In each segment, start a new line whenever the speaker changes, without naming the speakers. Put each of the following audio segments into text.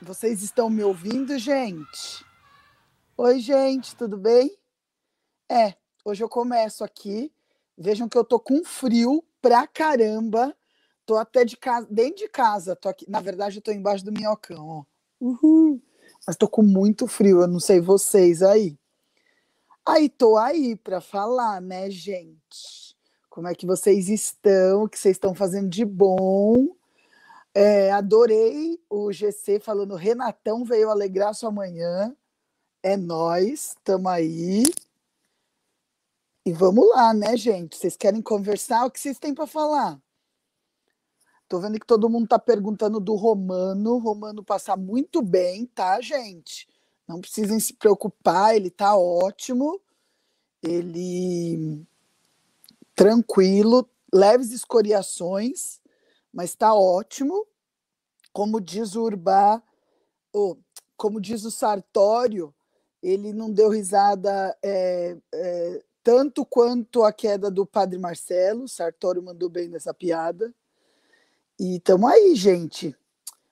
Vocês estão me ouvindo, gente? Oi, gente, tudo bem? É, hoje eu começo aqui. Vejam que eu tô com frio pra caramba. Tô até de casa, dentro de casa. Tô aqui, na verdade, eu tô embaixo do minhocão, ó. Uhul. Uhum. Mas tô com muito frio, eu não sei vocês aí. Aí tô aí pra falar, né, gente? Como é que vocês estão? O que vocês estão fazendo de bom? É, adorei o GC falando Renatão veio alegrar sua manhã. É nós, tamo aí. E vamos lá, né, gente? Vocês querem conversar? O que vocês têm para falar? Tô vendo que todo mundo tá perguntando do Romano. Romano passar muito bem, tá, gente? Não precisem se preocupar, ele tá ótimo. Ele tranquilo, leves escoriações mas está ótimo. Como diz o Urbá, ou como diz o Sartório, ele não deu risada é, é, tanto quanto a queda do Padre Marcelo. Sartório mandou bem nessa piada. E estamos aí, gente.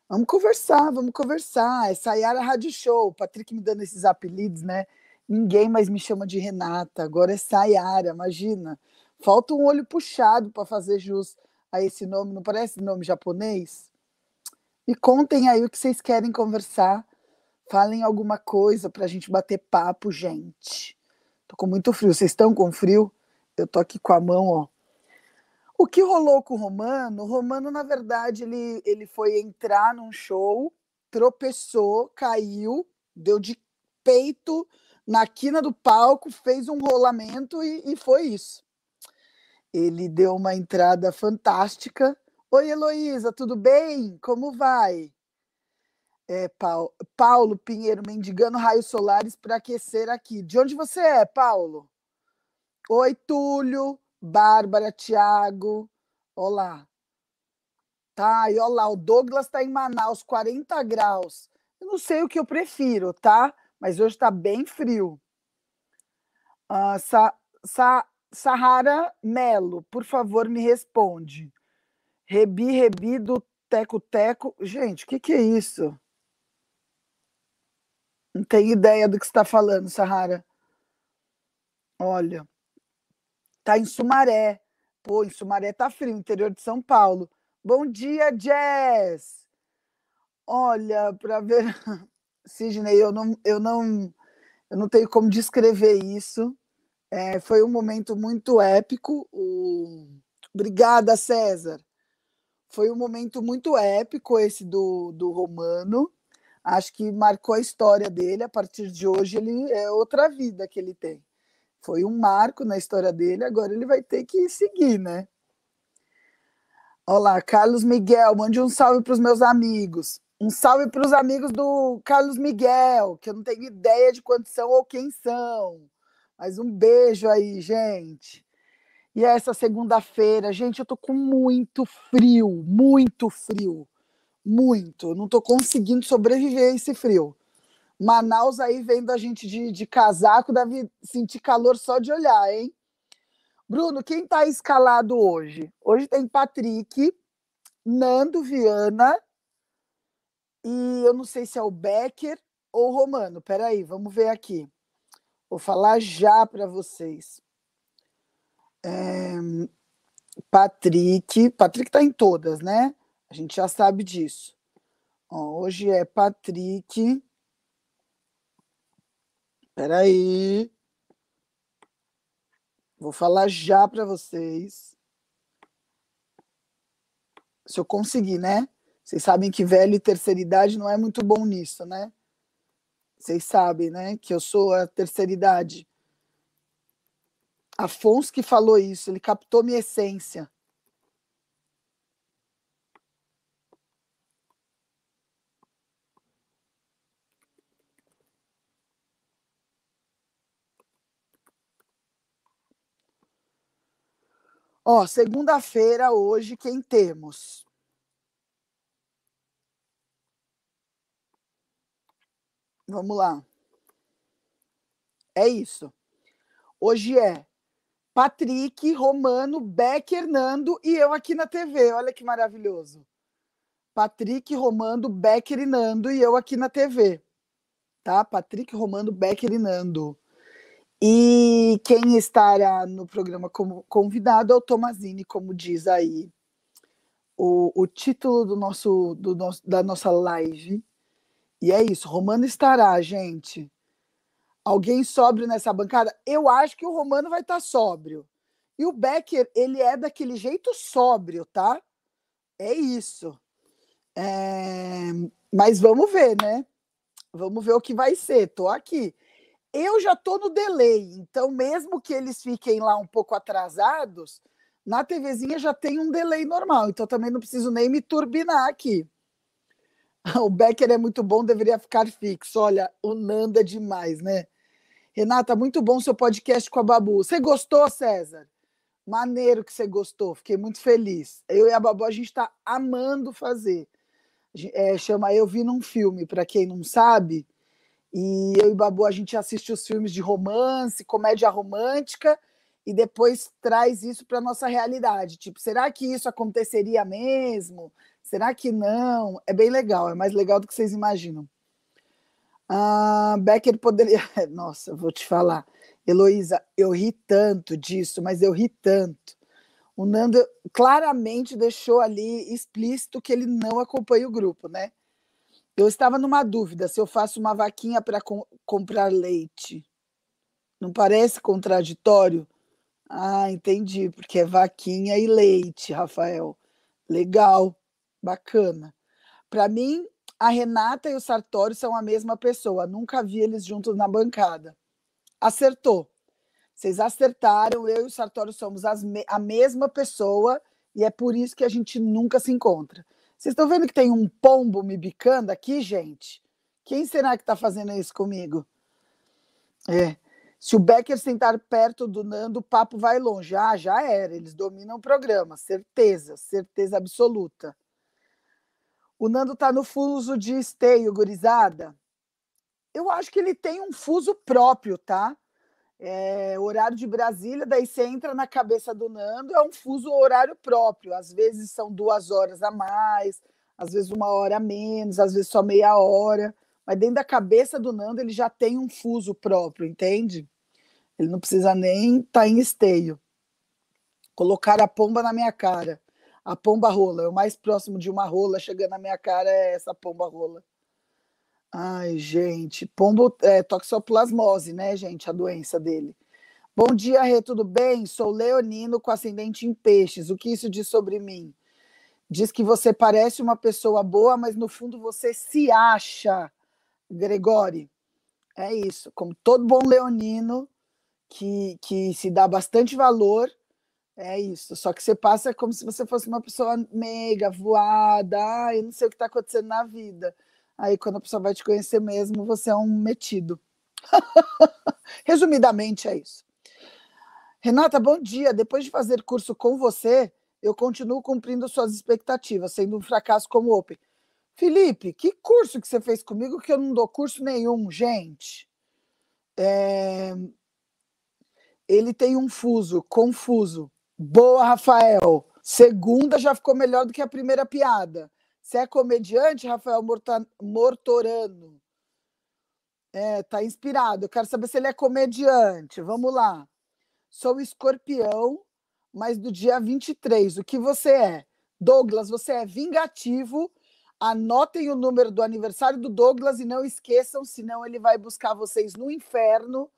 Vamos conversar, vamos conversar. É Sayara Rádio Show. O Patrick me dando esses apelidos, né? Ninguém mais me chama de Renata. Agora é Sayara, imagina. Falta um olho puxado para fazer jus a esse nome, não parece nome japonês? Me contem aí o que vocês querem conversar. Falem alguma coisa para a gente bater papo, gente. Tô com muito frio. Vocês estão com frio? Eu tô aqui com a mão, ó. O que rolou com o Romano? O Romano, na verdade, ele, ele foi entrar num show, tropeçou, caiu, deu de peito na quina do palco, fez um rolamento e, e foi isso. Ele deu uma entrada fantástica. Oi, Heloísa, tudo bem? Como vai? É, Paulo, Paulo Pinheiro mendigando raios solares para aquecer aqui. De onde você é, Paulo? Oi, Túlio, Bárbara, Tiago. Olá. Tá, e olá, o Douglas está em Manaus, 40 graus. Eu não sei o que eu prefiro, tá? Mas hoje está bem frio. Ah, sa, sa, Sahara Melo, por favor, me responde. Rebi, rebi do Teco Teco. Gente, o que, que é isso? Não tenho ideia do que está falando, Sahara. Olha, tá em Sumaré. Pô, em Sumaré tá frio, interior de São Paulo. Bom dia, Jazz. Olha, para ver, Sidney, eu não, eu não, eu não tenho como descrever isso. É, foi um momento muito épico. O... Obrigada, César. Foi um momento muito épico esse do, do Romano. Acho que marcou a história dele. A partir de hoje, ele é outra vida que ele tem. Foi um marco na história dele. Agora ele vai ter que seguir, né? Olá, Carlos Miguel. Mande um salve para os meus amigos. Um salve para os amigos do Carlos Miguel, que eu não tenho ideia de quantos são ou quem são. Mas um beijo aí, gente. E essa segunda-feira, gente, eu tô com muito frio, muito frio, muito. Eu não tô conseguindo sobreviver a esse frio. Manaus aí vendo a gente de, de casaco, deve sentir calor só de olhar, hein? Bruno, quem tá escalado hoje? Hoje tem Patrick, Nando Viana e eu não sei se é o Becker ou o Romano. Peraí, vamos ver aqui. Vou falar já para vocês. É, Patrick. Patrick está em todas, né? A gente já sabe disso. Ó, hoje é Patrick. Peraí. Vou falar já para vocês. Se eu conseguir, né? Vocês sabem que velho e terceira idade não é muito bom nisso, né? vocês sabem, né? Que eu sou a terceira idade. Afonso que falou isso, ele captou minha essência. Ó, segunda-feira hoje, quem temos? Vamos lá. É isso. Hoje é Patrick, Romano, Becker, Nando e eu aqui na TV. Olha que maravilhoso. Patrick Romando, Becker e Nando e eu aqui na TV. Tá? Patrick Romando, Becker e Nando. E quem estará no programa como convidado é o Tomazini, como diz aí o, o título do nosso, do nosso, da nossa live. E é isso, Romano estará, gente. Alguém sóbrio nessa bancada? Eu acho que o Romano vai estar sóbrio. E o Becker, ele é daquele jeito sóbrio, tá? É isso. É, Mas vamos ver, né? Vamos ver o que vai ser. Tô aqui. Eu já tô no delay, então mesmo que eles fiquem lá um pouco atrasados, na TVzinha já tem um delay normal, então também não preciso nem me turbinar aqui. O Becker é muito bom, deveria ficar fixo. Olha, o Nanda é demais, né? Renata, muito bom seu podcast com a Babu. Você gostou, César? Maneiro que você gostou, fiquei muito feliz. Eu e a Babu, a gente está amando fazer. É, chama Eu Vi Num Filme, para quem não sabe. E eu e Babu, a gente assiste os filmes de romance, comédia romântica, e depois traz isso para nossa realidade. Tipo, será que isso aconteceria mesmo? Será que não? É bem legal, é mais legal do que vocês imaginam. Ah, Becker poderia. Nossa, vou te falar. Heloísa, eu ri tanto disso, mas eu ri tanto. O Nando claramente deixou ali explícito que ele não acompanha o grupo, né? Eu estava numa dúvida se eu faço uma vaquinha para com- comprar leite. Não parece contraditório? Ah, entendi, porque é vaquinha e leite, Rafael. Legal, bacana. Para mim, a Renata e o Sartório são a mesma pessoa. Nunca vi eles juntos na bancada. Acertou. Vocês acertaram, eu e o Sartório somos as me- a mesma pessoa e é por isso que a gente nunca se encontra. Vocês estão vendo que tem um pombo me bicando aqui, gente? Quem será que está fazendo isso comigo? É. Se o Becker sentar perto do Nando, o papo vai longe. Ah, já era. Eles dominam o programa, certeza, certeza absoluta. O Nando tá no fuso de esteio, gurizada. Eu acho que ele tem um fuso próprio, tá? É, horário de Brasília, daí você entra na cabeça do Nando, é um fuso horário próprio. Às vezes são duas horas a mais, às vezes uma hora a menos, às vezes só meia hora. Mas dentro da cabeça do Nando, ele já tem um fuso próprio, entende? Ele não precisa nem estar em esteio. Colocar a pomba na minha cara. A pomba rola. O mais próximo de uma rola chegando na minha cara é essa pomba rola. Ai, gente. Pombo é toxoplasmose, né, gente? A doença dele. Bom dia, Rê, tudo bem? Sou leonino com ascendente em peixes. O que isso diz sobre mim? Diz que você parece uma pessoa boa, mas no fundo você se acha, Gregori. É isso. Como todo bom leonino, que, que se dá bastante valor. É isso. Só que você passa como se você fosse uma pessoa meiga, voada, ah, eu não sei o que está acontecendo na vida. Aí, quando a pessoa vai te conhecer mesmo, você é um metido. Resumidamente, é isso. Renata, bom dia. Depois de fazer curso com você, eu continuo cumprindo suas expectativas, sendo um fracasso como Open. Felipe, que curso que você fez comigo que eu não dou curso nenhum, gente? É, ele tem um fuso, confuso. Boa, Rafael. Segunda já ficou melhor do que a primeira piada. Você é comediante, Rafael Morta- Mortorano? É, tá inspirado. Eu quero saber se ele é comediante. Vamos lá. Sou escorpião, mas do dia 23. O que você é? Douglas, você é vingativo. Anotem o número do aniversário do Douglas e não esqueçam, senão ele vai buscar vocês no inferno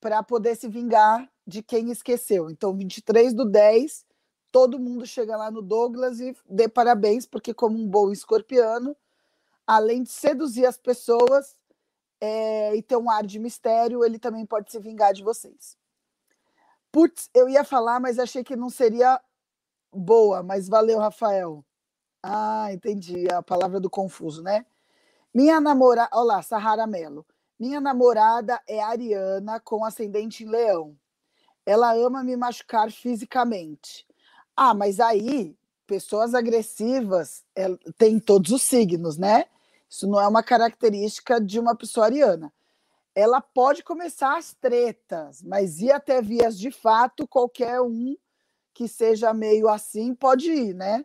para poder se vingar de quem esqueceu. Então, 23 do 10, todo mundo chega lá no Douglas e dê parabéns, porque, como um bom escorpiano, além de seduzir as pessoas eh, e ter um ar de mistério, ele também pode se vingar de vocês. Putz, eu ia falar, mas achei que não seria boa, mas valeu, Rafael. Ah, entendi. A palavra do confuso, né? Minha namorada. Olha lá, Sahara Mello. Minha namorada é Ariana, com ascendente em leão. Ela ama me machucar fisicamente. Ah, mas aí, pessoas agressivas é, têm todos os signos, né? Isso não é uma característica de uma pessoa ariana. Ela pode começar as tretas, mas ir até vias de fato, qualquer um que seja meio assim pode ir, né?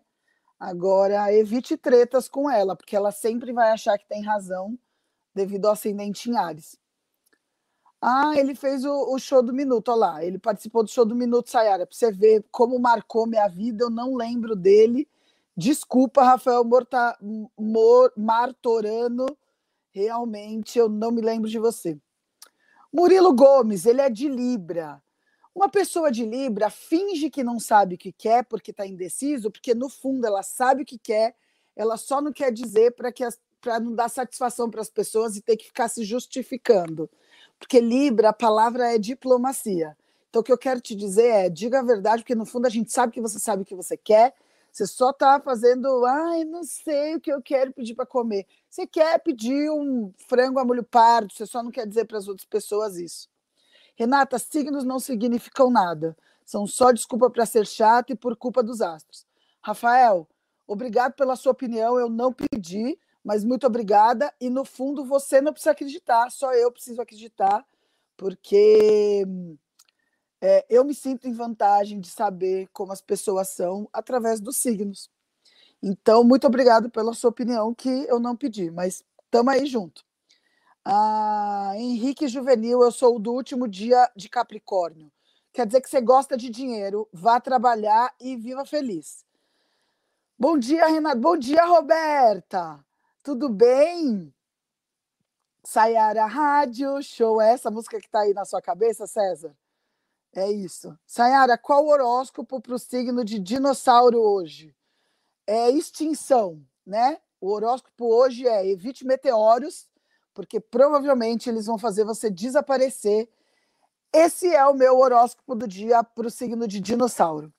Agora, evite tretas com ela, porque ela sempre vai achar que tem razão devido ao ascendente em Ares. Ah, ele fez o, o show do minuto, olha lá. Ele participou do show do minuto, Sayara, para você ver como marcou minha vida. Eu não lembro dele. Desculpa, Rafael Morta, Mor, Martorano. Realmente, eu não me lembro de você. Murilo Gomes, ele é de Libra. Uma pessoa de Libra finge que não sabe o que quer porque está indeciso, porque no fundo ela sabe o que quer, ela só não quer dizer para que para não dar satisfação para as pessoas e ter que ficar se justificando. Porque Libra, a palavra é diplomacia. Então o que eu quero te dizer é, diga a verdade, porque no fundo a gente sabe que você sabe o que você quer. Você só está fazendo, ai, não sei o que eu quero pedir para comer. Você quer pedir um frango a molho pardo, você só não quer dizer para as outras pessoas isso. Renata, signos não significam nada. São só desculpa para ser chato e por culpa dos astros. Rafael, obrigado pela sua opinião. Eu não pedi, mas muito obrigada. E no fundo, você não precisa acreditar, só eu preciso acreditar, porque hum, é, eu me sinto em vantagem de saber como as pessoas são através dos signos. Então, muito obrigado pela sua opinião, que eu não pedi, mas estamos aí junto. Ah, Henrique Juvenil, eu sou do último dia de Capricórnio. Quer dizer que você gosta de dinheiro, vá trabalhar e viva feliz. Bom dia, Renato. Bom dia, Roberta. Tudo bem? Sayara Rádio, show. É essa música que está aí na sua cabeça, César? É isso. Sayara, qual horóscopo para o signo de dinossauro hoje? É extinção, né? O horóscopo hoje é evite meteoros porque provavelmente eles vão fazer você desaparecer. Esse é o meu horóscopo do dia para o signo de dinossauro.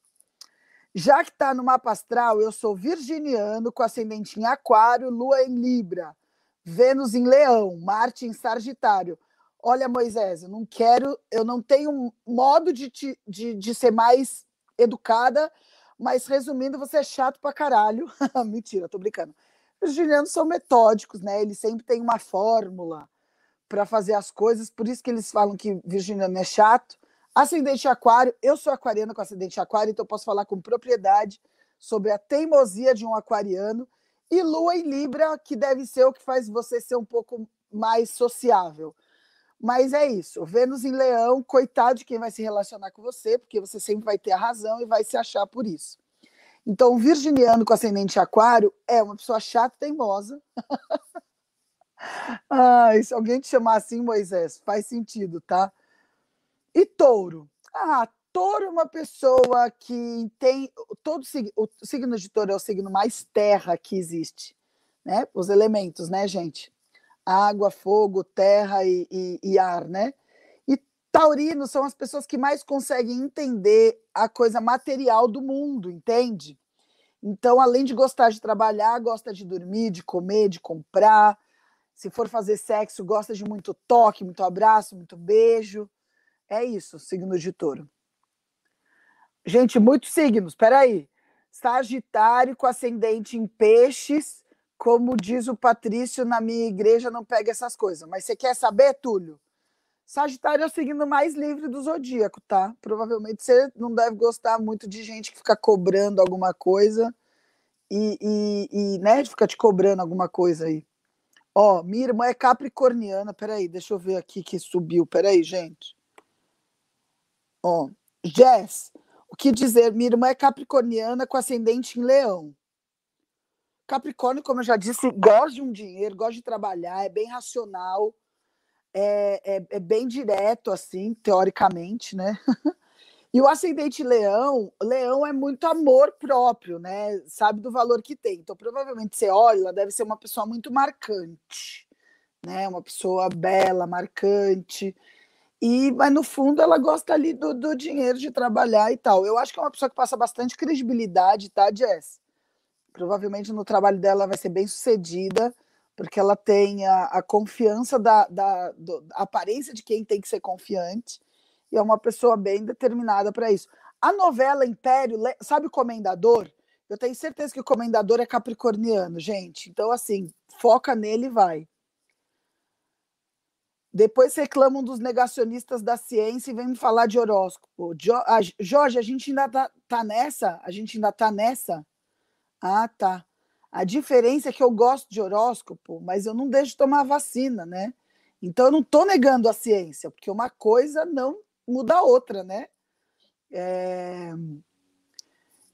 Já que está no mapa astral, eu sou virginiano, com ascendente em Aquário, Lua em Libra, Vênus em Leão, Marte em Sagitário. Olha, Moisés, eu não quero, eu não tenho um modo de, te, de, de ser mais educada, mas resumindo, você é chato pra caralho. Mentira, tô brincando os julianos são metódicos, né? Eles sempre têm uma fórmula para fazer as coisas, por isso que eles falam que virginiano é chato. Ascendente aquário, eu sou aquariana com ascendente aquário, então posso falar com propriedade sobre a teimosia de um aquariano. E lua em libra, que deve ser o que faz você ser um pouco mais sociável. Mas é isso. Vênus em leão, coitado de quem vai se relacionar com você, porque você sempre vai ter a razão e vai se achar por isso. Então, o virginiano com ascendente aquário é uma pessoa chata e teimosa. Ai, se alguém te chamar assim, Moisés, faz sentido, tá? E touro. Ah, touro é uma pessoa que tem. Todo, o signo de touro é o signo mais terra que existe. Né? Os elementos, né, gente? Água, fogo, terra e, e, e ar, né? E taurinos são as pessoas que mais conseguem entender a coisa material do mundo, entende? Então, além de gostar de trabalhar, gosta de dormir, de comer, de comprar. Se for fazer sexo, gosta de muito toque, muito abraço, muito beijo. É isso, signo de touro. Gente, muitos signos, peraí. Sagitário com ascendente em peixes, como diz o Patrício na minha igreja, não pega essas coisas. Mas você quer saber, Túlio? Sagitário é o signo mais livre do zodíaco, tá? Provavelmente você não deve gostar muito de gente que fica cobrando alguma coisa e, e, e né, fica te cobrando alguma coisa aí. Ó, minha irmã é capricorniana. Peraí, deixa eu ver aqui que subiu. Peraí, gente. Ó, Jess, o que dizer? Minha irmã é capricorniana com ascendente em leão. Capricórnio, como eu já disse, gosta de um dinheiro, gosta de trabalhar, é bem racional. É, é, é, bem direto, assim, teoricamente, né? e o ascendente leão, leão é muito amor próprio, né? Sabe do valor que tem. Então, provavelmente, você olha, ela deve ser uma pessoa muito marcante, né? Uma pessoa bela, marcante. E, mas, no fundo, ela gosta ali do, do dinheiro, de trabalhar e tal. Eu acho que é uma pessoa que passa bastante credibilidade, tá, Jess? Provavelmente, no trabalho dela, ela vai ser bem sucedida porque ela tem a, a confiança da, da, do, a aparência de quem tem que ser confiante e é uma pessoa bem determinada para isso. A novela Império, sabe o Comendador? Eu tenho certeza que o Comendador é capricorniano, gente. Então, assim, foca nele e vai. Depois reclamam dos negacionistas da ciência e vem me falar de horóscopo. Jo, a, Jorge, a gente ainda tá, tá nessa? A gente ainda tá nessa? Ah, tá. A diferença é que eu gosto de horóscopo, mas eu não deixo tomar a vacina, né? Então eu não estou negando a ciência, porque uma coisa não muda a outra, né? É...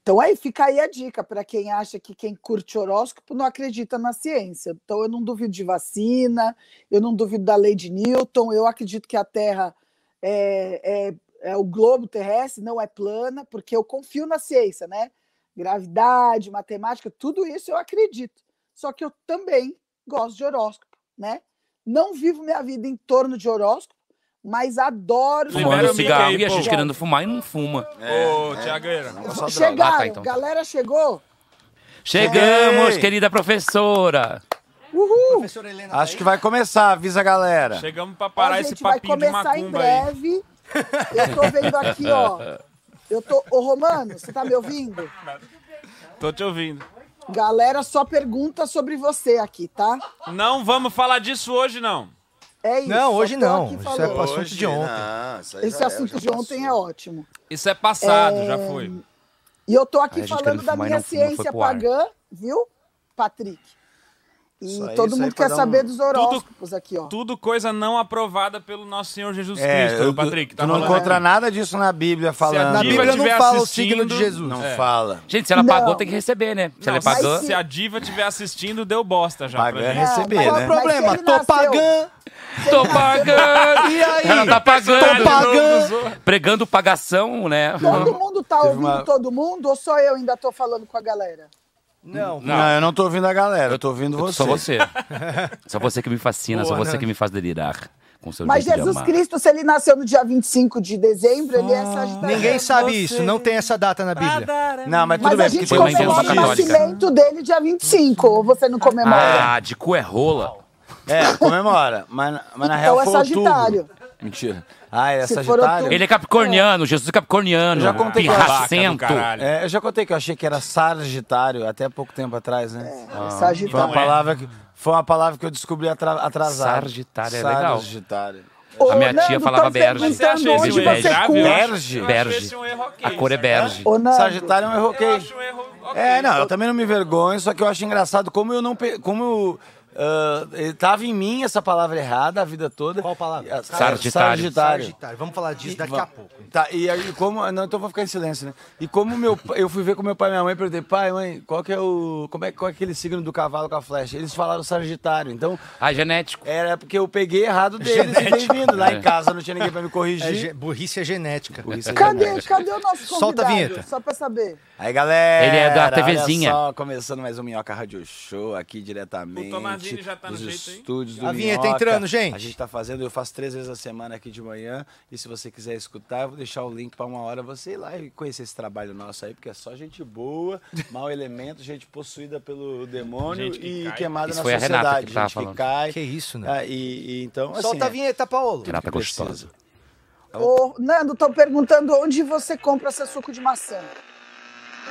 Então aí fica aí a dica para quem acha que quem curte horóscopo não acredita na ciência. Então eu não duvido de vacina, eu não duvido da lei de Newton, eu acredito que a Terra é, é, é o globo terrestre, não é plana, porque eu confio na ciência, né? Gravidade, matemática, tudo isso eu acredito. Só que eu também gosto de horóscopo, né? Não vivo minha vida em torno de horóscopo, mas adoro.
Fumando
Libera o Mickey
cigarro
aí,
e a
pô.
gente querendo fumar e não fuma.
Ô, Tiagueira.
Vou- Chegaram,
Ah, tá, então tá.
galera chegou.
Chegamos,
Ei!
querida professora.
Uhul!
Acho que vai começar, avisa a galera.
Chegamos pra
Ó,
parar
gente,
esse
vai
papinho de
começar em
macumba aí.
breve. Eu tô vendo aqui, ó. Eu tô. Ô, Romano, você tá me ouvindo?
Tô te ouvindo.
Galera, só pergunta sobre você aqui, tá?
Não vamos falar disso hoje, não.
É isso.
Não,
só
hoje
tô
não.
aqui
Isso é
falando.
pra- assunto de ontem.
Não, isso aí já
Esse
era,
assunto
já
de ontem é
passou.
ótimo.
Isso é passado, já foi.
E eu tô aqui
Ai, a gente
falando
querendo
da
fumar e
minha
não fuma, foi
ciência
pro ar.
pagã, viu, Patrick? E
Isso aí,
todo
isso aí
mundo
pra
quer
dar um-
saber dos horóscopos aqui, ó.
Tudo coisa não aprovada pelo nosso Senhor Jesus
É,
Cristo,
eu-
Patrick. Tá
tu não
rolando aí.
encontra nada disso na Bíblia falando.
Se
Na
a diva
Bíblia não
estiver
fala o
assistindo,
signo de Jesus.
Não fala.
É. Gente, se ela
Não.
pagou, tem que receber, né? Se
Não,
ela pagou.
é se a diva estiver assistindo, deu bosta já
Pagando
pra
é
gente.
receber,
mas-
Qual
né?
é o
mas se
problema?
ele
Tô
nasceu-
pagando.
Tô pagando!
E aí?
Ela tá pagando!
Tô pagando.
Pregando pagação, né?
Todo mundo tá
Teve
ouvindo
uma-
todo mundo ou só eu ainda tô falando com a galera?
Não.
Não. eu não tô ouvindo a galera, eu tô ouvindo você.
Só você. só você que me fascina, só
Boa,
você
né?
que me faz delirar com
Então,
seu
Mas
jeito de
Jesus
amar.
Cristo, se ele nasceu no dia 25 de dezembro, ele
Ah.
é sagitário.
Tá. Ninguém sabe isso, não é tem essa data na Bíblia.
Não, mas tudo
Mas a
bem,
gente
porque
tem
tem uma
uma intenção
comemora o
intenção
intenção
católica.
nascimento dele dia 25, ou você não comemora?
Ah, de cu é rola.
É, comemora. Mas, mas na real
então é
foi outubro.
Sagitário.
Mentira. Ah, é
Se for
Sagitário?
outubro.
Ele é capricorniano, Jesus é capricorniano.
Já contei que é
pirracento.
É, eu já contei que eu achei que era Sagitário até pouco tempo atrás, né? Foi uma
É, sagitário.
palavra que foi uma palavra que eu descobri atra- atrasado.
Sargitário é legal.
Sagitário.
Ô,
A minha tia falava Berge.
Você acha
perguntando onde
esse um erro
você
grave? Eu
curte.
acho-
Berge.
eu acho
Berge.
esse um erro ok,
A cor é
sabe?
berge.
Ô, Nando,
Sagitário é um erro
Eu
ok.
acho um erro ok.
É, não, eu também não me vergonho, só que eu acho engraçado como eu não. pe- Como ah, ele tava em mim essa palavra errada a vida toda.
Qual palavra?
Ah,
Sargitário.
Sargitário.
Vamos falar disso daqui a pouco. então.
Tá, e aí, como. Não, então eu vou ficar em silêncio, né? E como meu, pa- eu fui ver com meu pai e minha mãe, perguntei, pai, mãe, qual que é o. Como é, qual é aquele signo do cavalo com a flecha? Eles falaram Sagitário. Então,
Ah, genético.
era porque eu peguei errado deles e bem vindo. Lá em casa não tinha ninguém pra me
É
corrigir.
ge- burrice é genética.
É
cadê, cadê o nosso convidado?
Solta a vinheta.
Só pra saber.
Aí, galera.
Ele é da
olha
TVzinha.
só, começando mais um Minhoca Rádio Show aqui diretamente.
O Tomazini já tá no
dos
jeito aí.
estúdios do
A vinheta
Minhoca.
entrando, gente.
A gente tá fazendo, eu faço três vezes a semana aqui de manhã. E se você quiser escutar, eu vou deixar o link pra uma hora você ir lá e conhecer esse trabalho nosso aí, porque é só gente boa, mau elemento, gente possuída pelo demônio
Gente que
e
cai.
queimada
Isso
na
foi a
sociedade.
Renata que tava
gente
falando.
que cai.
Que isso, né?
Ah, e, e então, assim.
Solta a vinheta, Paulo.
Renata gostosa.
Precisa.
Ô, Nando, estão perguntando onde você compra seu suco de maçã.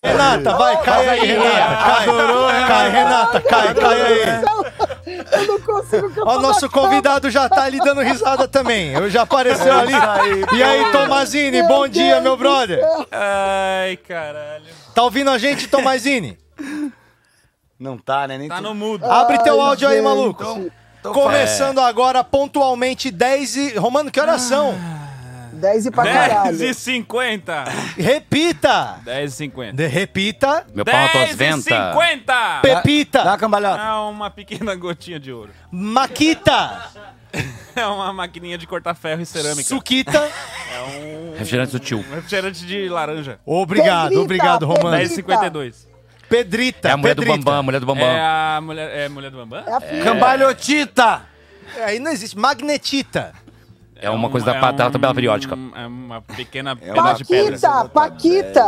É, Renata, vai, cai aí, Renata. Cai, cai, Renata, cai, cai aí.
Eu não consigo
Ó, o
cantar.
nosso convidado já tá ali dando risada também. Eu já apareceu ali. E aí, Tomazini, bom dia, meu brother.
Ai, caralho.
Tá ouvindo a gente, Tomazini?
Não tá, né? Nem
Tá
tu-
no mudo.
Abre teu áudio aí,
gente.
maluco.
Então
Começando agora, pontualmente, 10 e... Romano, que horas são?
10 e pra caralho.
10 e 50.
Repita!
10 e 50.
De- repita.
Meu pau tá na tuas
10 e
ventas.
50.
Pepita.
Dá a cambalhota.
É uma pequena gotinha de ouro.
Maquita.
É uma maquininha de cortar ferro e cerâmica.
Suquita.
Refrigerante do tio.
Um refrigerante de laranja.
Obrigado,
Pedrita,
obrigado, Romano.
Pedrita.
10 e 52.
Pedrita.
É a mulher do
Pedrita.
Bambam, mulher do Bambam.
É a mulher, é a mulher do Bambam?
É a filha.
Cambalhotita!
É, Aí não existe. Magnetita.
É uma coisa da pa- da tabela periódica.
um, É uma pequena
É uma
pedaço de pedra.
Paquita, Paquita.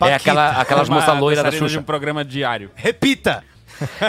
É aquela, aquelas
Uma
moças loiras da
dançarina de
Xuxa.
um programa diário.
Repita!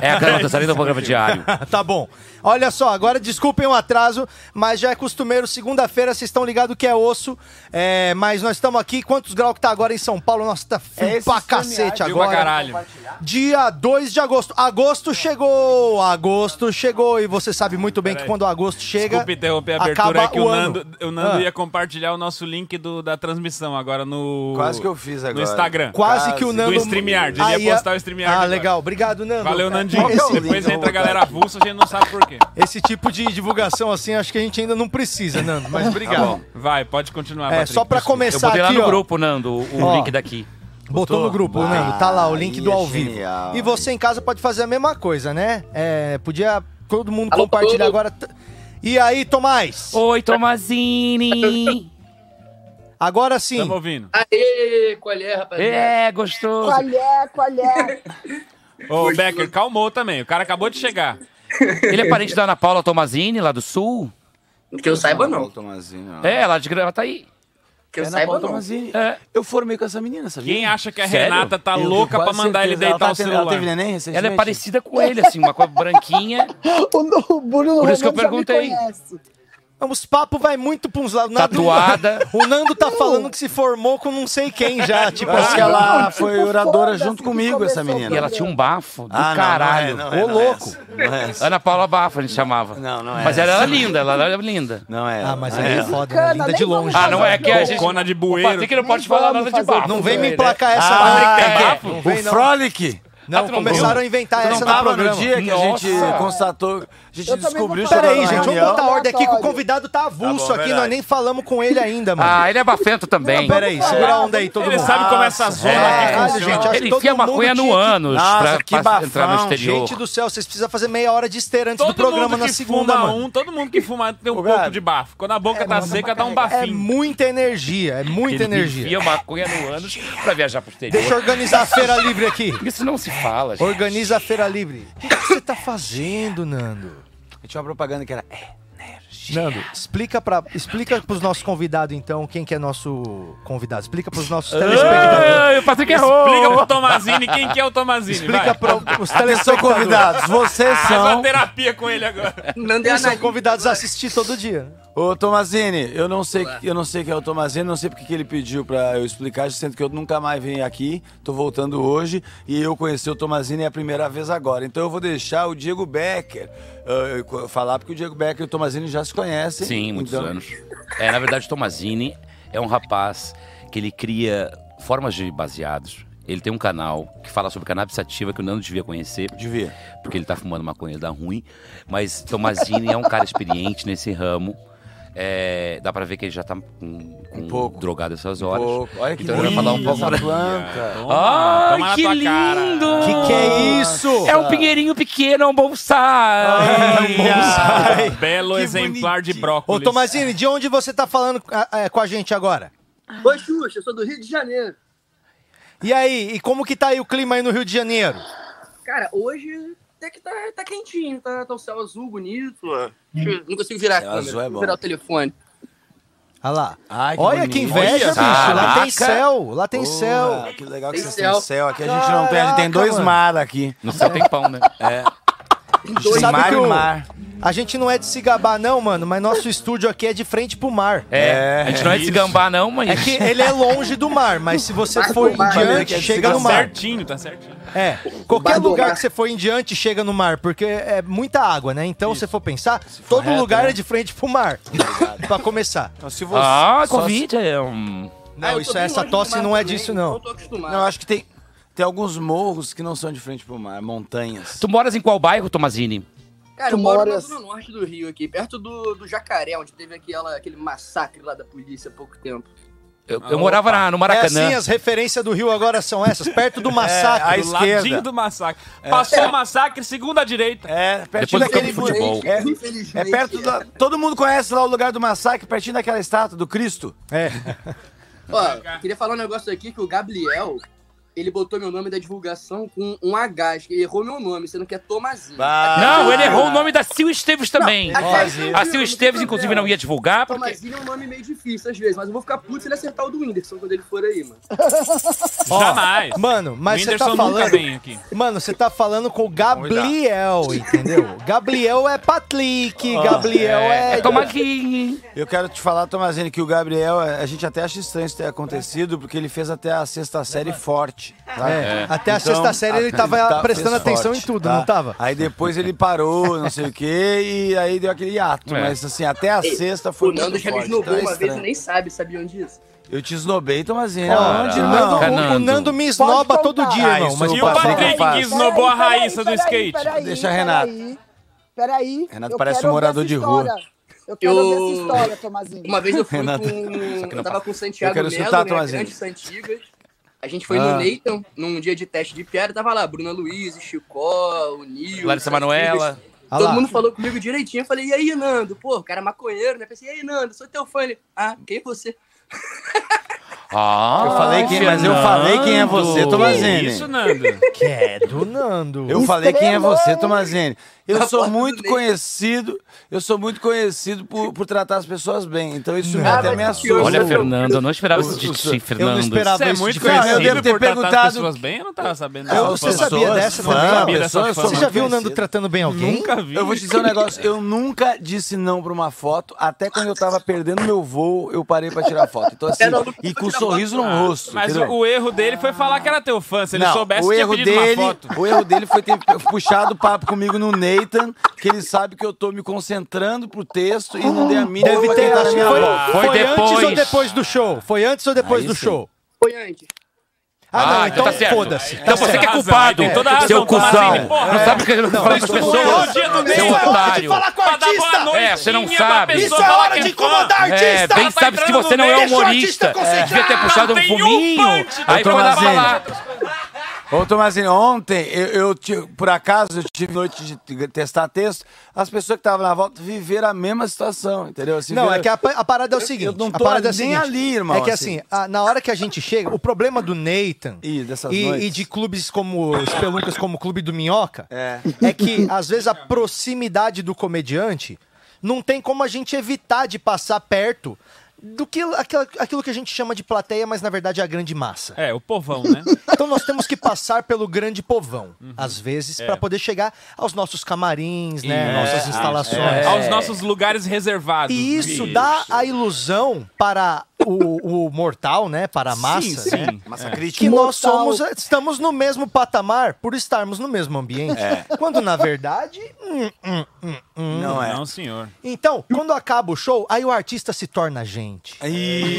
É aquela dançarina do programa diário.
tá bom. Olha só, agora desculpem o atraso, mas já é costumeiro, segunda-feira, vocês estão ligados que é osso. É, mas nós estamos aqui, quantos graus que tá agora em São Paulo? Nossa, tá frio
É esse
pra
streaming,
cacete
ah, Viu pra
agora.
caralho.
Dia 2 de agosto. Agosto chegou! Agosto chegou! E você sabe muito bem que
Peraí.
quando agosto chega.
Desculpa interromper a abertura,
acaba
é que o,
ano.
Nando, o Nando
Ah.
ia compartilhar o nosso link do- da transmissão agora no.
Quase que eu fiz agora.
No Instagram.
Quase que o
Quase.
Nando.
Do StreamYard, ele ia
Aí a-
postar o StreamYard
Ah,
agora.
legal. Obrigado, Nando.
Valeu, Nandinho.
Qual que é o link?
Depois
Eu vou
entra a
botar.
galera avulsa, a gente não sabe por quê.
Esse tipo de divulgação assim, acho que a gente ainda não precisa, Nando. Mas obrigado.
Tá Vai, pode continuar,
é,
Patrick.
só pra
Desculpa.
Eu
começar
botei lá
aqui,
no
ó.
grupo, Nando, o
Ó.
link daqui.
Botou, no grupo,
Ah,
Vai,
Nando. Tá lá o link do
aí é
ao vivo.
genial,
E você em casa pode fazer a mesma coisa, né? É, podia todo mundo compartilhar agora. T- E aí, Tomás?
Oi, Tomazini!
Agora sim.
Tamo ouvindo.
Aê, qual é, rapaziada?
É, gostoso!
Qual é, qual é?
Ô, Becker, calmou também. O cara acabou de chegar.
Ele é parente da Ana Paula Tomazini, lá do Sul?
Que eu
Ah,
saiba, não.
Tomazinho, ó.
É, lá de Gravataí.
Que eu
Ana
saiba,
Paula
não.
Tomazini.
É.
Eu formei com essa menina, sabia?
Quem acha que a
Sério?
Renata tá
Eu
louca
tenho
pra
quase
mandar ele
certeza. Ela
deitar
tá
o
tendo-
celular?
Ela teve neném recentemente?
Ela é parecida com ele, assim, uma coisa branquinha.
O, o Bruno
Por isso que eu
Romano já me
perguntei.
conhece.
Os papos vai muito pra uns lados. Nando-
Tatuada.
O Nando tá falando que se formou com não sei quem já. Tipo,
Eu acho
assim,
que
Ah,
ela
não,
foi
tipo,
oradora
foda-se
junto
que
comigo,
começou
ela- essa menina.
E ela tinha um bafo do
Ah, não,
caralho.
não é, não é,
Ô,
não é
louco!
essa. Não é essa.
Ana Paula Bafo a gente chamava.
Não, não é
Mas ela
essa.
era linda, ela era linda.
Não é.
Ah, mas
não
aí é
ela.
foda, né?
Cana,
Linda
nem
de longe.
vamos
Ah, não é que a gente-
Cona de
O
bueiro.
Patrick não
Nem
pode falar
vamos
nada de
fazer
bafo.
Não vem me
emplacar.
emplacar essa.
Ah,
não.
tem
É,
bafo?
Não vem,
O
não.
Frolic.
Não,
tu não
começaram a inventar
Você não
essa no
tava no
programa.
dia que a gente
Nossa.
constatou, a gente
Eu também
descobriu...
vou falar.
Peraí,
chegou na
gente, vamos
reunião.
botar ordem aqui que o convidado tá
Tá
avulso
bom,
aqui,
verdade.
nós nem falamos com ele ainda, mano.
Ah, ele é bafento também.
Peraí, segura a onda aí, todo
Ele
mundo.
sabe como é essa zona
É.
aqui
Caralho,
funciona.
gente, acho que
ele
todo
enfia
mundo
maconha no
tinha que-
ânus
Nossa,
pra,
que
pra entrar no
bafão,
exterior.
Gente do céu, vocês precisam fazer meia hora de esteira antes
Todo
do programa
mundo
na
que
segunda,
fuma
mano.
um, todo mundo que fuma tem um
Ô,
pouco
Gabi.
de bafo. Quando a boca tá seca, dá um
É
bafinho.
muita energia, é muita
Ele
energia.
enfia maconha no ânus pra viajar pro exterior.
Deixa eu organizar a feira livre aqui.
Isso não se fala, gente.
É, Organiza a feira livre. O que que você tá fazendo, Nando?
Tinha uma propaganda que era... é,
Nando, explica para explica pros nossos convidados então quem que é nosso convidado. Explica pros nossos
tá
telespectadores.
Ei, o Patrick errou!
Explica pro Tomazini quem que é o Tomazini,
Explica
vai.
para os
Atenção,
telespectadores.
convidados, vocês
Faz uma
são...
terapia com ele agora.
Nando é
Eles são
analista.
convidados a assistir todo dia.
Ô, Tomazini, eu não sei, eu não sei quem é o Tomazini, não sei porque que ele pediu pra eu explicar, sendo que eu nunca mais vim aqui, tô voltando hoje, e eu conheci o Tomazini a primeira vez agora. Então eu vou deixar o Diego Becker ah, co- falar, porque o Diego Becker e o Tomazini já se conhecem.
Sim, muitos
Então-
anos. É, na verdade, Tomazini é um rapaz que ele cria formas de baseados. Ele tem um canal que fala sobre cannabis sativa que o Nando devia conhecer,
Devia.
porque ele tá fumando maconha, dá ruim. Mas Tomazini é um cara experiente nesse ramo. É, dá pra ver que ele já tá com, com
Um pouco.
drogado essas horas.
Pô, olha que
então ele vai falar um
linda
pouco
essa
pra-
planta.
Ai,
Toma na
que
tua cara.
lindo!
O que, que é isso?
É um pinheirinho pequeno, é um bonsai!
Ai, bonsai.
Belo
Que
exemplar de
bonitinho.
brócolis.
Ô, Tomazini, de onde você tá falando ah, é, com a gente agora?
Ah. Oi, Xuxa, eu sou do Rio de Janeiro.
E aí, e como que tá aí o clima aí no Rio de Janeiro?
Cara, hoje até que tá, tá quentinho, tá, tá o céu azul bonito. mano. Deixa eu- Não consigo virar a
Céu
câmera,
azul é
consigo
bom.
virar o telefone.
Olha lá.
Ai, que
Olha
bonito.
que inveja, bicho. Lá tem céu, lá tem
Porra,
céu.
Que legal que
Tem
vocês
céu.
têm céu. Aqui a gente não tem, a gente tem
Caraca,
dois
mano.
mar aqui.
No céu tem pão, né?
Você
Tem
sabe
mar
que
e um
o-
mar.
A gente não é de se gabar, não, mano, mas nosso estúdio aqui é de frente pro mar.
É, a gente não é de se gambá, não, mas.
É que ele é longe do mar, mas se você
Vai
for
pro
em
mar,
né, que é
diante,
de
chega
se
no
Tá
mar.
certinho, tá certinho.
É. Qualquer
Vai do
lugar
mar.
que você for em diante, chega no mar, porque é muita água, né? Então, se você for pensar, todo
reto,
lugar
né?
é de frente pro mar. pra começar.
Então, se você-
Ah,
só se-
Covid é um.
é- Não,
Ah, eu tô
isso,
bem
essa
longe do
tosse
mar
não é
também,
disso, não.
Eu tô acostumado.
Não, eu acho que tem, tem alguns morros que não são de frente pro mar, montanhas.
Tu moras em qual bairro, Tomazini?
Cara,
Tu
eu moro na
moras-
zona norte do Rio aqui, perto do, do Jacaré, onde teve aquela, aquele massacre lá da polícia há pouco tempo.
Eu, eu
Ah,
morava
opa.
na- no
É
Maracanã.
assim, as referências do Rio agora são essas, perto do massacre.
à
Do É, ladinho
esquerda.
do massacre. Passou o massacre, segunda direita.
É, pertinho
Depois do campo
daquele
de futebol.
É,
Infelizmente,
é perto da. Todo mundo conhece lá o lugar do massacre, pertinho daquela estátua do Cristo.
É.
Ó, queria falar um negócio aqui que o Gabriel, ele botou meu nome da divulgação com um H, acho que ele errou meu nome, sendo que é Tomazinho.
Vai.
Não, ele errou o nome da Sil Esteves também.
Não, é que-
a Sil Esteves, inclusive, não ia divulgar, porque
Tomazinho é um nome meio difícil às vezes, mas eu vou ficar puto se ele acertar o do Whindersson quando ele for aí, mano.
Jamais.
Mano, mas
O
você tá
Whindersson nunca
falando.
vem aqui.
Mano, você tá falando com o Gabriel, entendeu? Gabriel é Patrick, Gabriel é.
é tomar que...
Eu quero te falar, Tomazini, que o Gabriel, é, a gente até acha estranho isso ter acontecido, porque ele fez até a sexta série forte. tá?
É, até a
Então,
sexta série ele tava
tá-
prestando
fez
atenção
forte,
em tudo,
tá?
não tava?
Aí depois ele parou, não sei o quê, e aí deu aquele ato.
É.
Mas assim, até a
Ei,
sexta foi
O
muito
Nando já me
forte.
esnobou
então é
uma vez,
estranho.
tu nem sabe, sabiam disso?
Eu te esnobei, Tomazini.
Ó,
Aonde?
o,
Não.
Nando, o- o
Nando.
Nando me
Pode
esnoba
faltar.
todo dia,
Ah,
irmão.
isso
Mas
não
E o
passa,
Patrick
não
que
passa.
esnobou a
Peraí, peraí,
Raíssa do
peraí,
skate.
peraí,
Deixa
peraí,
Renato.
Peraí.
Renato
eu
parece
quero
um morador
ouvir essa
de rua.
história. Eu quero
Eu-
ouvir essa história, Tomazinho.
Uma vez eu fui
Renato,
com. Eu tava com o
tá. Eu
Santiago
quero
Melo,
escutar,
né?
Tomazinho.
Grandes Santigas. A gente foi
Ah.
no Nathan, num dia de teste de piada, tava lá, Bruna Luiz, Chicó, o Nil.
Larissa
Santigas.
Manoela.
Ah
Todo
lá.
mundo falou comigo direitinho. Eu falei, e aí, Nando? Pô, o cara é maconheiro, né? Pensei, e aí, Nando, sou teu fã. Ele, ah, quem é você?
Ah,
Eu
é
falei quem- mas eu falei quem é você, Tomazini.
Isso, Nando.
que é do Nando.
Eu falei quem é
Estrelou,
você,
hein?
Tomazini. Eu
Na
sou
foto do
muito
Ney.
conhecido, eu sou muito conhecido por, por tratar as pessoas bem. Então isso me
Ah,
até
mas
me
que
assusta.
horror.
Olha,
Eu-
Fernando, eu não esperava isso de
eu-
ti,
eu
Fernando.
esperava.
Você é
isso
muito
de
cara. Eu
conhecido
devo ter
por tratar as
perguntado-
pessoas bem, eu não tava Tá sabendo.
Eu-
dessa
você
informação.
sabia dessa também?
Sabia
Fã,
dessa
pessoas-
informação.
Você já viu o Nando
conhecido.
tratando bem alguém?
Nunca vi.
Eu vou te dizer um negócio, eu nunca disse não pra uma foto, até quando eu tava perdendo meu voo, eu parei pra tirar foto. Então assim,
É, não, não
e com um
precisa tirar
sorriso no rosto,
Ah, Mas o,
entendeu?
o erro dele foi falar que era teu fã. Se ele
Não,
soubesse,
o
tinha
erro
pedido
dele,
uma foto.
o erro dele foi ter puxado o papo comigo no Nathan, que ele sabe que eu tô me concentrando pro texto e não dei a mínima
Deve
pra
ter,
tentar
acho que
minha
foi,
bola.
foi,
Foi
antes ou
depois.
depois do show? Foi antes ou depois
Aí
do
sim.
show?
Foi antes.
Ah, não,
Ah,
então
tá certo.
foda-se.
Então você que é culpado,
Tem toda a razão,
seu cuzão.
Tomazini, porra.
Não sabe o que eu não falo
isso
pras
não é
pessoas?
hora
do
Seu
Ney, é
hora de
otário.
falar com
Pra dar boa
artista.
noitinha
É, você não
pra
sabe.
pessoa
Isso é
falar
hora
que
de
fã.
incomodar artista.
É, bem
Tá
sabe que
entrando
você não é
no meio.
Deixa o artista
humorista.
concentrar.
Devia ter puxado um
Tem um
fuminho.
punch.
Aí vai mandar
Tomazini.
falar.
Ô, Tomazini, ontem, eu, eu ti- por acaso, eu tive noite de t- testar texto, as pessoas que estavam na volta viveram a mesma situação, entendeu? Assim,
Não, é
viveram-
que a, pa- a parada é o seguinte.
eu não
a
tô
parada é a
nem
seguinte,
ali, irmão,
É que assim, a- na hora que a gente chega, o problema do Nathan
Ih, dessas
e,
noites.
e de clubes como os Peluncas, como o Clube do Minhoca,
É.
é que às vezes a proximidade do comediante não tem como a gente evitar de passar perto do que aquela- aquilo que a gente chama de plateia, mas na verdade é a grande massa.
É, o povão, né?
Então nós temos que passar pelo grande povão,
Uhum.
às vezes,
É.
pra para poder chegar aos nossos camarins, né?
É,
nossas
Ah,
é,
instalações.
Aos nossos lugares reservados.
E isso dá a ilusão para o, o mortal, né? Para a massa,
sim.
né?
É. Massa
Que
crítica.
nós
Mortal.
somos, estamos no mesmo patamar por estarmos no mesmo ambiente. Quando na verdade. hum, hum, hum, hum.
É. Não é.
Não, senhor.
Então, quando acaba o show, aí o artista se torna gente.
É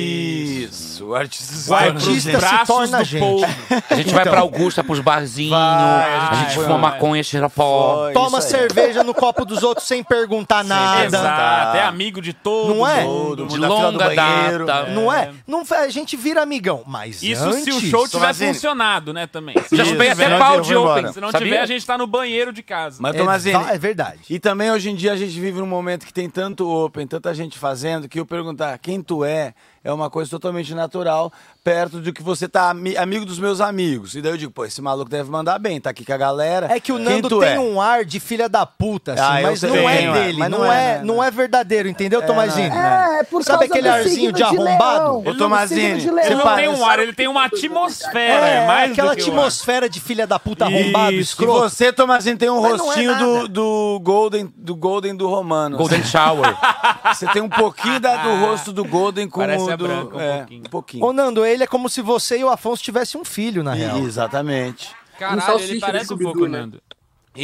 Isso, o artista se
O
torna Então.
artista
urgente.
se
braços
torna
do
gente.
povo.
A gente vai pra Augusta, pros barzinhos.
Vai,
A gente
vai,
fuma
vai.
maconha, cheira pó.
Foi
Toma
É isso aí.
cerveja no copo dos outros sem perguntar nada.
Exato, é amigo de todo
Não é?
mundo.
Todo
De
mundo na fila do
longa
banheiro.
data.
Não é? Não, a gente vira amigão. Mas
Isso
antes...
se o show tiver
Tomazini.
funcionado, né, também. Se
Já
não
chupei
tiver-
até
não
pau
tiver,
de
foi embora.
open.
Se não
sabia?
tiver, a gente tá no banheiro de casa.
Mas,
É,
Tomazini,
va- é verdade.
E também hoje em dia a gente vive num momento que tem tanto open, tanta gente fazendo, que eu perguntar quem tu é é uma coisa totalmente natural, perto do que você tá ami- amigo dos meus amigos. E daí eu digo, pô, esse maluco deve mandar bem, tá aqui com a galera.
É que o
Quem
Nando
tu
tem
é?
um ar de filha da puta, assim,
Ah, eu
mas não
tenho,
é
é.
dele,
Mas
não,
não
é,
é, né?
não é verdadeiro, entendeu, Tomazino?
né?
É, é por
Sabe
causa
aquele
do
arzinho
signo
de arrombado?
leão.
Ô, Tomazini,
signo de
Ele
leão.
não
você
tem um
parece-
ar, ele tem uma atmosfera.
É,
É, mais do
aquela
que um ar.
atmosfera de filha da puta Tá arrombado,
Isso,
E
escroto.
você, Tomazinho, tem um
Mas não é
rostinho
nada.
do, do Golden do Golden do Romano. assim.
Golden Shower.
Você tem um pouquinho da- do rosto do Golden com
Parece
o
a
do,
branca um
é,
pouquinho.
um pouquinho.
Ô, Nando, ele é como se você e o Afonso tivessem um filho, na real.
Exatamente.
Um
Caralho,
salsicha
ele
de
parece um
Scooby-Doo,
pouco,
né?
Nando.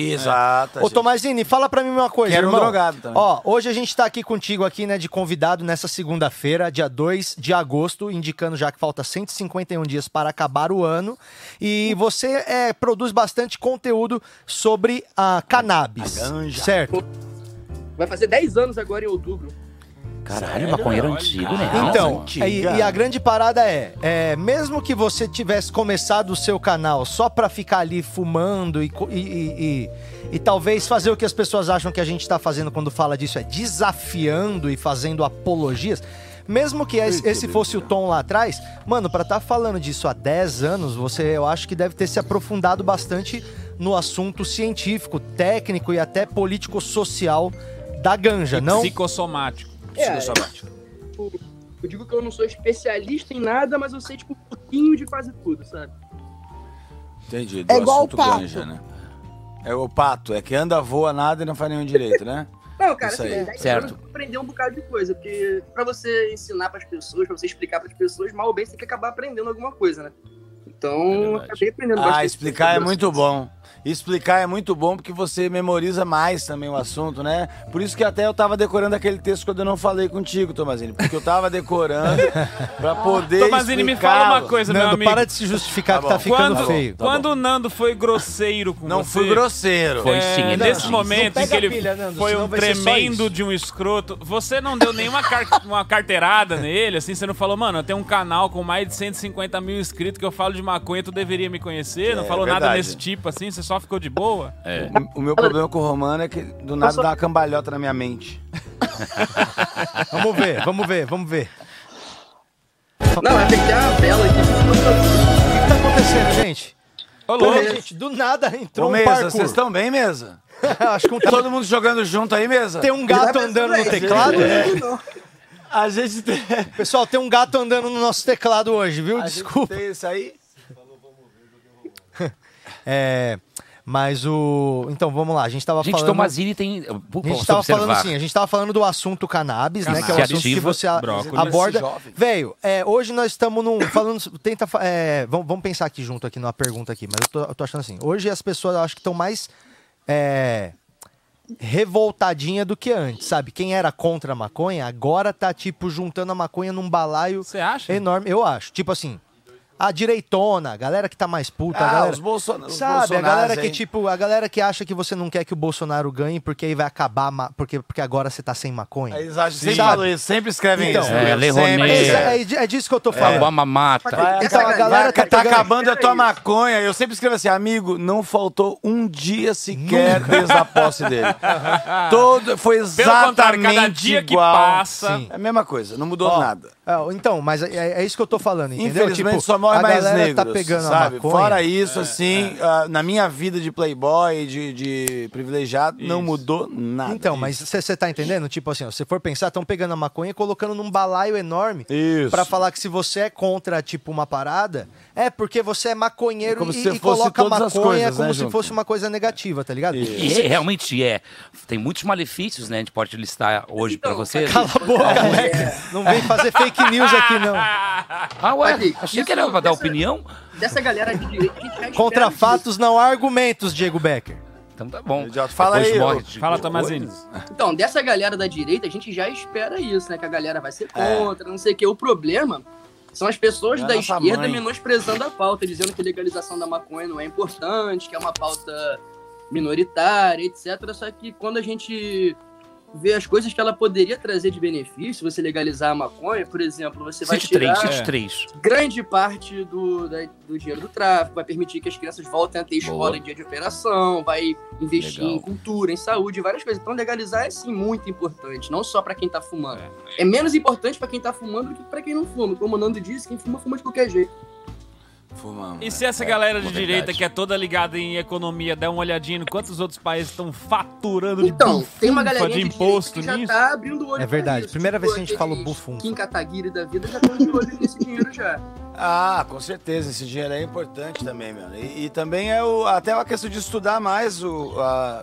Exato.
Ô,
gente.
Tomazini, fala pra mim uma coisa,
Quero um
irmão.
drogado também.
Ó, hoje a gente tá aqui contigo aqui, né, de convidado nessa segunda-feira, dia 2 de agosto, indicando já que falta 151 dias para acabar o ano. E você é, produz bastante conteúdo sobre a cannabis,
A ganja.
certo?
Vai fazer 10 anos agora em outubro.
Caralho, maconheiro antigo, né?
Então,
antiga.
e, e a grande parada é, é, mesmo que você tivesse começado o seu canal só pra ficar ali fumando e, co- e- e- e- e talvez fazer o que as pessoas acham que a gente tá fazendo quando fala disso, é desafiando e fazendo apologias. Mesmo que esse, esse fosse o tom lá atrás, mano, pra estar falando disso há 10 anos, você eu acho que deve ter se aprofundado bastante no assunto científico, técnico e até político-social da ganja, não?
Psicossomático.
É.
Psicossomático.
tipo, Eu digo que eu não sou especialista em nada, mas eu sei, tipo, um pouquinho de quase tudo, sabe?
Entendi.
É igual o pato.
né? É o pato, é que anda, voa, nada e não faz nenhum direito, né?
Não, cara,
Isso
assim,
aí.
dez anos
Certo.
eu aprendi um bocado de coisa, porque pra você ensinar pras pessoas, pra você explicar pras pessoas, mal ou bem, você tem que acabar aprendendo alguma coisa, né?
É
Então,
verdade.
acabei aprendendo
Ah,
bastante
explicar é
sobre
muito
isso.
bom. Explicar é muito bom porque você memoriza mais também o assunto, né? Por isso que até eu tava decorando aquele texto quando eu não falei contigo, Tomazini. Porque eu tava decorando pra poder.
Tomazini, me fala uma
explicá-lo.
coisa, meu
Nando,
amigo.
para de se justificar
Tá
que tá
bom.
ficando
quando
feio.
quando o Nando foi grosseiro com
Não
você...
fui grosseiro.
Foi
É,
sim, ele
nesse
disse.
momento
Não
em que
pega
ele
a pilha, Nando,
foi
senão
um
vai ser só
tremendo
isso.
de um escroto, você não deu nenhuma car- uma carteirada nele, assim, você não falou, mano, eu tenho um canal com mais de 150 mil inscritos que eu falo de maconha, tu deveria me conhecer, não
É,
falou nada
verdade.
desse tipo, assim, você só ficou de boa.
É.
O meu problema com o Romano é que do nada
só-
dá uma cambalhota na minha mente.
Vamos ver, vamos ver, vamos ver.
Não, é tem que ter a vela aqui.
O que, que tá acontecendo, gente?
Ô,
Pô,
louco,
gente, do nada entrou
Ô,
um
mesa, vocês
parkour.
estão bem, mesa? Tá
Acho que um-
Todo mundo jogando junto aí, mesa?
tem um gato andando no teclado. né?
A gente tem.
Pessoal, tem um gato andando no nosso teclado hoje, viu?
A gente
Desculpa.
tem isso aí?
É, mas o... Então, vamos lá. A gente tava
Gente,
falando...
Tomazini tem. Por,
A gente
posso
tava
observar.
falando assim, a gente tava falando do assunto cannabis, né? Que é um
Cannabis.
assunto que
Ativa,
você a-
brócolis.
aborda.
Esse jovem.
Velho, é, hoje nós estamos num. Falando. Tenta. fa- é, vamos, vamos pensar aqui junto aqui numa pergunta aqui, mas eu tô, eu tô achando assim. Hoje as pessoas eu acho que estão mais. É, revoltadinha do que antes, sabe? Quem era contra a maconha, agora tá, tipo, juntando a maconha num balaio
você acha?
enorme. Eu acho. Tipo assim. A direitona, a galera que tá mais puta, a
Ah,
galera...
os Bolsonaro. os
Sabe, a
Bolsonaros
galera que,
aí.
tipo, a galera que acha que você não quer que o Bolsonaro ganhe porque aí vai acabar, a ma- porque, porque agora você tá sem maconha.
Aí Eles acham, É, sempre
Sabe?
falam isso, sempre escrevem
Então,
isso.
é,
né?
Lei
Sempre.
Rouanet.
É, isso-
É.
é di- é disso que eu tô
Fala,
falando.
Obama mata.
Vai,
Então, a
vai,
galera
vai,
tá
tá
pegando-
acabando a tua maconha. Eu sempre escrevo assim, amigo, não faltou um dia sequer desde a posse dele. Todo, foi
Pelo contrário,
exatamente
cada dia que
igual.
passa,
Sim.
É a mesma coisa, não mudou
Ó,
nada.
é, então, mas é, é isso que eu tô falando, entendeu?
Infelizmente
tipo,
só morre
a
mais
galera
negros,
tá pegando
sabe?
a maconha. É,
Fora isso, assim, ah, na minha vida de playboy, de, de privilegiado, não
Isso.
mudou nada.
Então, mas você tá entendendo? Tipo assim, ó, se for pensar, estão pegando a maconha e colocando num balaio enorme
Isso.
pra falar que se você é contra, tipo, uma parada, é porque você é maconheiro
É como
e,
se
e
fosse
coloca a
todas as
maconha
coisas,
como
né,
se
junto?
fosse uma coisa negativa, tá ligado?
E re- realmente é. Tem muitos malefícios, né? A gente pode listar hoje pra você.
Cala a boca, Alex. Não vem fazer fake news aqui, não.
Ah, ué,
Aqui,
achei que
isso-
era pra dar
isso-
opinião.
Dessa galera de direita, a gente já
Contra
espera
fatos não há argumentos, Diego Becker.
Então tá bom.
Idiota, fala
Depois
aí,
morre
ô.
de-
Fala, Tomazini.
Então, dessa galera da direita, a gente já espera isso, né? Que a galera vai ser contra, não sei o quê. O problema são as pessoas
É a
da
nossa
esquerda
mãe.
menosprezando a pauta, dizendo que legalização da maconha não é importante, que é uma pauta minoritária, etc. Só que quando a gente vê as coisas que ela poderia trazer de benefício, você legalizar a maconha, por exemplo, você vai
Cite três,
tirar
cite três.
grande parte do, da- do dinheiro do tráfico, vai permitir que as crianças voltem a ter escola
Boa.
em dia de operação, vai investir
Legal.
em cultura, em saúde, várias coisas. Então legalizar é sim muito importante, não só pra quem tá fumando. É, menos importante pra quem tá fumando do que pra quem não fuma. Como o Nando disse, quem fuma fuma de qualquer jeito.
Fumamos.
E se essa galera de
verdade.
direita que é toda ligada em economia der uma olhadinha em quantos outros países estão faturando de
Então, tem uma
bufunfa
galerinha
de
de
imposto
direita que já
nisso?
tá abrindo o olho pra
É verdade.
isso. Tipo,
Primeira vez que a gente fala um
aqueles
bufunfa.
Kim Kataguiri da vida já tá de olho nesse dinheiro já.
Ah, com certeza, esse dinheiro é importante também, meu. E, e também é o, até a questão de estudar mais o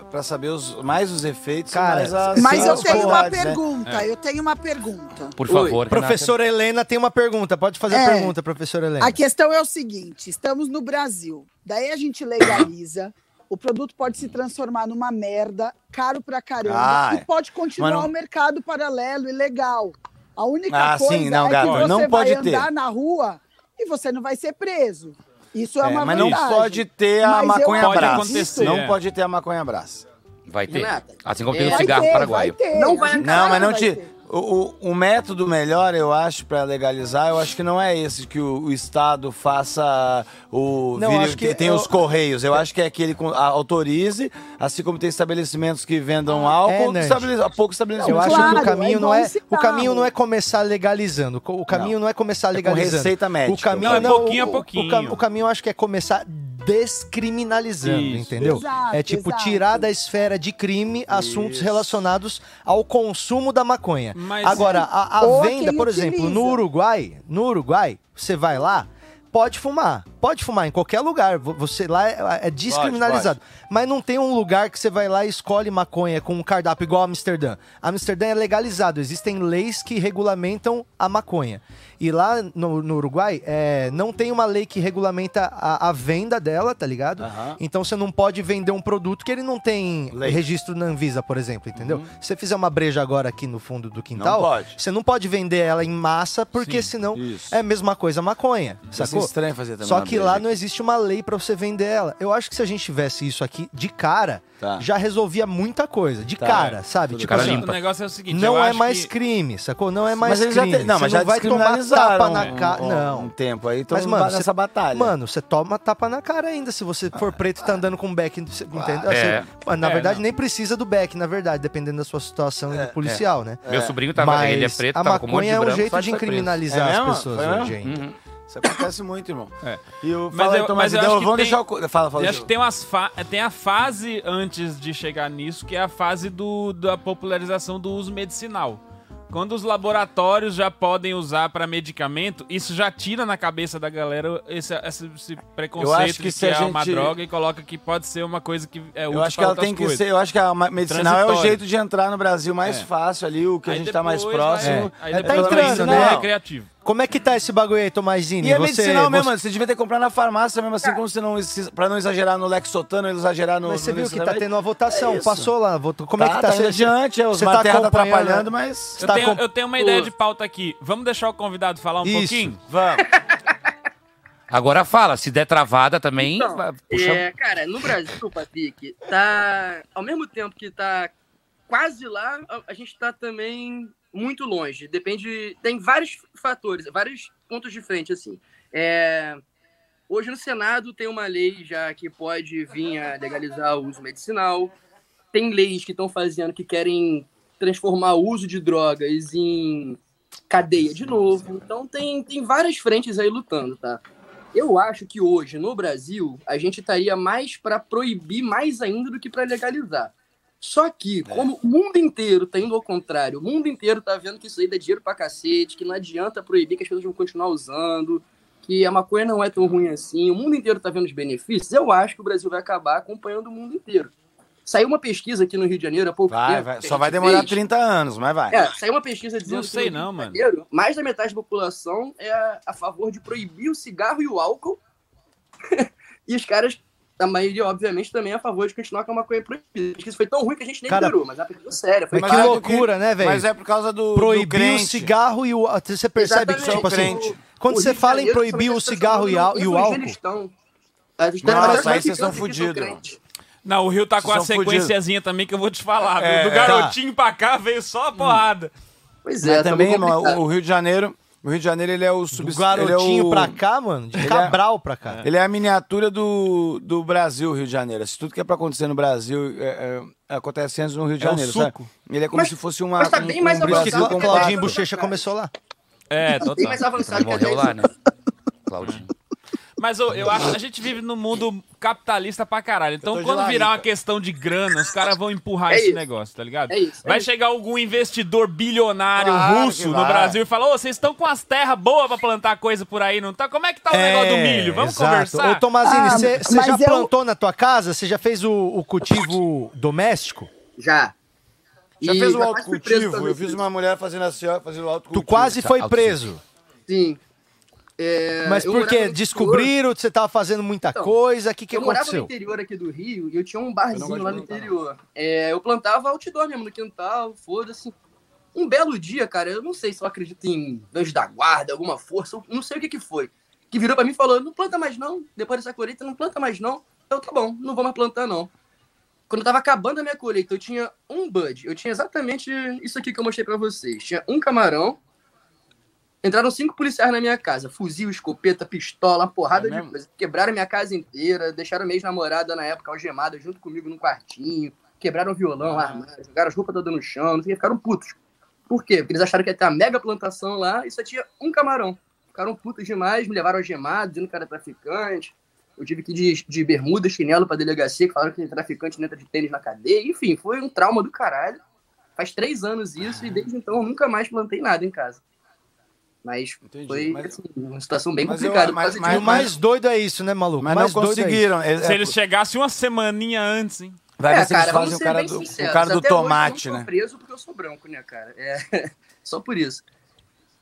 para saber os, mais os efeitos,
Cara,
mais as,
Mas eu
as
tenho uma
qualidades, né?
pergunta,
É.
eu tenho uma pergunta.
Por
Oi,
favor, Renata.
Professora Helena tem uma pergunta. Pode fazer
É.
a pergunta, professora Helena.
A questão é o seguinte: estamos no Brasil, daí a gente legaliza, o produto pode se transformar numa merda, caro pra caramba,
Ah, é.
e pode continuar
Mas não-
o mercado paralelo, ilegal. A única
Ah,
coisa
sim, não,
é
gato,
que você
não
vai
pode ter.
andar na rua e você não vai ser preso. Isso é,
É,
uma
mas não
vantagem.
pode ter a
Mas eu
maconha
acho
Pode
brás.
acontecer,
Não
é.
pode ter a maconha brás.
Vai ter.
Renata,
Assim como
é,
tem o
Vai
cigarro
ter,
paraguaio.
vai ter.
Não vai
A gente
Não, mas não
vai
te.
ter.
O, O, o- o método melhor, eu acho, para legalizar, eu acho que não é esse que o, o Estado faça o.
Não,
vire-
acho que
tem
eu-
os correios. Eu acho que é que ele com- a- autorize, assim como tem estabelecimentos que vendam álcool,
Nand.
estabele- poucos
É, né, Eu
estabelecimentos.
acho
claro,
que o caminho
é
não é
igual
o caminho
cigarro.
não é começar legalizando. Co- O caminho não, é começar
com
legalizando.
receita médica.
O caminho
Não, é
o-
pouquinho a
o-
pouquinho.
O, cam- o caminho eu acho que é começar descriminalizando,
Isso.
entendeu?
Exato,
é tipo
exato.
tirar da esfera de crime assuntos relacionados ao consumo da maconha.
Mas-
Agora a, a
Ou a
venda,
quem
por exemplo,
é utiliza.
no Uruguai, no Uruguai, você vai lá, pode fumar, pode fumar em qualquer lugar. Vo- Você lá é, é descriminalizado. Mas não tem um lugar que você vai lá e escolhe maconha com um cardápio igual a Amsterdã. Amsterdã é legalizado, existem leis que regulamentam a maconha. E lá no, no Uruguai, é, não tem uma lei que regulamenta a, a venda dela, tá ligado?
Aham.
Então você não pode vender um produto que ele não tem
Lei. Uhum.
registro na Anvisa, por exemplo, entendeu? Se você fizer uma breja agora aqui no fundo do quintal,
Não pode.
você não pode vender ela em massa, porque senão
isso.
é a mesma coisa a maconha,
Isso é
sacou?
estranho fazer também.
Só
uma
que
breja
lá
aqui.
não existe uma lei pra você vender ela. Eu acho que se a gente tivesse isso aqui de cara,
Tá.
já resolvia muita coisa. De
Tá.
cara, sabe?
Tudo
Tipo
cara
assim,
limpa.
O negócio é o seguinte, eu
não é
acho
mais
que...
crime, sacou? Não é mais
mas eles
crime.
já tem, não,
Você
mas já
vai tomar tapa
descriminalizaram
na cara.
um, um-
não.
um tempo aí, então
Mas, mano,
nessa
você-
batalha.
Mano, você toma tapa na cara ainda. Se você for preto e tá andando com back, você- entendeu?
É.
Você- na
É,
verdade,
não.
nem precisa do back, na verdade, dependendo da sua situação e do policial, né?
Meu sobrinho tava,
Mas
ele é preto,
a
tava com um monte de
maconha é um
branco,
jeito
só
de
foi preso.
incriminalizar
É
as
mesmo?
pessoas
Foi mesmo? Hum.
hoje, hein?
Isso acontece muito, irmão.
É.
E o
Mas
fala,
eu-
aí, Tomás,
mas eu
então,
acho que
vamos
tem-
deixar o. co- Fala, fala.
Eu
Gil.
acho que tem, umas fa... tem a fase antes de chegar nisso, que é a fase do, da popularização do uso medicinal. Quando os laboratórios já podem usar para medicamento, isso já tira na cabeça da galera esse, esse- esse preconceito
Eu acho que
de
se
que é
a
uma
gente-
droga e coloca que pode ser uma coisa que é útil
Eu acho que
pra
ela
outras
tem que
coisas.
ser. Eu acho que a ma- medicinal é o
Transitório. É.
jeito de entrar no Brasil mais fácil ali, o que a
Aí
gente tá mais
depois
próximo.
vai- Aí
É, tá
depois vai
entrando,
indo,
né?
é recreativo.
Como é que tá esse bagulho aí, Tomazini?
E é
Você-
medicinal mesmo,
você-
mano. Você devia ter comprado na farmácia mesmo, assim como você não. ex- Pra não exagerar no Lexotano, exagerar no.
Mas você
no-
viu
nesse
que tá
negócio.
tendo uma votação,
É isso.
passou lá. votou- Como é que tá?
indo
Você-
adiante, é, os
você tá
Materra tá
acompanhando,
atrapalhando,
né?
mas.
Você
Eu,
tá
tenho,
com-
eu tenho uma ideia de pauta aqui. Vamos deixar o convidado falar um
Isso.
pouquinho?
Vamos.
Agora fala, se der travada também,
Então,
vai- puxa.
É, cara, no Brasil, Patrick, tá. Ao mesmo tempo que tá quase lá, a- a gente tá também muito longe. Depende. Tem vários fatores, vários pontos de frente, assim. É, hoje no Senado tem uma lei já que pode vir a legalizar o uso medicinal. Tem leis que estão fazendo que querem transformar o uso de drogas em cadeia de novo. Então tem, tem várias frentes aí lutando, tá? Eu acho que hoje, no Brasil, a gente estaria mais para proibir mais ainda do que para legalizar. Só
É.
que, como o mundo inteiro tá indo ao contrário, o mundo inteiro tá vendo que isso aí dá dinheiro pra cacete, que não adianta proibir, que as pessoas vão continuar usando, que a maconha não é tão ruim assim, o mundo inteiro tá vendo os benefícios, eu acho que o Brasil vai acabar acompanhando o mundo inteiro. Saiu uma pesquisa aqui no Rio de Janeiro há pouco
Vai,
tempo.
vai.
que a
Só vai
gente
demorar
fez.
30 anos, mas vai.
É, saiu uma pesquisa dizendo
Não
que
sei
no Rio
não,
de
mano.
Janeiro, mais da metade da população é a, a favor de proibir o cigarro e o álcool. e os caras, a maioria, obviamente, também é a favor de continuar com a maconha proibida. Isso foi tão ruim que a gente nem
Cara,
durou, mas é uma pesquisa séria. Foi
Mas que
é
parado.
loucura,
porque-
né, velho?
Mas é por causa do. do
proibir o
crente.
cigarro e o. Você percebe que,
Exatamente.
tipo assim.
crente.
Quando
O
você
Rio de
fala em
Janeiro
proibir
também
o
tá se
cigarro e, a-
transformando
e
num
o álcool.
evangelistão. A gente tá
Nossa,
atrás de
aí vocês
uma criança
tão
que
fudido,
são
mano.
crente.
Não, o Rio tá com
Vocês
a
são fudidos.
sequenciazinha também que eu vou te falar. viu?
É,
Do
tá.
garotinho pra cá veio só a
Hum.
porrada.
Pois
Mas
é, tá
também,
bem
irmão,
complicado.
o o Rio de Janeiro. O Rio de Janeiro, ele é o
Do
substituto.
garotinho
é o...
pra cá, mano. De
Ele é-
Cabral pra cá.
Ele é a miniatura do, do Brasil, Rio de Janeiro. Se tudo que é pra acontecer no Brasil é, é, acontece antes no Rio de
É o
Janeiro,
suco.
sabe? Ele é como
Mas-
se fosse uma. um-
mas tá bem mais
Por isso que
avançado
Cla-
que a
Claudinho
Brasil.
Bochecha começou lá.
É,
Não
total.
tem mais avançado que a
morreu lá,
gente.
né? Claudinho.
Mas eu, eu acho que a gente vive num mundo capitalista pra caralho. Então,
tô de
quando
larica.
virar uma questão de grana, os caras vão empurrar
É
esse
isso.
negócio, tá ligado?
É isso, é
vai
isso.
chegar algum investidor bilionário
Claro que
russo no
vai.
Brasil e falar: Ô, vocês estão com as terras boas pra plantar coisa por aí, não tá? Como é que tá o negócio do milho? Vamos
exato.
conversar.
Ô, Tomazini,
Ah,
você
mas
já
eu-
plantou na tua casa? Você já fez o, o cultivo doméstico?
Já.
Já
E
fez o
já quase fui preso
autocultivo?
também
Eu
por
fiz
isso.
uma mulher fazendo assim, ó, fazendo autocultivo.
Tu quase
tá,
foi
alto
preso.
Sim. É,
Mas
eu
por
morava
quê?
no interior.
Descobriram que você tava fazendo muita
Então,
coisa. O que, que
eu morava no
aconteceu?
interior aqui do Rio e eu tinha um
Eu não
barzinho
gosto
lá
de
no
plantar,
interior. É, eu plantava outdoor mesmo no quintal, foda-se. Um belo dia, cara, eu não sei se eu acredito em Deus da guarda, alguma força, eu não sei o que que foi. Que virou pra mim e falou: não planta mais não, depois dessa colheita não planta mais não. Eu, tá bom, não vou mais plantar não. Quando eu tava acabando a minha colheita, eu tinha um bud. Eu tinha exatamente isso aqui que eu mostrei pra vocês. Tinha um camarão. Entraram cinco policiais na minha casa. Fuzil, escopeta, pistola, uma porrada
É
de
mesmo?
coisa. Quebraram minha casa inteira. Deixaram minha ex-namorada na época algemada junto comigo num quartinho. Quebraram o violão,
Ah.
armário. Jogaram as roupas todas no chão. não sei o quê, Ficaram putos. Por quê? Porque eles acharam que ia ter uma mega plantação lá e só tinha um camarão. Ficaram putos demais, me levaram algemado, dizendo que era traficante. Eu tive que ir de, de bermuda, chinelo pra delegacia, que falaram que traficante não entra de tênis na cadeia. Enfim, foi um trauma do caralho. Faz três anos isso e desde então eu nunca mais plantei nada em casa. Mas
Entendi,
foi
mas-
assim, uma situação bem
mas eu-
complicada. por
mas-
causa
E
mas-
disso.
o mais doido é isso, né, maluco?
Mas
mais
não
doido é isso.
conseguiram. É-
Se
é-
eles chegassem uma semaninha antes, hein?
Vai
É,
ver se eles
cara, vamos
fazem o
ser
cara
bem
do, o
sinceros,
cara do
até hoje
tomate,
eu não
né?
sou preso porque eu sou branco, né, cara? É, só por isso.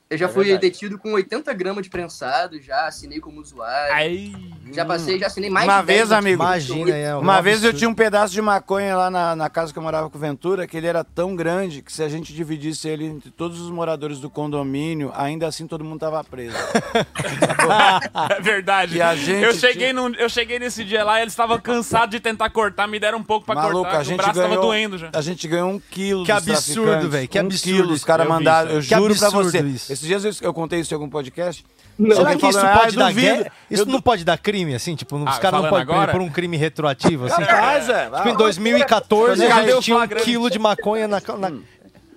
Eu já
É
fui
verdade.
detido com 80 gramas de prensado, já assinei como usuário.
Aí.
Já passei, já assinei mais
Uma
de 10
vez, amigo.
Imagina, é. um
Uma vez eu
absurdo.
tinha um pedaço de maconha lá na, na casa que eu morava com o Ventura, que ele era tão grande que se a gente dividisse ele entre todos os moradores do condomínio, ainda assim todo mundo tava preso.
É verdade.
E a gente
eu,
tinha-
cheguei num- eu cheguei nesse dia lá e eles estavam cansados de tentar cortar, me deram um pouco pra
Maluco,
cortar.
a gente
o braço
ganhou,
tava doendo já.
A gente ganhou um quilo
Que
dos
absurdo,
traficantes.
velho, que
Um
absurdo
quilo, os
isso.
caras
Eu vi
mandaram.
isso,
Eu
que
juro pra
absurdo
você.
isso.
Esses dias eu, eu contei isso em algum podcast.
Será
Alguém
que isso
falando,
pode
"Ah,
dar
duvido."
guerra? Isso
Eu
não pode dar crime, assim? Tipo, os
Ah,
caras não
falando
podem prender
agora?
por um crime retroativo, assim?
Capaz, é.
Tipo, em 2014
Cadê o Hum.
a gente tinha um
flagrante?
quilo de maconha na... na...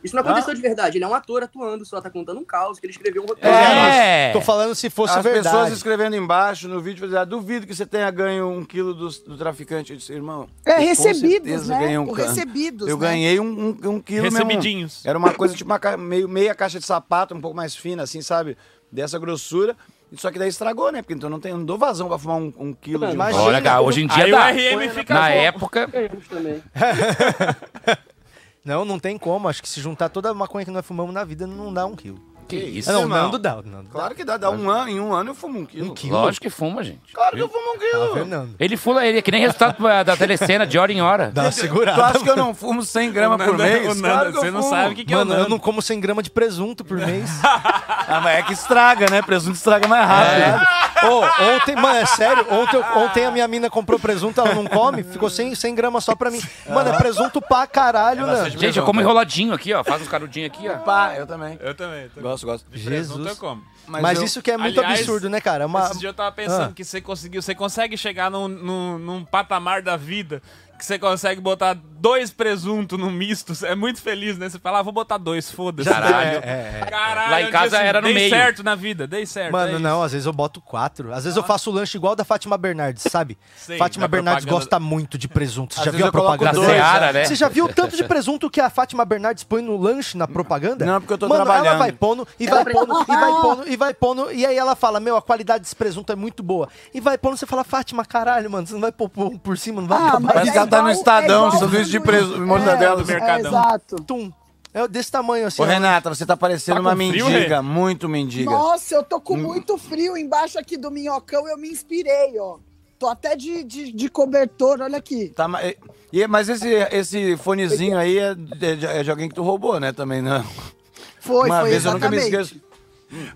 Isso não
Ah.
aconteceu de verdade. Ele é um ator atuando só, tá contando um caos que ele escreveu um roteiro.
É. Tô falando se fosse
As
verdade.
pessoas escrevendo embaixo no vídeo, dizendo, ah, duvido que você tenha ganho um quilo do, do traficante. Eu disse, irmão.
É,
eu com
recebidos,
certeza
né?
ganhei um
O
can-
recebidos,
Eu
né?
ganhei um, um, um quilo mesmo.
Recebidinhos.
Era uma coisa tipo uma ca- meio, meia caixa de sapato, um pouco mais fina, assim, sabe? Dessa grossura. Só que daí estragou, né? Porque então não, tem, não dou vazão pra fumar um, um quilo de um
Imagina.
Olha, cara, hoje em dia
Aí
dá.
o RM fica
Na
bom.
época,
Ganhamos também.
Não, não tem como. Acho que se juntar toda a maconha que nós fumamos na vida, não dá um quilo.
que isso?
Ah, não,
irmão.
não, não dá. Não, dá.
Claro que dá, dá um ano, em um ano eu fumo um quilo.
Um quilo?
Lógico que fuma, gente. Tá
Claro que eu fumo um
Ah,
quilo.
Fernando.
Ele fula, ele é que nem resultado da- da telecena de hora em hora.
Dá uma
Tu
segurada.
acha que eu não fumo 100 gramas por
Nanda- o
mês?
Nanda,
Claro que eu
você não
fumo.
sabe o que, que
Mano,
é o
eu
Nanda.
não como 100 gramas de presunto por mês.
Ah, mas é que estraga, né? Presunto estraga mais rápido. né?
Ô, ontem, mano, é sério, ontem, eu- ontem a minha mina comprou presunto, ela não come, ficou 100, 100 gramas só pra mim. Mano, é presunto pra
É
caralho,
É
né?
Gente, eu como enroladinho aqui, ó. Faz uns carudinhos aqui, ó.
Pá, eu também.
Eu também. eu também.
Gosto, gosto.
De presunto
Jesus.
eu como.
Mas,
eu-
isso que é muito
Aliás,
absurdo, né, cara? É Uma...
Esse dia eu tava pensando
Ah.
que você conseguiu, você consegue chegar num, num, num patamar da vida que você consegue botar dois presuntos num misto, você é muito feliz, né? Você fala, ah, vou botar dois, foda-se.
Caralho.
É, é.
Caralho,
Lá em
eu
casa
disse, assim,
era no
dei
meio.
certo na vida, dei certo. é
Mano,
isso.
não, às vezes eu boto quatro. Às
Ah.
vezes eu faço o lanche igual da Fátima Bernardes, sabe?
Sei,
Fátima
da
Bernardes
propaganda.
gosta muito de presunto. Você
Às
já
vezes
viu a
eu coloco
propaganda
dois,
dela?
Seara, né?
Você já viu o tanto de presunto que a Fátima Bernardes põe no lanche na propaganda?
Não, porque eu tô
Mano, Ela
trabalhando.
vai pondo e vai pondo e vai pondo e vai pondo. E aí ela fala: Meu, a qualidade desse presunto é muito boa. E vai pondo, você fala: Fátima, caralho, mano, você não vai pôr por, um por cima, não vai
Ah,
pôr
mas
mais
Parece que ela
é
tá no
igual-
Estadão,
é igual
sanduíche de
amendoim.
preso, mortadela do
é,
mercado.
Mercadão.
Exato.
tum. É desse tamanho assim.
Ô,
ó.
Renata, você tá parecendo
Tá com
uma
frio,
mendiga, muito mendiga.
Nossa, eu tô
Hum.
com muito frio embaixo aqui do minhocão, eu me inspirei, ó. Tô até de, de, de cobertor, olha aqui.
Tá, ma- e- e- mas esse, esse fonezinho aí é de, de- é de alguém que tu roubou, né? Também, não.
Foi,
Uma
foi
vez eu nunca me
exatamente.
esqueço.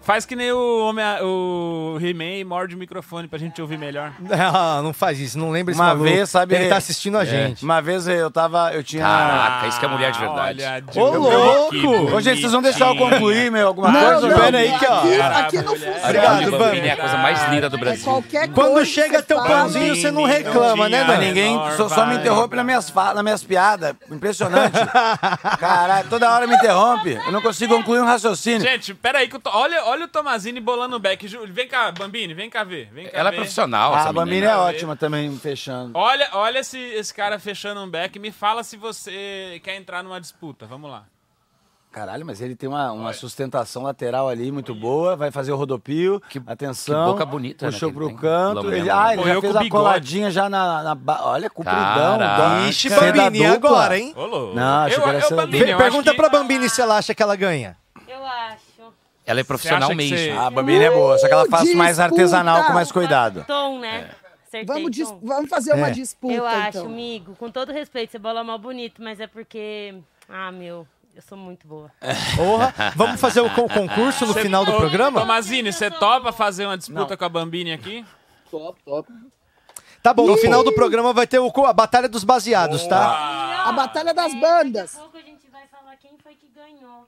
Faz que nem o, homem, o He-Man e morde o microfone pra gente ouvir melhor.
Ah, Não, não faz isso, não lembra esse
Uma
maluco.
vez, sabe- é,
Ele tá assistindo a gente.
Uma vez eu tava. Eu tinha.
Caraca, isso que é mulher de verdade.
Olha, de
Ô, louco!
Ô, gente, vocês vão deixar eu concluir, meu, alguma
Não,
coisa?
não,
pera aí que, ó.
Aqui,
é
aqui
Maravilha.
não funciona.
Obrigado,
Olha,
Vamos.
Bambini é a coisa mais linda do
É
Brasil.
qualquer
Quando
coisa
chega
que
teu
você faz.
pãozinho, você não reclama, né,
Mas
Dani?
ninguém só, só me interrompe nas minhas, fa- nas minhas piadas. Impressionante. Caralho, toda hora me interrompe. Eu não consigo concluir um raciocínio.
Gente, peraí, que eu tô- olha, olha o Tomazini bolando o back. Ju- Vem cá, Bambini, vem cá ver. Vem cá
Ela é
ver.
profissional,
Ah,
essa
a Bambini
menina.
é ótima também, fechando.
Olha, olha esse, esse cara fechando um back. Me fala se você quer entrar numa disputa. Vamos lá.
Caralho, mas ele tem uma, uma sustentação lateral ali muito boa. Vai fazer o rodopio. Atenção.
que boca bonita, né,
Puxou
que ele
pro
tem.
canto.
Lambendo,
Ele, ah, ele
Pô,
já
eu
fez
com
a
bigode.
coladinha já na. na ba- Olha, compridão.
Caraca.
Ixi,
Você é da
Bambini,
dupla?
agora, hein?
Ô, louco.
Não, achei
eu,
que era
eu,
essa-
Bambini,
Vê,
eu
pergunta
acho que-
pra Bambini se ela acha que ela ganha.
Eu acho.
Ela é profissional
acha que
mesmo. Uh,
você- Uh,
Ah, a Bambini é boa, só que ela faz mais
Disputa.
artesanal com mais cuidado.
Tom, né? Acertei,
Vamos, dis-
Tom.
vamos fazer uma
É.
disputa,
Eu acho,
então.
amigo. Com todo respeito, você bola mal bonito, mas é porque... Ah, meu, eu sou muito boa.
Porra, vamos fazer o con- concurso no final do
Ô,
programa?
Tomazini, você topa fazer uma disputa com a Bambini aqui?
Top, top.
Tá
Uh!
bom, no final do programa vai ter o co- a Batalha dos Baseados, tá?
A Batalha das Bandas.
Daqui a pouco a gente vai falar quem foi que ganhou.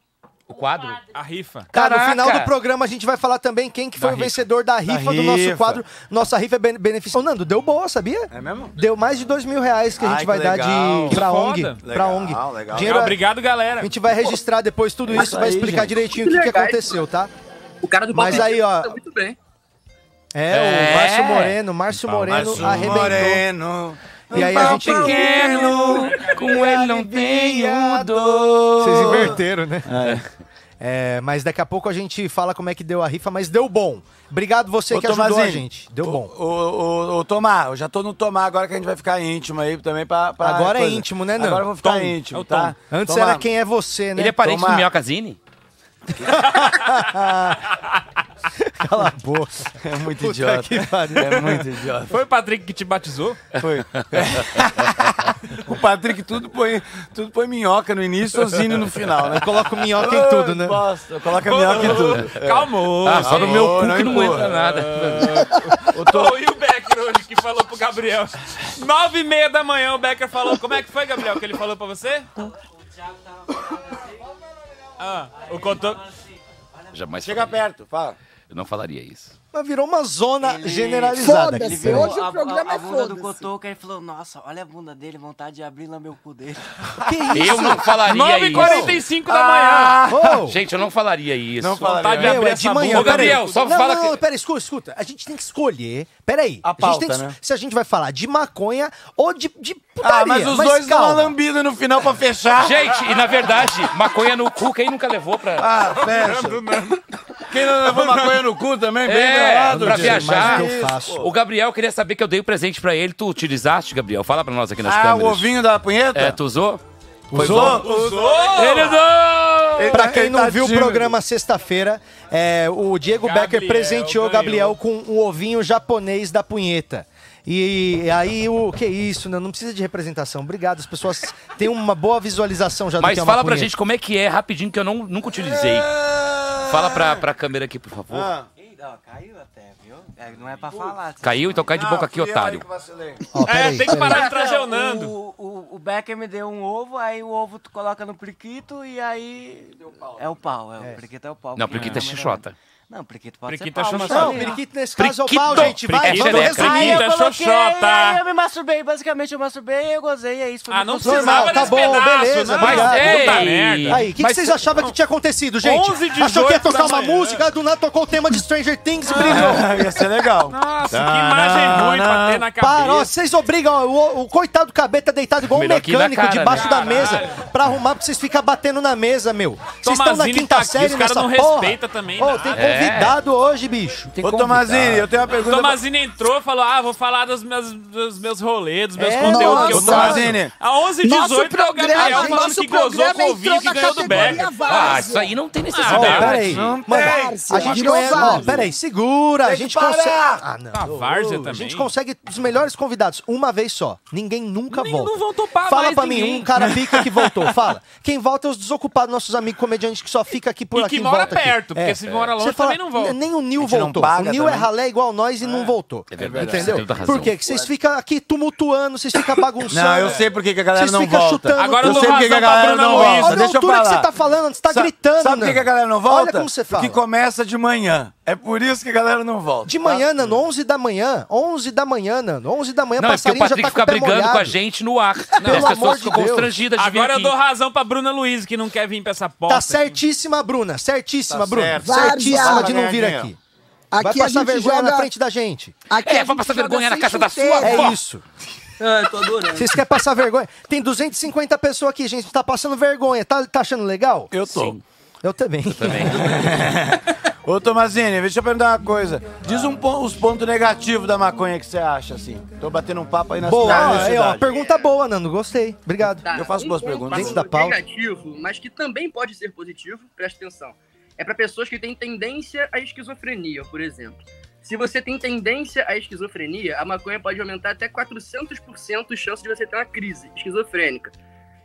O quadro?
A rifa.
Tá, no
Caraca!
final do programa a gente vai falar também quem que foi
Da
o
rifa.
vencedor da rifa do nosso
rifa.
quadro. Nossa rifa é ben- benefício. Ô, Nando, deu boa, sabia?
É mesmo?
Deu mais de dois mil reais que a gente
Ai, que
vai dar
legal.
de pra
Que
ONG.
foda.
pra
Legal,
ONG.
legal.
Dinheiro-
Obrigado, galera.
A gente vai registrar depois tudo isso,
Isso
vai
aí,
explicar
gente.
direitinho o que, que
Legal.
aconteceu, tá?
O cara do
Mas
palpite
aí, ó.
tá muito bem.
É,
É.
o Márcio Moreno, Márcio Moreno
Tá, Márcio
arrebentou.
Moreno. Um Tá
E aí a gente-
com ele não tenho dor.
Vocês inverteram, né? É, mas daqui a pouco a gente fala como é que deu a rifa, mas deu bom. Obrigado você
Ô,
que ajudou a
Tomazinho,
gente. Deu
ô,
bom.
Ô, ô, ô, Tomar, eu já tô no Tomar agora que a gente vai ficar íntimo aí também pra... pra
Agora é íntimo, né, Nando?
Agora eu vou ficar
Tom.
íntimo,
É o
tá?
Tom.
Antes
Tomar,
era quem é você, né?
Ele é parente
assim, Toma.
do Minhocazine?
Cala a boca.
É muito
Puta
idiota.
que pariu.
É muito idiota.
Foi o Patrick que te batizou?
Foi. o Patrick tudo põe, tudo põe minhoca no início, sozinho no final, né?
Coloca o minhoca em tudo, né?
Bosta, coloca minhoca em tudo.
É.
Calmou.
Ah, só no meu
Ô,
cu
não
que não
empurra.
entra nada.
É,
Ô, e o Becker hoje que falou pro Gabriel? Nove e meia da manhã o Becker falou. Como é que foi, Gabriel, que ele falou pra você? Ah, o contou.
Jamais
Chega
falaria.
perto, fala.
Eu não falaria isso.
Mas virou uma zona
Ele-
generalizada.
Foda-se,
aqui, peraí.
Hoje o
a,
programa
a,
é
a bunda do
foda-se.
Cotoca, ele falou, nossa, olha a bunda dele, vontade de abrir e lamber o cu dele.
Eu não falaria isso.
9h45
Ah.
da
Ah!
manhã.
Ô,
Gente, eu não falaria isso.
Não falaria.
Vontade de
Meu,
abrir
é de
essa
manhã.
bunda. Ô,
peraí.
Gabriel, só
não,
fala
não, não,
que-
peraí, escuta, escuta. A gente tem que escolher. Peraí.
A
gente tem
pauta,
que-
né?
Se a gente vai falar de maconha ou de, de putaria.
Ah, mas os dois dão uma
calma.
lambida no final pra fechar.
Gente, e na verdade, maconha no cu, quem nunca levou pra.
Ah, fecha. Quem não levou maconha no cu também, bem
É,
gravado.
pra
Diego,
viajar.
mas o que eu faço?
O Gabriel queria saber que eu dei o presente pra ele. Tu utilizaste, Gabriel? Fala pra nós aqui nas
Ah, o
câmeras.
ovinho da punheta?
É, tu usou? Foi bom?
Usou? Usou?
Ele usou!
Pra quem
Ele
não
tá
viu o
tímido.
programa sexta-feira, é, o Diego
Gabriel
Becker presenteou o
ganhou.
Gabriel com um ovinho japonês da punheta. E aí, o que isso, né? Não precisa de representação. Obrigado, as pessoas têm uma boa visualização já do
Mas
que é uma
fala pra
punheta.
gente como é que é, rapidinho, que eu não, nunca utilizei.
É.
Fala pra, pra câmera aqui, por favor.
Ah.
Ih, ó, caiu até, viu? É, não é pra falar.
Caiu, então cai de boca aqui, otário.
Ó,
É,
peraí,
tem que
peraí.
parar de trazer o Nando.
O, o, o Becker me deu um ovo, aí o ovo tu coloca no priquito e aí... É o pau, é, o priquito é o pau.
Não,
porque
priquito é
também não
xixota.
Não, priquito pode
Priquito é
ser pau.
chama-
mas
Não,
também, ó.
periquito nesse caso é o pau,
Priquito.
gente. Vai,
Priquito
vamos
é
resumir.
Aí eu
Priquito é
coloquei,
xoxota.
aí eu me masturbei, basicamente eu masturbei, eu gozei, é isso. foi
Ah,
muito
não
gostoso.
precisava
tá
desse
bom,
pedaço,
beleza,
né?
obrigado.
puta
Ei!
merda.
Aí, o que, que
Mas
vocês achavam que tinha acontecido, gente?
11 de
Achou que ia
18
tocar
da
uma
manhã.
música, do nada tocou o tema de Stranger Things e brilhou.
Ah, ia ser legal.
Nossa, que
Ah,
imagem ruim pra ter na cabeça.
Parou, vocês obrigam o, o coitado do cabeta deitado igual um
Melhor que ir na
mecânico
cara,
debaixo
né?
da mesa pra arrumar, porque vocês ficam batendo na mesa, meu. Vocês estão na
Tomazini
quinta
tá aqui,
série
os cara
nessa
não É.
porra.
respeita também
Ô,
nada.
tem
É.
convidado hoje, bicho.
Ô, Tomazini, eu tenho uma pergunta. pra-
Tomazini entrou e falou: Ah, vou falar dos meus, dos meus rolês, dos meus
É,
conteúdos que eu
nossa.
Tomazini.
faço. A 11 e
Nosso
18 é o Gabriel
programa-
falando
nosso
que gozou
programa
com o
entrou
vinho que
na
ganhou do
categoria
Becker.
Várzea.
Ah, isso aí não tem
Ô,
Não,
necessidade.
peraí.
não
Mano,
tem.
a
Várzea,
gente
virou
consegue. Ó,
várzea.
peraí, segura. A
Tem que
gente
parar.
consegue. Ah, não.
Ah, várzea
A
também.
gente consegue os melhores convidados uma vez só. Ninguém nunca
Nem-
volta.
não vão topar
Fala
mais
pra mim,
ninguém.
um cara pica que voltou. Fala. Quem volta é os desocupados, nossos amigos comediantes que só fica aqui por
E
aqui
que mora
volta aqui.
perto, porque
É.
se mora
Você
longe
fala,
também não volta.
"N- Nem o Nil
A gente não
voltou. O
paga
Nil é
também.
ralé igual nós e não voltou.
É verdade,
Entendeu?
você tem toda razão.
Por quê? Que vocês ficam aqui tumultuando, vocês ficam bagunçando.
Não, eu sei por que que a galera
Vocês
não
ficam
volta.
chutando.
Agora eu
tudo.
dou
sei por que que
razão
a
pra
galera
Bruna
não
Luiz.
volta.
Olha a
Deixa eu
altura que
falar.
você tá falando, você tá
Sa-
gritando.
Sabe por que que a galera não volta?
Olha como você fala.
Porque começa de manhã. É por isso que a galera não volta.
De
tá?
manhã, Nando, 11 da manhã. 11 da manhã, Nando. 11 da manhã,
Não, é porque o
passarinho já
Patrick
tá com
fica
o pé
brigando
molhado.
com a gente no ar. Né?
Pelo
As
amor
pessoas
de
ficam
Deus.
constrangidas de vir
Agora eu
aqui.
dou razão pra Bruna Luiz, que não quer vir pra essa porta.
Tá certíssima, Bruna. Certíssima,
Tá
Bruna.
certo.
Certíssima
Várzea.
de não vir
Ganha,
aqui. Vai
Aqui a
passar
gente
vergonha na
joga...
frente da gente.
Aqui
É,
a
vai
gente
passar
joga
vergonha na
sem
casa da
chuteira.
sua
É
Vó.
isso.
Ah, eu tô adorando.
Vocês querem passar vergonha? Tem 250 pessoas aqui, gente. Tá passando vergonha. Tá, tá achando legal?
Eu tô.
Eu também.
Também.
Ô, Tomazini, deixa eu perguntar uma coisa. Diz um pon- os pontos negativos da maconha que você acha, assim. Tô batendo um papo aí na
Boa.
cidade. na
ó, aí, ó,
cidade.
pergunta boa, Nando. Gostei. Obrigado.
Tá,
Eu faço boas perguntas.
Dentro da pauta.
negativo, mas que também pode ser positivo, presta atenção. É para pessoas que têm tendência à esquizofrenia, por exemplo. Se você tem tendência à esquizofrenia, a maconha pode aumentar até 400% a chance de você ter uma crise esquizofrênica.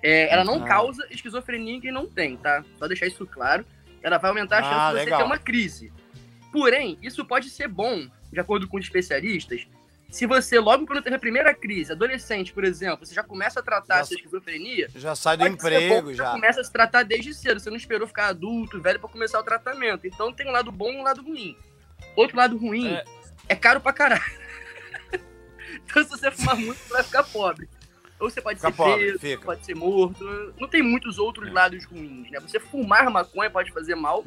É, ela não
Ah.
causa esquizofrenia em quem não tem, tá? Só deixar isso claro. Ela vai aumentar a chance
Ah,
de você
legal.
ter uma crise. Porém, isso pode ser bom, de acordo com os especialistas, Se você, logo quando teve a primeira crise, adolescente, por exemplo, você já começa a tratar
Já-
a sua esquizofrenia,
Já sai do
pode ser
emprego,
bom,
já.
começa a se tratar desde cedo. Você não esperou ficar adulto, velho, pra começar o tratamento. Então tem um lado bom e um lado ruim. Outro lado ruim
É.
é, caro pra caralho. então se você fumar muito, você vai ficar pobre. Ou você pode
Fica
ser
pobre,
preso,
fica. É.
pode ser morto. Não tem muitos outros lados ruins, né? Você fumar maconha pode fazer mal.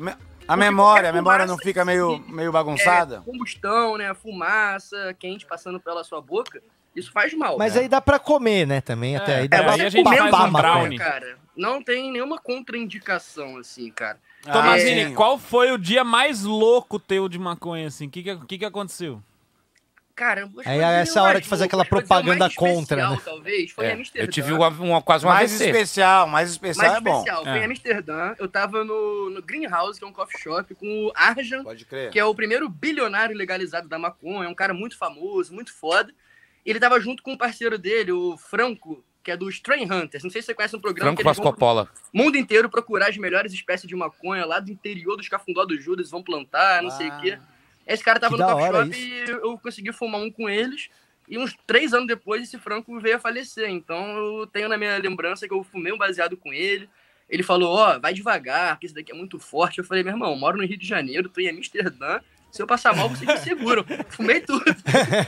A memória, a memória não fica meio, meio bagunçada?
Combustão, né? Fumaça, quente passando pela sua boca. Isso faz mal.
Mas
cara.
aí dá pra comer, né, também. até aí dá
é,
pra
aí a gente
papar
faz um
a maconha.
brownie.
Cara, não tem nenhuma contraindicação, assim, cara. É,
Tomazini,
sim.
Ah, qual foi o dia mais louco teu de maconha, assim? O que que, que que aconteceu?
Cara, eu vou
Aí é
escolher
essa
o
hora
mais
de fazer
louco,
aquela
acho que vou dizer o
propaganda
mais especial,
contra, né?
Talvez, foi em
É,
Amsterdã.
eu tive uma, uma- quase um uma
né? Mais
AVC.
especial, mais especial
mais
é bom.
especial, foi
É.
em Amsterdã. Eu tava no, no Greenhouse, que é um coffee shop, com o Arjan,
Pode crer.
que é o primeiro bilionário legalizado da maconha, um cara muito famoso, muito foda. Ele tava junto com um parceiro dele, o Franco, que é do Strain Hunters. Não sei se você conhece um programa
Franco
que eles vão pro
Pascopola.
mundo inteiro procurar as melhores espécies de maconha lá do interior dos cafundó do Judas, vão plantar, não sei
Ah.
o quê. Esse cara tava
Que
no
da
coffee
hora
shop e eu consegui fumar um com eles. E uns três anos depois, esse Franco veio a falecer. Então eu tenho na minha lembrança que eu fumei um baseado com ele. Ele falou, ó, vai devagar, que isso daqui é muito forte. Eu falei, meu irmão, eu moro no Rio de Janeiro, tô em Amsterdã. Se eu passar mal, vocês me seguram. Fumei tudo.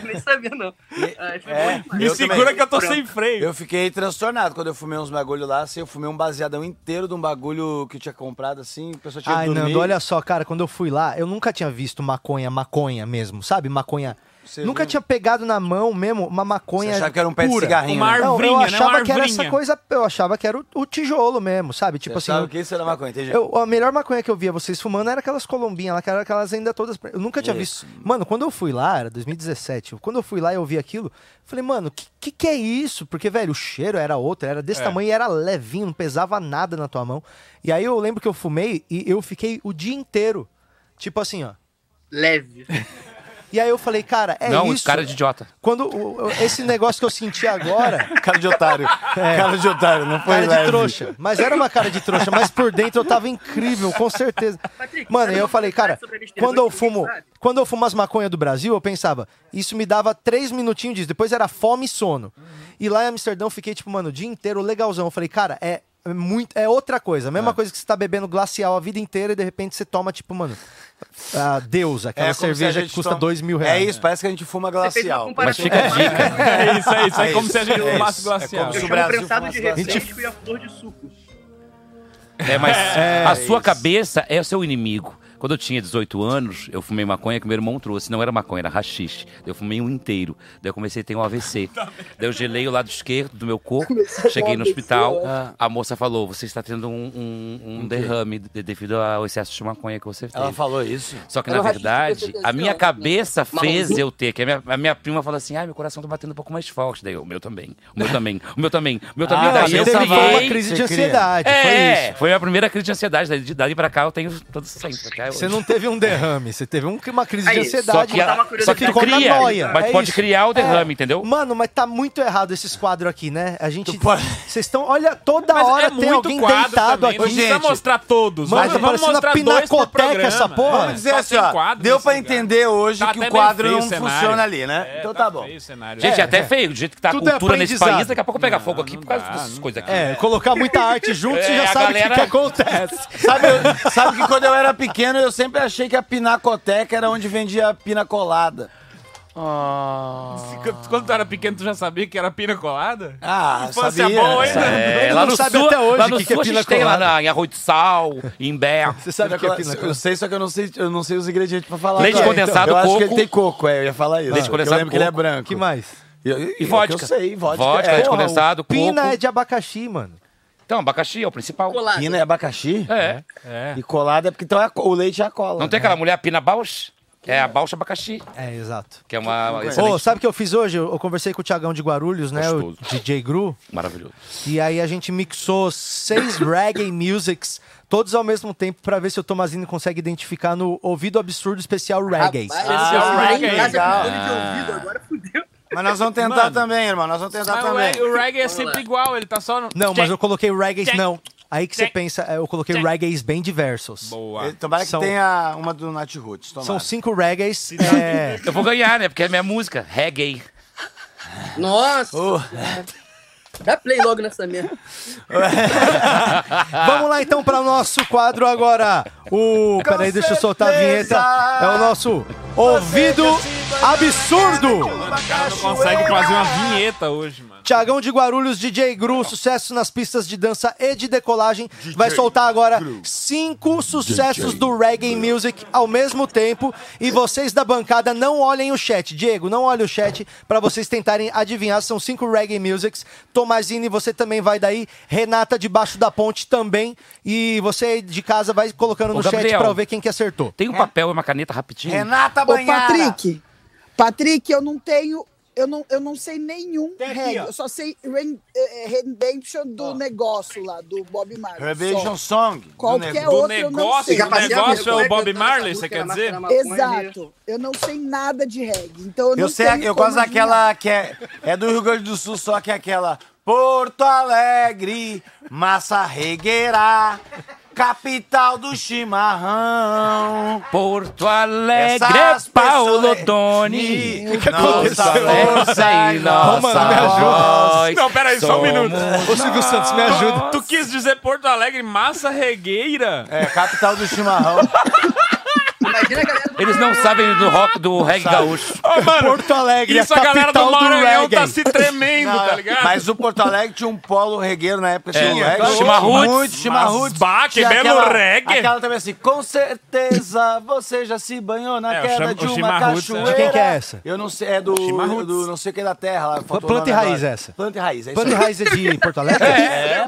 Nem sabia, não. Aí foi
é,
bom demais.
Me
Eu
segura
também.
que eu tô
Franco.
sem freio.
Eu fiquei transtornado quando eu fumei uns bagulho lá, assim, eu fumei um baseadão inteiro de um bagulho que eu tinha comprado, assim, a pessoa tinha
Ai,
dormido.
Nando, olha só, cara, quando eu fui lá, eu nunca tinha visto maconha, maconha mesmo, sabe? Maconha.
Você
nunca
viu?
tinha pegado na mão mesmo uma maconha.
Você achava que era um pé de
pura.
cigarrinho,
Uma
né?
árvore.
Não, eu
Arvrinha, né?
achava
Uma
que era essa
arvrinha.
coisa, eu achava que era o, o tijolo mesmo, sabe?
Você
Tipo assim,
achava que isso era maconha, entendi.
eu, a melhor maconha que eu via vocês fumando era aquelas colombinhas lá, que eram aquelas ainda todas. Eu nunca tinha
Isso.
visto. Mano, quando eu fui lá, era 2017, quando eu fui lá e eu vi aquilo, eu falei, mano, que, que que é isso? Porque, velho, o cheiro era outro, era
É.
desse tamanho e era levinho, não pesava nada na tua mão. E aí eu lembro que eu fumei e eu fiquei o dia inteiro, tipo assim, ó.
Leve.
E aí eu falei, cara, é
não,
isso.
cara de idiota.
Quando o- o- esse negócio que eu senti agora.
Cara de otário.
É.
Cara de otário, não foi
Ah, Cara de
leve.
trouxa. Mas era uma cara de trouxa, mas por dentro eu tava incrível, com certeza.
Patrick,
Mano,
sabe
eu
uma
falei, cara,
curiosidade sobre a besteira
quando eu
que ninguém
fumo,
sabe?
quando eu fumo as maconhas do Brasil, eu pensava, isso me dava três minutinhos disso, depois era fome e sono. E lá em Amsterdã eu fiquei, tipo, mano, o dia inteiro legalzão. Eu falei, cara, é. é muito, é outra coisa. A mesma coisa que você tá bebendo glacial a vida inteira e de repente você toma, tipo, mano, a Deus, aquela
É, como se a
cerveja que
gente
custa
toma-
dois mil reais. né?
É isso, parece que a gente fuma glacial.
Mas fica a dica.
É isso, é isso. É,
É
como
isso,
se a gente
é
fumasse
isso. É
glacial.
como
Eu
se o
chamo
Brasil
prensado de
fumasse glacial.
refresco e a flor de suco.
É, mas a sua
isso.
cabeça é o seu inimigo. Quando eu tinha 18 anos, eu fumei maconha que meu irmão trouxe. Não era maconha, era rachixe. Daí Eu fumei um inteiro. Daí eu comecei a ter um AVC.
Tá
Daí eu gelei o lado esquerdo do meu corpo.
Comecei a ter
Cheguei
um
no
AVC,
hospital.
ó.
Ah.
A moça falou, você está tendo um, um- um derrame de- devido ao excesso de maconha que você teve.
Ela falou isso.
Só que,
Era
na
o rachixe
verdade,
que você
a minha
pensou,
cabeça
né?
fez
Maluco.
eu ter. Que a minha, a minha prima fala assim, ai, meu coração tá batendo um pouco mais forte. Daí eu, o meu também, o meu também, o meu também, o meu também.
Ah,
Daí
Você
eu
teve
você
foi uma
criei-
crise de
você cria.
ansiedade,
é,
foi isso.
a minha primeira crise de ansiedade. Dali, dali pra cá eu tenho todo sempre. até hoje.
Você não teve um derrame, você teve um- uma crise
É
de
Aí,
só
ansiedade.
que,
Contar uma
a, só que tu
curiosidade.
cria,
Noia,
mas
é
pode
isso.
criar o derrame,
É.
entendeu?
Mano, mas tá muito errado esses quadros aqui, né? A gente.
Tu pode-
Vocês estão. Olha, toda
Mas
hora
é
tem
muito
alguém
quadro
deitado
também. Não
aqui.
precisa
Gente,
mostrar todos.
mano,
Vamos- vamos
Tá parecendo uma
mostrar dois por
pinacoteca
programa.
essa porra.
É,
Vamos dizer
só
assim,
tem
ó,
quadro
deu
nesse
pra
lugar.
entender hoje
Tá
que
até
o quadro
meio
não
feio o cenário.
funciona ali, né?
É,
então tá, bom.
feio o cenário.
Gente, é
É.
até feio. Do jeito que tá a
Tudo é
cultura nesse
aprendizado.
país, daqui a pouco pega
Não,
fogo aqui
não
por causa
dá,
dessas
não
coisas
dá.
aqui.
É, colocar muita arte junto, você
É,
já
a
sabe o que,
galera-
que acontece.
Sabe, eu- sabe que quando eu era pequeno, eu sempre achei que a pinacoteca era onde vendia pina colada.
Quando tu era pequeno, tu já sabia que era pina colada?
Ah,
Infância
sabia.
boa, hein?
sabia.
É,
Todo
lá
mundo
no
sabe
sul,
até hoje
lá no
o que que é
sul a gente
pina
tem lá
colada.
na, em Arroio de Sal, em Bé.
Você sabe o que é pina
Eu
colada?
sei, só que eu não sei, eu não sei os ingredientes pra falar.
Leite
agora.
condensado,
eu acho que
coco.
ele tem coco, é, eu ia falar isso.
Leite condensado,
eu lembro que ele é
coco.
branco.
que mais?
E, e-
E
e
vodka.
é o que Eu sei, vodka.
Vodka,
é,
leite condensado, coco.
Pina é de abacaxi, mano.
Então, abacaxi é o principal.
Colado.
Pina é abacaxi?
É.
É.
E colada é porque então é a co- o leite é a cola.
Não tem aquela mulher Pina Bausch? É a Bausch abacaxi,
É, exato.
que é uma
Ô,
excelente...
sabe o que eu fiz hoje? Eu eu conversei com o Tiagão de Guarulhos, né?
Gostoso.
O DJ Gru.
Maravilhoso.
E aí a gente mixou seis reggae musics, todos ao mesmo tempo, pra ver se o Tomazini consegue identificar no ouvido absurdo especial reggae. Ah,
esse é o reggae aí,
Casa com
cara.
fone de ouvido, agora fudeu.
Mas nós vamos tentar também, irmão. Nós vamos tentar
Mas o
também.
reggae, o reggae é sempre igual, ele tá só no...
Não, mas eu coloquei reggae,
Check.
não. Aí que você pensa, é, eu coloquei reggaes bem diversos.
Boa.
Eh, Tomara que
São-
tenha uma do Nath Roots. Tomara.
São cinco reggaes. é,
Então,
Eu vou ganhar, né? Porque é minha música. Reggae.
Nossa! Dá play logo nessa merda.
Vamos lá então para o nosso quadro agora. O. Peraí, deixa eu soltar a vinheta. É o nosso Ouvido Absurdo.
Mano, o cara não consegue fazer uma vinheta hoje, mano.
Tiagão de Guarulhos, DJ Gru, sucesso nas pistas de dança e de decolagem. Vai soltar agora cinco sucessos do reggae music ao mesmo tempo. E vocês da bancada não olhem o chat. Diego, não olhe o chat para vocês tentarem adivinhar. São cinco reggae musics. Tomazini, você também vai daí. Renata, debaixo da ponte também. E você aí de casa vai colocando
Ô,
no chat
Gabriel.
para eu ver quem que acertou.
Tem um papel e uma caneta rapidinho?
Renata
Ô,
Banhara.
Patrick, Patrick, eu não tenho. Eu não, eu não sei nenhum
Tem aqui,
reggae.
ó.
Eu só sei Ren- eh, Redemption do negócio lá, do Bob Marley.
Revision
só.
Song. do
Qualquer
Nego-
outro.
Do
Outro eu não
negócio,
sei. Já
do
passei a
negócio é o Bob
Cantando
Marley,
essa
você
música
quer
na
dizer?
maconha,
Exato. Eu não sei nada de reggae. Então eu,
Eu
não
sei,
tenho
eu
como
gosto daquela que é, é do Rio Grande do Sul, só que é aquela Porto Alegre, massa regueira, capital do chimarrão.
Porto Alegre,
Essas
Paulo
pessoas-
Doni.
Ni-
aconteceu?
Nossa força e
Ô,
nossa
mano, me ajuda.
voz.
Não, peraí, só um minuto.
Ô Silvio Santos, me ajuda.
Tu quis dizer Porto Alegre, massa regueira?
É, capital do chimarrão.
Imagina a galera.
Eles não sabem do rock, do reggae gaúcho.
Ô, mano,
Porto Alegre,
isso
a
a
capital
galera do Maranhão
reggae.
tá se tremendo,
Não,
tá ligado? É,
Mas o Porto Alegre tinha um polo regueiro na época. Tinha, um
claro. Chimarruts.
Muito chimarruts.
Mas, bah, que
Tinha
belo
aquela-
reggae.
Aquela também assim, com certeza você já se banhou na
É, o
queda
chama-
de
o
uma
chimarruts, é.
cachoeira.
De quem que é essa?
Eu não sei, é do,
Chimarruts.
do não sei o que da terra. Lá, faltou o
Planta e
nome
Raiz
agora.
essa.
Planta e Raiz, é isso
Planta e
aí.
Raiz é de Porto Alegre?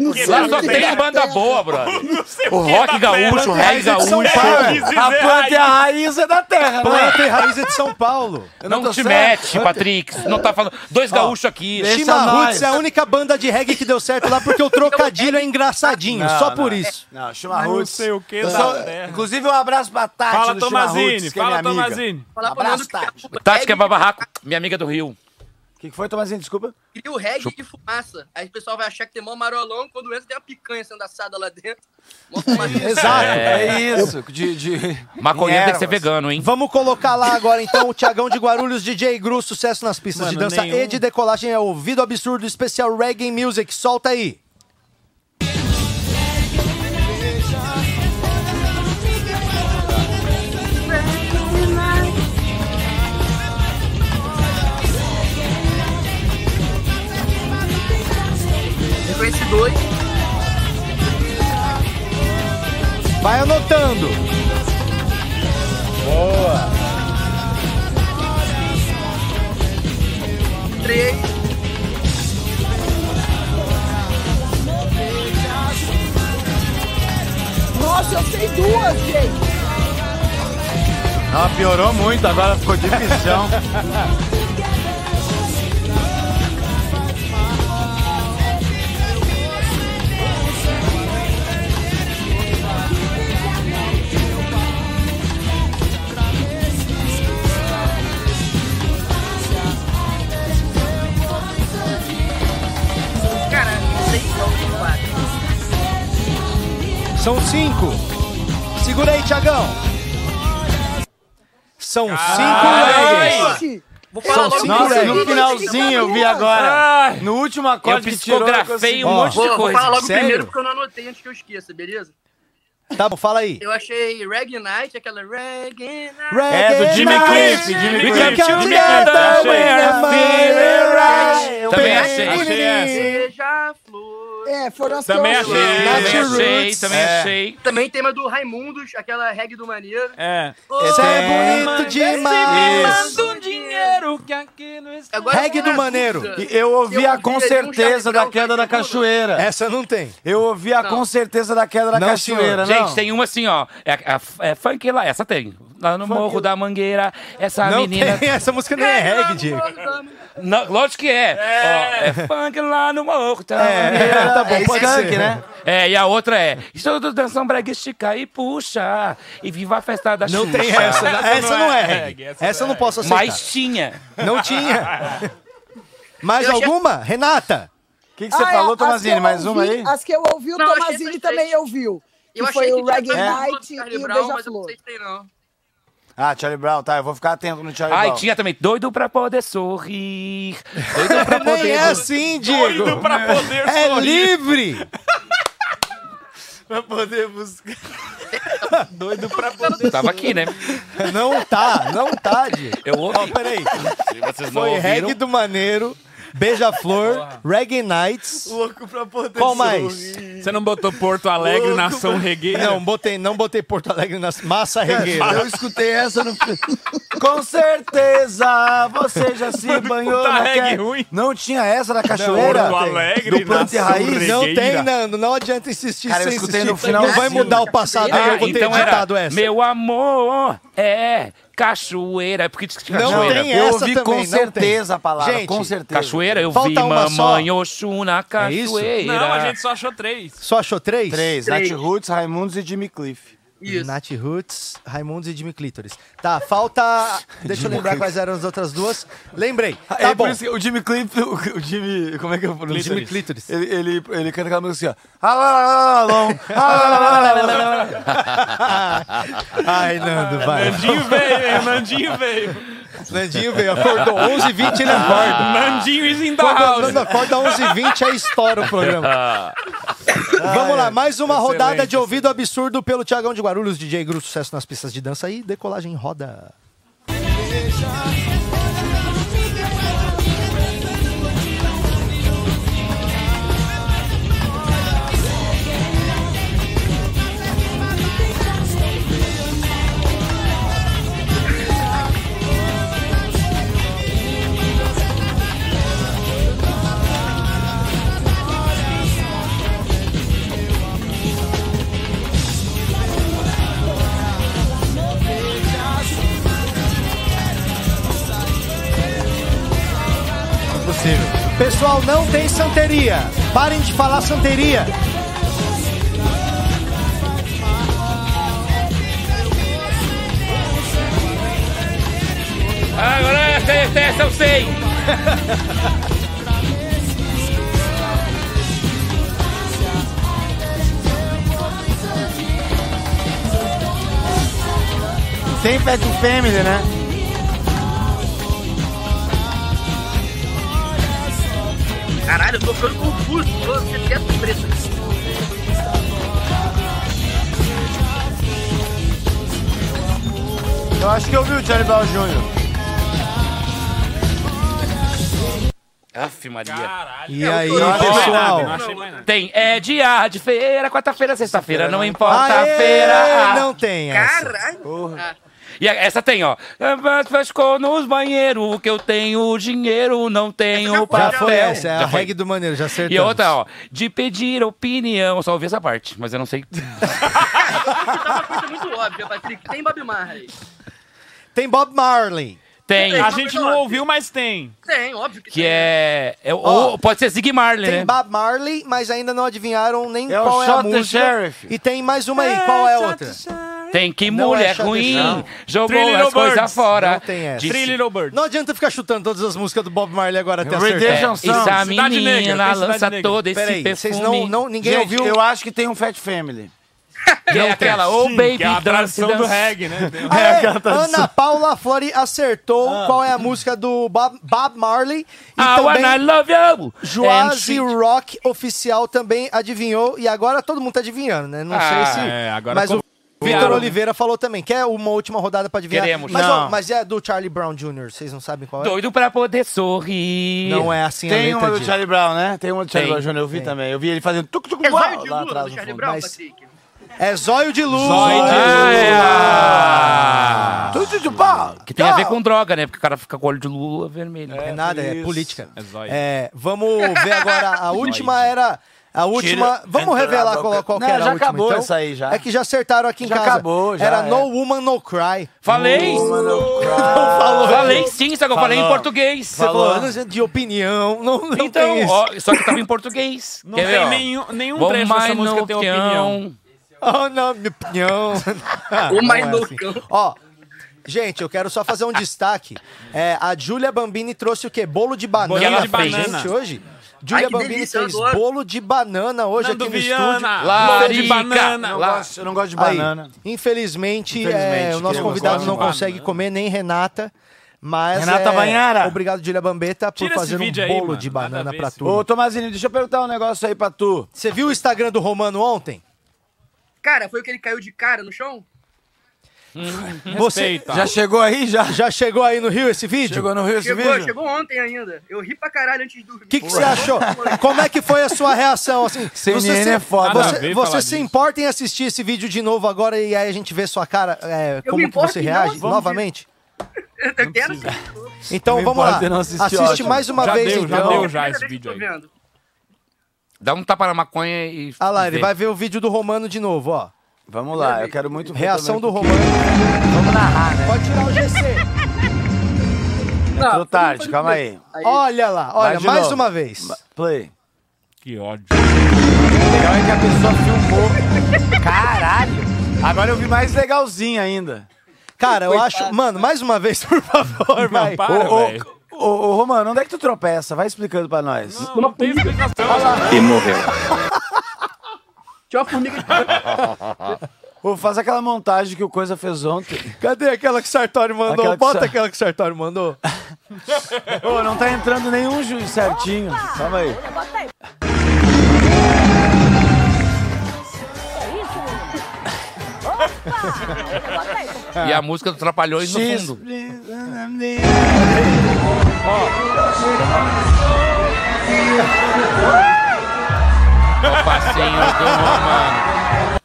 Não sei
Lá
o
É. só
que
tem
é.
banda boa, brother. O
é
que
rock
da
gaúcho, o reggae
São
gaúcho.
Paulo.
quis dizer
A planta e a raiz é da terra, né?
Planta e Raiz é de São Paulo.
Eu
Não
tô
te
certo.
mete, Patrick. Não tá falando. Dois gaúchos aqui.
deixa-
Chimarruts
nós.
um
é a única banda de reggae que deu certo lá porque o trocadilho é engraçadinho,
Não,
só
Ah, não.
por isso.
Não,
Mas
chimarruts.
não sei o que
Eu
da
sou-
terra.
Inclusive, um abraço pra Tati
Fala,
do
Tomazini,
Chimarruts, que é minha
fala,
amiga.
Tomazini.
Falar pra
Abraço,
Nando que
Tati.
o
Tática é
reggae
babarraco, minha amiga do Rio.
O que que foi, Tomazini? Desculpa.
Cria o reggae de fumaça. Aí o pessoal vai achar que tem mó marolão, quando entra tem uma picanha sendo assada lá dentro. Mó fumaça.
Exato.
É, isso. De, de...
Maconheiro tem que ser
ervas.
vegano, hein?
Vamos colocar lá agora então o Tiagão de Guarulhos, DJ Gru, sucesso nas pistas de
Mano,
dança
nenhum.
e de decolagem é ouvido absurdo especial Reggae Music. Solta aí.
Reconheci dois.
Vai anotando.
Três.
Nossa, eu sei duas, gente.
Não, piorou muito, agora ficou divisão.
Caralho, não sei não, quatro.
São cinco. Segura aí, Tiagão. São
Ah,
cinco reggaes.
Gente,
Vou falar
São
logo
cinco
primeiro.
Nossa, no
reggae. Tá
finalzinho eu vi agora.
Ai.
No último
Eu
acorde que tirou. eu
psicografei
consegui.
um
Ó,
monte
Vou,
de
vou
coisa.
falar logo
Sério?
primeiro porque eu não anotei antes que eu esqueça, beleza?
Tá
Ah.
bom, fala aí.
Eu achei Reggae Night, aquela Reggae Night.
do
Reggae
Jimmy
Night.
Cliff, Jimmy
We
Cliff.
can come
Jimmy
together
Cliff, achei.
when the feeling right.
Também
Bem
achei.
Achei essa.
Seja a flor.
é, foram as
Também
que eu
achei,
lembro.
Nath
Também achei,
Roots.
também
É.
achei.
Também tema do Raimundos, aquela reggae do maneiro. Oh,
É.
Cê
É.
é bonito demais.
Isso.
Manda um dinheiro que aqui não está.
Agora
Reggae do
uma
maneiro.
dúvida.
E Eu ouvi
Eu
a
ouvi
com
ali um
certeza
Charlie
da
Brown,
queda
Charlie
da
Brown.
cachoeira.
Essa não tem.
Eu ouvi a
Não.
com certeza da queda da
Não,
cachoeira,
Gente,
não.
tem uma assim, ó. É, é, é funk lá, essa tem. Lá no Morro da Mangueira, essa
Não
menina.
tem, essa música nem é reggae, Diego.
Não, lógico que é. Ó, é funk lá no Morro da Mangueira.
É, tá bom,
É
pode
skunk,
ser.
né?
É, e a outra é. Estou dançando brega estica e puxa. E viva a festa da
Não
Xuxa.
tem essa. Essa não é reggae.
Essa não
Essa eu não posso aceitar.
Mas tinha.
Não tinha. Mais alguma? Renata?
O que, que você
Ah, é,
falou,
as que eu
Tomazini? Mais uma
ouvi-
aí?
As que eu ouvi, o
Não, achei
Tomazini
bastante.
também ouviu. Que
Eu
foi
achei
o
que tinha
Reggae
mais
Night
uma do Charlie
e o
Brown, mas eu não
Beija-Flor.
sei se tem, não.
Ah, Charlie Brown, tá. Eu vou ficar atento no Charlie
Ai,
Brown.
tinha também doido pra poder sorrir. Doido pra
Nem
poder.
é assim, Diego.
Doido pra poder
É
sorrir.
livre.
Pra poder buscar.
Doido pra poder.
Eu tava aqui, né?
Não tá, não tá, Diego.
Eu ouvi.
Peraí.
Vocês não
Foi
ouviram.
reggae do maneiro, beija-flor, reggae nights.
Louco pra poder
Qual mais?
sorrir.
Você não botou Porto Alegre na ação reggae?
Não, botei, não botei Porto Alegre na massa regueira.
Eu escutei essa no. Com certeza você já se banhou.
puta
na
reggae
que-
ruim.
Não tinha essa da cachoeira?
Porto Alegre
Do Planta e
na
Raiz?
ação
Não tem,
regueira.
Nando. Não adianta insistir
Cara, eu
sem
escutei
insistir.
no final,
não vai
sim.
mudar o passado.
Ah,
eu vou ter
então era,
editado essa.
meu amor, é cachoeira. É porque diz que tinha
Não
cachoeira.
tem
Eu
essa
ouvi
também,
com
não
certeza a palavra.
Gente,
com certeza.
Cachoeira, eu
Falta
vi
uma
mamãe
só.
Oxum na
isso?
cachoeira.
Não, a gente só achou três.
Só achou três?
Três. Nath Roots, Raimundos e Jimmy Cliff.
Isso.
Nath Roots, Raimundos e Jimmy Clitoris. Tá, falta. Deixa eu lembrar quais eram as outras duas. Lembrei. Tá
é
bom.
por isso que o Jimmy Cliff, o, o Jimmy, como é que eu pronuncio?
Jimmy Clitoris.
Ele, ele, ele canta aquela música assim, ó. Ah, Alalalom, alalalom.
Ai, Nando, vai.
Nandinho veio, hein? Nandinho veio.
Nandinho veio, acordou 11h20 ele acorda.
Nandinho is in the
Quando o
house.
Nando acorda 11h20, aí estoura o programa.
Ah,
Vamos lá, mais uma rodada de ouvido absurdo pelo Tiagão de Guarulhos, DJ Gru, sucesso nas pistas de dança e decolagem em roda. Impossível. Pessoal, não tem santeria. Parem de falar santeria.
Agora essa, essa, essa eu sei.
Tem Pet Family, né?
Caralho, eu tô ficando confuso. Tô sendo quieto preto.
Eu acho que eu vi o Charlie Brown Jr.
Aff, Maria.
Caralho.
E aí,
eu
Não achei
pessoal?
nada, Não achei mais nada.
Tem é dia de feira, quarta-feira, sexta-feira,
Ah,
não importa a
é?
Aê,
feira.
Não tem essa.
Caralho.
E a- essa tem, ó. Mas Ficou nos banheiros que eu tenho dinheiro, não tenho
Já
papel.
foi essa, é a
Já foi.
reggae do maneiro, já acertamos.
E outra, ó, de pedir opinião. Só ouvi essa parte, mas eu não sei.
Tá uma coisa muito óbvia, Patrick. Tem Bob Marley.
Tem Bob Marley.
Tem.
A gente não ouviu, mas tem.
Tem, óbvio que,
Que
tem.
é. é-
Ó.
ou pode ser Zig Marley,
Tem
né?
Bob Marley, mas ainda não adivinharam nem
É o
qual é a
Shot the
música.
Sheriff.
E tem mais uma aí, qual é a outra?
Tem que
Não é
mulher
Xadrez,
ruim.
não.
Jogou
Three Little
as coisas
Birds.
fora.
Não tem essa.
Three
Disse,
Little Birds.
Não adianta ficar chutando todas as músicas do Bob Marley agora até
é,
acertar.
Redemption Song.
essa
Cidade Negra, tem
menina
Cidade
lança
Negra.
todo esse
Peraí,
perfume.
vocês não, não, ninguém
Gente,
ouviu.
eu acho que tem um Fat Family.
Que é aquela, ô
Sim,
baby,
que é a
dance,
tradução do
dance.
reggae, né?
Ah, é,
tá
Ana Paula Flori acertou qual é a música do Bob, Bob Marley. E
Ah, I wanna
também
love you. And
Joasi
she-
Rock Oficial também adivinhou. E agora todo mundo tá adivinhando, né? Não
Ah,
sei se...
é, agora
mas o Vitor
Claro.
Oliveira falou também. Quer uma última rodada pra adivinhar?
Queremos.
Mas,
Não.
ó, mas é do Charlie Brown Jr., vocês não sabem qual é?
Doido pra poder sorrir.
Não é assim a
Tem
letra
uma do
de-
Charlie Brown, né? Tem uma do Charlie
Tem.
Brown Jr. Eu vi também. Eu vi ele fazendo tuc tuc
É
uau,
zóio de
lá
Lula
atrás
do
no
Charlie
fundo.
Brown,
mas-
Patrick.
É Zóio de Luz.
Zóio de
Ah, é a-
Tuc tuc tuc pau.
Ah! Que tem a ver com droga, né? Porque o cara fica com olho de lula vermelho.
É nada, é
Isso.
política.
É zóio.
É, vamos ver agora. A última era. A última. Vamos revelar qual, qual que
Não,
era a
já
última,
acabou
então.
essa aí, já.
É que já acertaram aqui em
Já
casa.
acabou, já,
Era
é.
No Woman No Cry.
Falei! Falei sim, só que eu falei em
Falou.
português.
Você falou "Ah, de opinião. Não, não
Então,
tem isso.
ó, só que tava em português.
Não
Quer ver,
tem
ó?
nenhum, nenhum
Bom,
trecho dessa
mas
música
não
tem opinião.
Oh, não, minha opinião. Ah,
Ou
não
mais
é
no
assim.
campo.
Ó. Gente, eu quero só fazer um destaque. É, a Júlia Bambini trouxe o quê? Bolo de banana
Bolinho
de
pra
banana.
gente hoje? Julia
que
Bambini
delícia, eu
fez
adoro.
bolo de banana hoje
Nando
aqui no estúdio.
Viana,
Larica.
bolo de banana.
Eu,
Lá.
gosto, eu não gosto de
Aí,
banana.
infelizmente,
Infelizmente,
é, o nosso
queria
convidado
gostar
não
de banana.
consegue comer, nem Renata. Mas
Renata
é,
Banhara.
Obrigado, Julia Bambeta, por
Tira esse
fazer um
vídeo aí,
bolo
mano.
de
Nada a
banana
ver
pra
esse
turma.
Ô, Tomazinho, deixa eu perguntar um negócio aí pra tu.
Você viu o Instagram do Romano ontem?
Cara, foi o que ele caiu de cara no chão?
Hum,
Você
Respeita.
Já chegou aí? Já?
já chegou aí no Rio esse vídeo?
Chegou no Rio esse
Chegou,
vídeo?
chegou ontem ainda. Eu ri pra caralho antes de dormir.
O que, que você achou? Como é que foi a sua reação? Assim,
CNN é foda.
Nada a
Você,
ver
você
falar
se
disso.
importa em assistir esse vídeo de novo agora e aí a gente vê sua cara, é,
Eu
como
me
que você
importo em
reage
não,
novamente?
Eu quero ser.
Então
Eu me
vamos lá.
importo em não assistir,
Assiste
ótimo.
mais uma
Já
vez
deu, já
então.
deu, já.
Primeira
esse
vez que
vídeo
eu tô
aí.
vendo.
Dá um tapa na maconha e.
Ah lá, ele
vê.
vai ver o vídeo do Romano de novo, ó.
Vamos lá, eu quero muito ver
Reação do
também,
Romano. Vamos narrar, né? Pode tirar o GC.
Não,
Entrou tarde,
foi-
calma aí.
Aí,
Olha lá,
Vai
Ah, olha,
de
mais
novo.
uma vez.
Play.
Que ódio.
O legal é que a pessoa filmou. Caralho! Agora eu vi mais legalzinho ainda.
Cara, eu acho. Mano, mais uma vez, por favor, vai.
para.
Ô, ô,
velho.
Ô, ô, Romano, onde é que tu tropeça? Vai explicando pra nós.
Não, não tem explicação.
Tinha uma formiga de branco.
Ô, faz aquela montagem que o Coisa fez ontem.
Cadê aquela que Sartori mandou?
Aquela que
Bota
Sa-
aquela que Sartori mandou.
Ô, não tá entrando nenhum juiz certinho. Calma aí.
Bota aí.
E a música do Trapalhões no
X.
fundo. O passinho do Romano.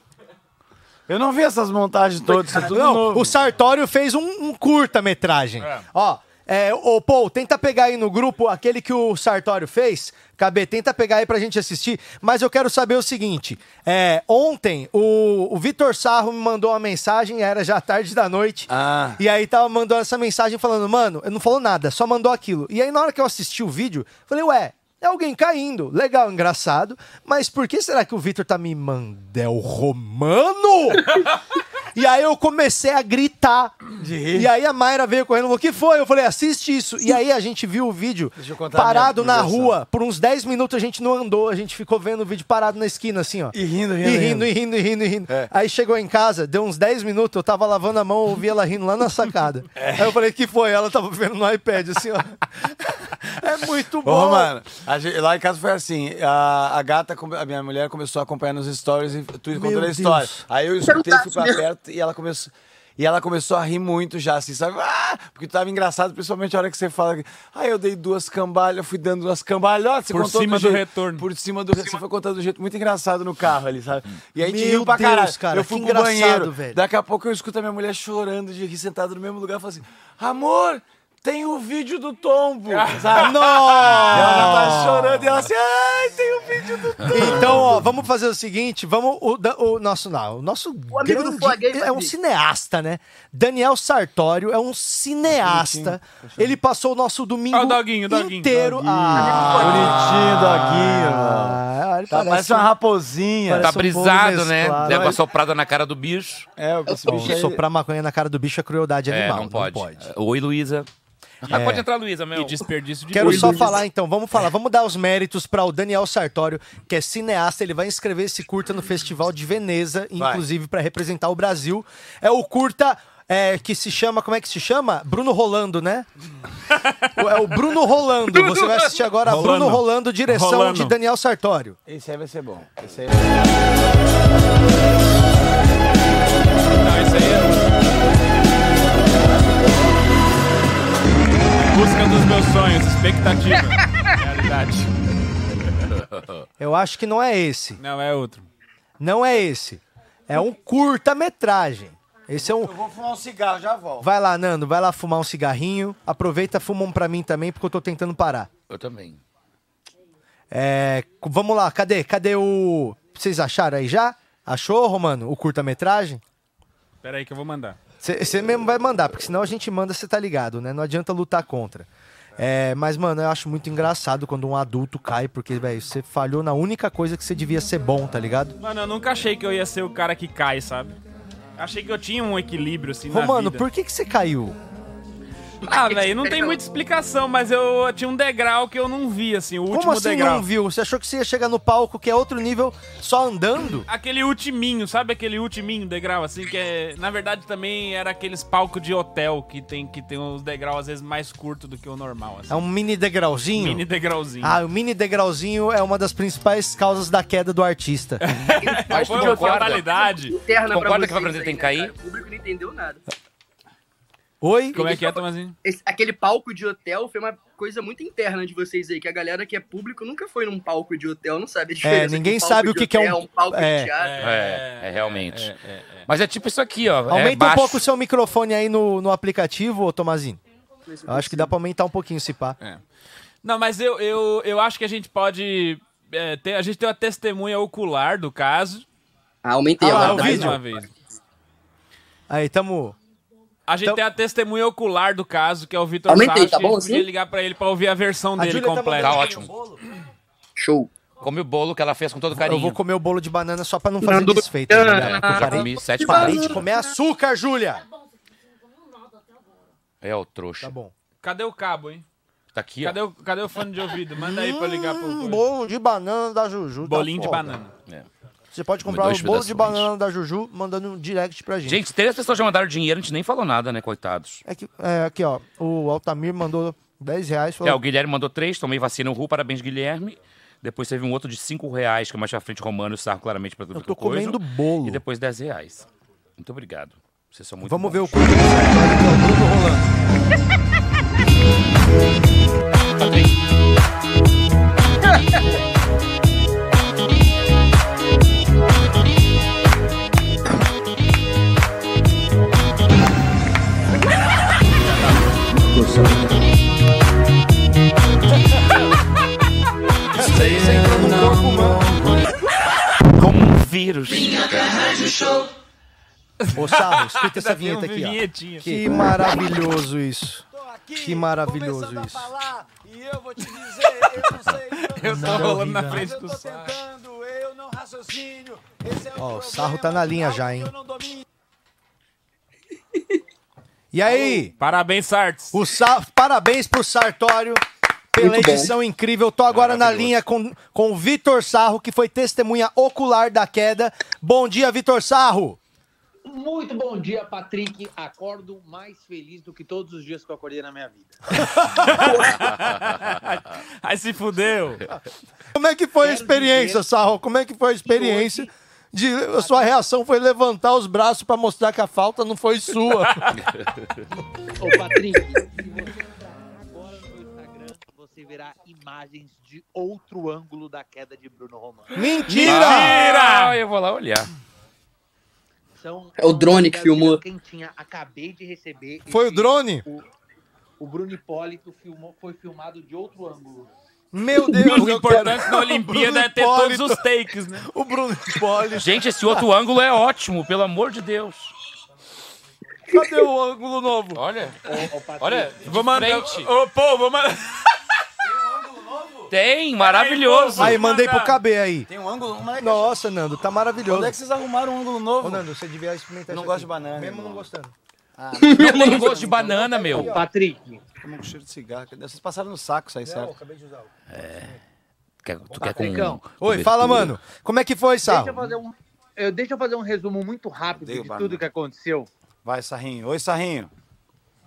Eu não vi essas montagens todas, isso é tudo
Não,
novo.
o Sartório fez um, um curta-metragem. Ó, é, ô, Paul, tenta pegar aí no grupo aquele que o Sartório fez. KB, tenta pegar aí pra gente assistir. Mas eu quero saber o seguinte: é, ontem o, o Vitor Sarro me mandou uma mensagem, era já tarde da noite.
Ah.
E aí tava mandando essa mensagem falando, mano, eu não falou nada, só mandou aquilo. E aí na hora que eu assisti o vídeo, falei, ué. É alguém caindo. Legal, engraçado. Mas por que será que o Vitor tá me mandando romano? E aí eu comecei a gritar. E aí a Mayra veio correndo e falou: que foi? Eu falei, assiste isso. E aí a gente viu o vídeo
Deixa eu contar a
parado
minha
na
versão.
rua. Por uns 10 minutos a gente não andou, a gente ficou vendo o vídeo parado na esquina, assim, ó.
E rindo, rindo,
E rindo, e rindo, e rindo, e rindo.
É.
Aí chegou em casa, deu uns 10 minutos, eu tava lavando a mão, ouvi ela rindo lá na sacada.
É.
Aí eu falei, que foi? Ela tava vendo no iPad, assim, ó. é muito
Ô,
bom.
Romano, a gente- lá em casa foi assim: a, a gata, come- a minha mulher começou a acompanhar nos stories e tu contando a
Deus.
história. Aí eu escutei, fui pra
Fantástico.
perto e ela começou. E ela começou a rir muito já, assim, sabe? Ah! Porque tava engraçado, principalmente a hora que você fala que. Ah, eu dei duas cambalhas, fui dando duas cambalhotas. você
Por
contou
cima do
jeito-
retorno.
Por cima do Você foi contando do jeito muito engraçado no carro ali, sabe? E aí te
Meu
riu pra
Deus,
caralho.
cara,
eu fui
que
pro
engraçado,
banheiro.
velho.
Daqui a pouco eu escuto a minha mulher chorando de rir sentada no mesmo lugar e falo assim: Amor, tem o vídeo do tombo, sabe?
Nossa!
Ela tá chorando e ela assim, ai, tem um vídeo do
Então, ó, vamos fazer o seguinte, vamos o, da- o nosso não, o nosso
O amigo do
grande,
Fla Gay vai
é um
vir.
cineasta, né? Daniel Sartório é um cineasta. Ele passou o nosso domingo
Ó o doguinho, o doguinho.
inteiro.
Ah, Bonitinho, doguinho, mano.
Ah, ele
Tá, parece,
parece
uma
um-
raposinha.
Parece
Tá
um bolo
brisado, né?
mesclado.
Deu uma soprada na cara do bicho.
É, o
esse bicho
aí-
Soprar maconha na cara do bicho é crueldade
É,
animal.
não pode. Oi, Luísa.
É.
Ah, pode entrar, Luísa, meu.
E desperdício de
Quero
tudo.
só falar então, vamos falar, vamos dar os méritos para o Daniel Sartório, que é cineasta, ele vai inscrever esse curta no Festival de Veneza, inclusive para representar o Brasil. É o curta é, que se chama, como é que se chama? Bruno Rolando, né? é o Bruno Rolando. Você vai assistir agora
Rolando.
Bruno Rolando, direção
Rolando.
de Daniel Sartório.
Esse aí vai ser bom. Esse aí
Não, isso aí é... Busca dos meus sonhos, expectativa. Realidade.
Eu acho que não é esse.
Não, é outro.
Não é esse. É um curta-metragem. Esse é um
Vou fumar um cigarro, já volto.
Vai lá, Nando, vai lá fumar um cigarrinho. Aproveita, fuma um pra mim também, porque eu tô tentando parar.
Eu também.
É, c- vamos lá, cadê? Cadê o. Vocês acharam aí já? Achou, Romano, o curta-metragem?
Pera aí que eu vou mandar.
Você mesmo vai mandar, porque senão a gente manda, você tá ligado, né? Não adianta lutar contra. É, mas, mano, eu acho muito engraçado quando um adulto cai, porque, velho, você falhou na única coisa que você devia ser bom, tá ligado?
Mano, eu nunca achei que eu ia ser o cara que cai, sabe? Achei que eu tinha um equilíbrio, assim, na
Romano,
vida.
por que que você caiu?
Ah, velho, não tem muita explicação, mas eu tinha um degrau que eu não vi, assim, o último
Como assim
degrau.
não viu? Você achou que você ia chegar no palco, que é outro nível, só andando?
Aquele ultiminho, sabe aquele ultiminho degrau, assim, que é, na verdade também era aqueles palcos de hotel que tem, que tem uns degraus às vezes mais curto do que o normal, assim.
É um mini degrauzinho?
Mini degrauzinho.
Ah, o mini degrauzinho é uma das principais causas da queda do artista.
Mas tu
É, Foi uma
concorda?
fatalidade.
Interna pra
Concorda que
vocês
vai aprender, tem que
aí, né,
cair?
cara? O público não entendeu nada.
Oi?
Como é que é, Tomazinho?
Esse- aquele palco de hotel foi uma coisa muito interna de vocês aí, que a galera que é público nunca foi num palco de hotel, não sabe a diferença. entre
É, ninguém
um palco
sabe o
de
que que é
hotel,
um-
um palco
é.
de teatro.
É, é realmente. Mas é tipo isso aqui, ó. é
Aumenta um
baixo.
pouco o seu microfone aí no, no aplicativo, ô Tomazinho. Eu acho que dá pra aumentar um pouquinho esse pá.
É.
Não, mas eu, eu, eu acho que a gente pode. é, ter- a gente tem uma testemunha ocular do caso.
Ah, aumentei
Ah,
agora.
o
tá
mais
vídeo?
uma vez.
Aí, tamo.
A gente
Então-
tem a testemunha ocular do caso, que é o Vitor
Aumentei,
Sarros,
tá
que a gente
bom
podia
assim?
ligar pra ele pra ouvir a versão
A
dele
Júlia tá
completa.
Tá
mandando-
ótimo.
Show.
Come o bolo que ela fez com todo carinho.
Eu vou comer o bolo de banana só pra não fazer
Mandou-
desfeita.
É,
Né?
que eu já comi sete
Parei de
bananas.
comer açúcar, Júlia!
É o trouxa.
Tá bom.
Cadê o cabo, hein?
Tá aqui, ó.
Cadê o, cadê o fone de ouvido? Manda aí pra ligar pro.
Hum, bolo de banana da Juju. tá
Bolinho de
foda.
banana.
É.
Você pode comprar
Dois
o bolo de
pedaços.
banana da Juju mandando um direct pra gente.
Gente, três pessoas já mandaram dinheiro, a gente nem falou nada, né, coitados.
É que, é, aqui, ó. O Altamir mandou 10 reais.
É,
Falou,
o Guilherme mandou três, tomei vacina no Ru, parabéns, Guilherme. Depois teve um outro de cinco reais, que mais pra frente Romano e Sarro claramente pra tudo
eu tô
que coisa.
comendo bolo.
E depois dez reais. Muito obrigado. Vocês são muito
Vamos ver
bons.
o cu. Bruno rolando.
Como um vírus.
Ô, Sarro, escuta essa
Tem um
vinheta aqui, ó.
vinhetinha.
Que maravilhoso isso.
Aqui,
Que maravilhoso
começando a
isso.
falar, e eu vou te dizer, eu não sei. Eu
é
Eu tô rolando na
né?
frente do
tô
saco.
tentando, eu não raciocínio. Esse é o
Ó, o
problema,
sarro tá na linha já, hein?
Eu não domino.
E aí?
Parabéns, Sartes.
O Sa- Parabéns pro Sartório pela
Muito bom.
edição incrível. Tô agora na linha com, com o Vitor Sarro, que foi testemunha ocular da queda. Bom dia, Vitor Sarro!
Muito bom dia, Patrick. Acordo mais feliz do que todos os dias que eu acordei na minha vida.
Aí se fudeu.
Como é que foi a
Quero
experiência,
dizer-
Sarro? Como é que foi a experiência? De, a sua reação foi levantar os braços pra mostrar que a falta não foi sua.
Ô, Patrick, se você entrar agora no meu Instagram, você verá imagens de outro ângulo da queda de Bruno Romano.
Mentira!
Ah, eu vou lá olhar.
São
É o drone que
são
filmou.
Quentinha, acabei de receber.
Foi o
Esse-
drone?
O Bruno Hipólito filmou, foi filmado de outro ângulo.
Meu Deus,
O
eu quero...
importante na Olimpíada é ter todos os takes, né?
O Bruno Hipólito.
Gente, esse outro ângulo é ótimo, pelo amor de Deus.
Cadê o ângulo novo?
Olha,
Ô, ô, Patrick,
olha,
Vou mandar.
frente.
Ô, pô, vou mandar.
Tem, maravilhoso.
Aí, mandei pro KB aí.
Tem um ângulo,
assim.
moleque.
Nossa, Nando, tá maravilhoso.
Onde é que vocês arrumaram um ângulo novo?
Ô, Nando, você devia experimentar
Não
isso
gosto
aqui.
de banana,
Mesmo não
irmão.
gostando.
Não tem gosto de banana,
Tá
meu.
Patrick,
Como um cheiro de cigarro. Cadê? Vocês passaram no saco, sai certo.
acabei de usar.
Quer- É, Tu quer
Patricão.
com... um?
um Oi, fala, mano. Como é que foi,
deixa eu,
Sarro?
fazer um, eu, deixa eu fazer um resumo muito rápido
Odeio
de
banana.
tudo que aconteceu.
Vai, Sarrinho. Oi, Sarrinho.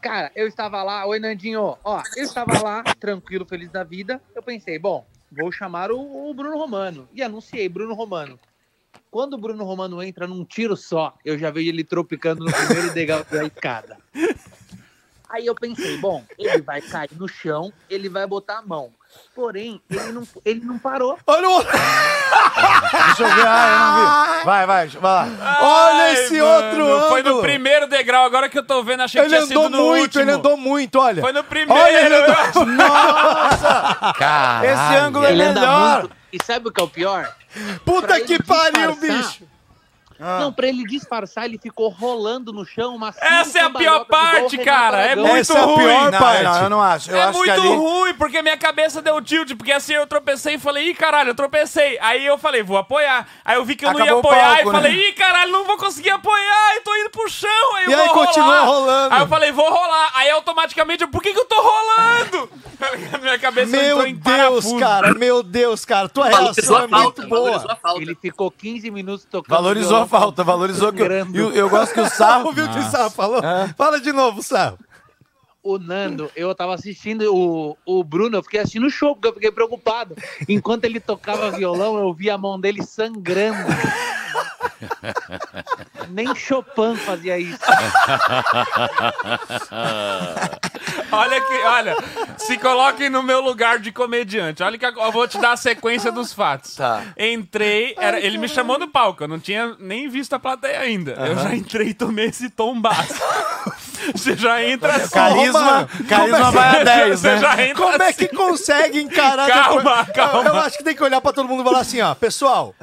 Cara, eu estava lá, oi Nandinho, ó, eu estava lá, tranquilo, feliz da vida. Eu pensei, bom, vou chamar o, o Bruno Romano. E anunciei Bruno Romano. Quando o Bruno Romano entra num tiro só, eu já vejo ele tropicando no primeiro degrau da escada. Aí eu pensei, bom, ele vai cair no chão, ele vai botar a mão. Porém, ele não, ele não parou.
Olha, o...
Deixa eu ver. Ah, eu não vi. Vai, vai, vai lá.
Ah,
Olha esse outro ângulo.
Foi no primeiro degrau, agora que eu tô vendo, achei que
Ele
tinha sido
andou
no
muito,
último.
ele andou muito, olha.
Foi no primeiro.
Olha, ele andou...
Caralho.
Esse ângulo é
Ele anda
melhor.
muito. E sabe o que é o pior?
Puta
Pra ele
que pariu,
disfarçar,
bicho.
Ah.
Não, pra ele disfarçar, ele ficou rolando no chão uma
Essa
cinco
é a
cambalhotas, igual
pior
o
parte,
Renato
cara. É
Aragão.
muito
Essa é a
ruim.
pior
Não,
parte.
não, eu não acho.
Eu
é
acho que
muito
ali-
ruim, porque minha cabeça deu tilt, porque assim eu tropecei e falei, ih, caralho, eu tropecei. Aí eu falei, vou apoiar. Aí eu vi que eu não ia
Acabou o
apoiar
palco,
e falei,
né?
ih, caralho, não vou conseguir apoiar, eu tô indo pro chão, aí eu
E
vou
aí continua
rolar.
rolando.
Aí eu falei, vou rolar. Aí automaticamente, eu, por que que eu tô rolando? minha cabeça entrou
Meu
em
Deus,
parafuso.
cara, meu Deus, cara, tua
Valorizou
relação é
a falta,
muito
valorizou
boa.
a falta.
Ele ficou 15 minutos tocando.
Valorizou a
violão.
falta, valorizou. Que eu,
Sangrando.
eu, eu gosto que o sarro.
Ouviu o que o Sarro falou? Fala de novo, Sarro.
O Nando, eu tava assistindo o, o Bruno, eu fiquei assistindo o show, porque eu fiquei preocupado. Enquanto ele tocava violão, eu vi a mão dele sangrando. Nem Chopin fazia isso.
Olha que, olha, se coloquem no meu lugar de comediante. Olha que agora eu vou te dar a sequência dos fatos.
Tá.
Entrei, era, ele me chamou no palco, eu não tinha nem visto a plateia ainda. Eu já entrei e tomei esse tombaço. Você já entra assim.
Carisma, carisma vai a 10,
Você
né?
já entra
Como é
assim.
que consegue encarar?
Calma,
depois-
calma.
Eu, eu acho que tem que olhar pra todo mundo e falar assim, ó, pessoal,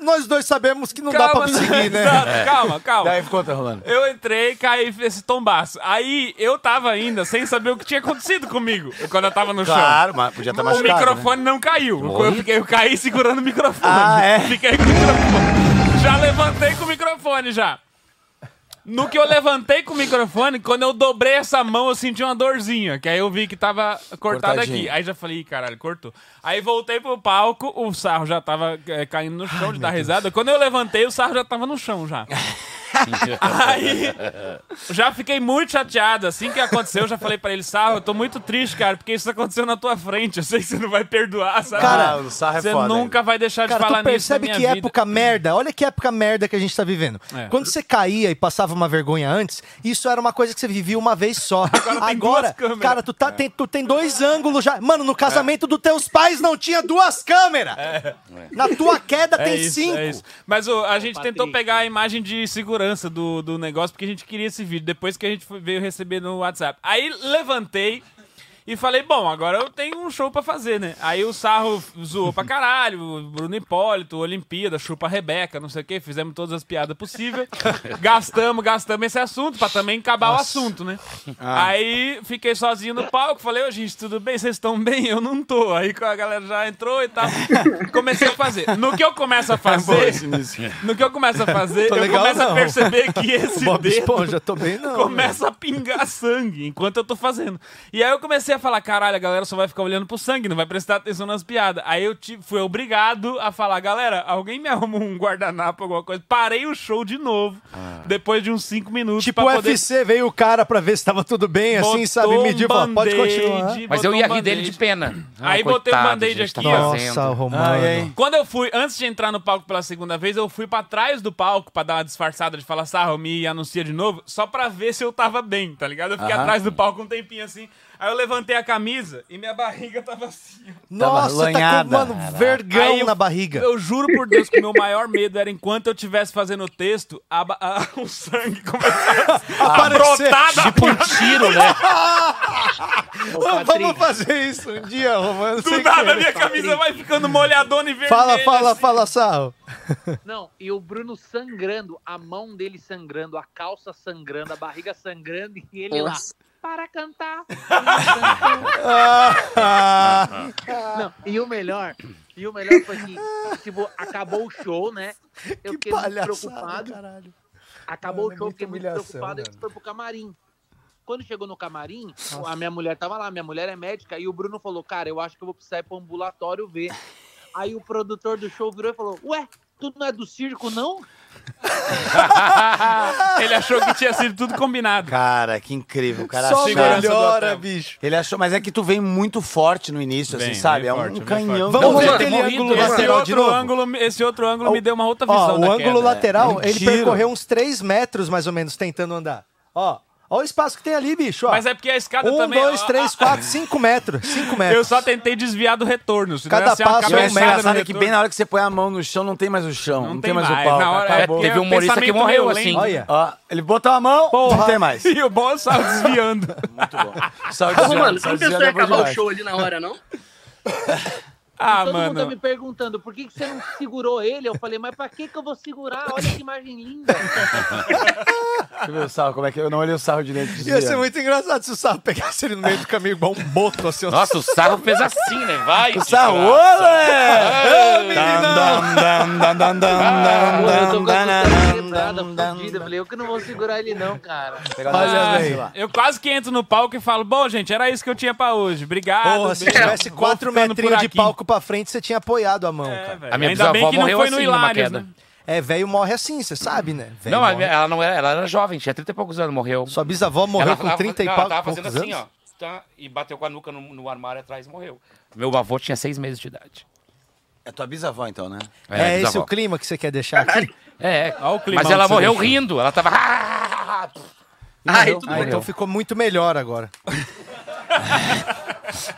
nós dois sabemos que não dá pra seguir, né?
Exato, calma, calma.
Daí conta, Rolando.
Eu entrei, caí esse tombaço. Aí eu tava ainda sem saber o que tinha acontecido comigo quando eu tava no chão.
Claro, mas podia estar
O
machucado. né?
microfone não caiu. Eu, fiquei, eu caí segurando o microfone.
Ah, é?
Fiquei com o microfone. Já levantei com o microfone já. No que eu levantei com o microfone, quando eu dobrei essa mão, eu senti uma dorzinha. Que aí eu vi que tava cortada
Cortadinho.
aqui. Aí já falei, "Ih, caralho, cortou. Aí voltei pro palco, o sarro já tava é, caindo no chão de dar risada. Quando eu levantei, o sarro já tava no chão já. Aí já fiquei muito chateado. Assim que aconteceu, eu já falei pra ele, Sarro, eu tô muito triste, cara, porque isso aconteceu na tua frente. Eu sei que você não vai perdoar, sabe?
Cara,
Ah, o sarro é
você
foda,
nunca vai deixar de
Cara,
falar
tu percebe
nisso.
que
na minha vida.
época merda. Olha que época merda que a gente tá vivendo.
É.
Quando você caía e passava uma vergonha antes, isso era uma coisa que você vivia uma vez só. Agora,
tem duas câmeras. É.
cara, tu, tá, tem, tu tem dois ângulos já. Mano, no casamento dos teus pais não tinha duas câmeras. Na tua queda tem
É. isso, é
cinco.
isso. Mas ô, a gente
Patrick.
tentou pegar a imagem de segurança do, do negócio, porque a gente queria esse vídeo, depois que a gente foi- veio receber no WhatsApp. Aí levantei e falei, bom, agora eu tenho um show pra fazer, né? Aí o Sarro zoou pra caralho, o Bruno Hipólito, Olimpíada, chupa a Rebeca, não sei o quê, fizemos todas as piadas possíveis. gastamos, gastamos esse assunto, pra também acabar o assunto, né?
Ah.
Aí fiquei sozinho no palco, falei, ô gente, tudo bem? Vocês estão bem? Eu não tô. Aí a galera já entrou e tal. Comecei a fazer. No que eu começo a fazer, no que eu começo a fazer,
É Tô
eu
legal,
começo
não.
a perceber que esse
Bob
dedo
Esponja, tô bem não. né?
começa a pingar sangue enquanto eu tô fazendo. E aí eu comecei a falar, caralho, a galera só vai ficar olhando pro sangue, não vai prestar atenção nas piadas. Aí eu tive- fui obrigado a falar, galera, alguém me arruma um guardanapo, alguma coisa. Parei o show de novo, depois de uns cinco minutos
Ah. Tipo o
pra poder...
UFC, veio o cara pra ver se tava tudo bem, assim, sabe?
Botou um
Medir, falou, pode
band-aid,
continuar.
Mas eu
botou
ia
um
rir dele de
band-aid.
pena. Ah,
Aí botei o
coitado,
band-aid
gente, tá
aqui, ó.
fazendo.
Nossa, Romano.
Ai, ai.
Quando eu fui, antes de entrar no palco pela segunda vez, eu fui pra trás do palco pra dar uma disfarçada de falar, sarro, me anuncia de novo, só pra ver se eu tava bem, tá ligado? Eu fiquei
Aham.
atrás do palco um tempinho assim. Aí eu levantei a camisa e minha barriga tava assim. ó.
Nossa, tá com,
lanhada.
mano, vergão
Aí eu-
na barriga.
Eu juro por Deus que o meu maior medo era enquanto eu estivesse fazendo o texto, a ba- a- o sangue começava a
Aparecer.
brotar da
Tipo um tiro, né?
Ô,
Vamos
Patrick,
fazer isso um dia, Romano.
do
sem
nada,
querer.
minha camisa vai ficando molhadona e vermelha.
Fala, fala,
assim.
fala, Sarro.
Não, e o Bruno sangrando, a mão dele sangrando, a calça sangrando, a barriga sangrando e ele lá.
Nossa.
Para cantar.
Ah,
Não, e o melhor, e o melhor foi que tipo, acabou o show, né? Eu
que
fiquei muito
palhaçada,
preocupado.
caralho.
Acabou
Mano, é
o show,
muita
fiquei muito
humilhação,
preocupado. A gente
mano.
foi pro camarim. Quando chegou no camarim, a minha mulher tava lá, minha mulher é médica, e o Bruno falou: Cara, eu acho que eu vou precisar ir pro ambulatório ver. Aí o produtor do show virou e falou: Ué, tu não é do circo, não?
Ah,
Ele achou que tinha sido tudo combinado.
Cara, que incrível. O cara
Só
achar-
segurança do
melhora,
hotel.
bicho.
Ele achou, mas é que tu vem muito forte no início,
Bem,
assim, sabe?
bem
É
forte,
um
bem
canhão.
forte.
Vamos
Não,
ver
velho,
aquele
morrido.
ângulo
Esse
Esse é
lateral de
outro,
novo.
ângulo, esse outro ângulo me deu uma outra visão
Ó,
da
o ângulo
queda.
lateral, ele
Mentira.
percorreu uns 3 metros, mais ou menos, tentando andar. Ó, ó o espaço que tem ali, bicho. Ó.
Mas é porque a escada
um,
também...
dois,
ó,
três,
a-
quatro, cinco metros. Cinco
Eu
metros.
só tentei desviar do retorno. Senão
Cada
ia ser uma
passo
E o
é um
cabeçada no
engraçado é que
retorno.
bem na hora que você põe a mão no chão, não tem mais o chão. Não, tem mais, o palco.
Na hora,
acabou.
é, teve
Teve um humorista que
pensamento
morreu,
meio
assim.
lento.
Olha.
Ó, ele botou a mão, não tem mais.
E o bom saiu desviando.
Muito bom. Salve,
Ô, Ah, mano, você
salve,
não pensou em acabar o show ali na hora, não?
e
Ah,
todo mundo tá
mano.
me perguntando por que, que você não segurou ele. Eu falei, mas pra que, que eu vou segurar? Olha que imagem linda.
Deixa eu ver o sarro, como é que eu não olhei o sarro direito.
Ia ser
desviando.
muito engraçado se o Sarro pegasse ele no meio do caminho, igual um boto, assim.
Nossa, o sarro fez assim, né? Vai!
O sarro, olé! Dam, dam, dam, dam, dam, dam,
Pô, eu tô
dam,
com a costela
dam, dam,
quebrada,
dam, dam,
fodida. Eu falei, eu que não vou segurar ele não, cara.
Pegar o negócio
Olha
Ah,
assim,
bem.
lá.
eu quase que entro no palco e falo, bom, gente, era isso que eu tinha pra hoje. Obrigado.
Porra, se
beijo.
tivesse
Vou
quatro
ficando
metrinhos
por
de
aqui.
palco pra frente, você tinha apoiado a mão,
É,
cara.
velho.
A minha
Ainda bem
bisavó
que não
morreu
foi no
assim, numa
Hilários,
queda.
né?
É, velho morre assim, você sabe, né? Velho
Não, a
morre.
minha- ela não era, ela era jovem, tinha 30 e poucos anos, morreu.
Sua bisavó morreu
ela,
com 30
não,
e
ela
pau-
tava
poucos
fazendo assim,
anos?
ó. tá, e bateu com a nuca no, no armário atrás e morreu. Meu avô tinha seis meses de idade.
É tua bisavó, então, né?
É, esse
bisavó.
o clima que você quer deixar aqui?
É,
Olha o climão
mas ela
que você
morreu
deixou.
rindo. Ela tava.
Ai, tudo
Ah, então ficou muito melhor agora.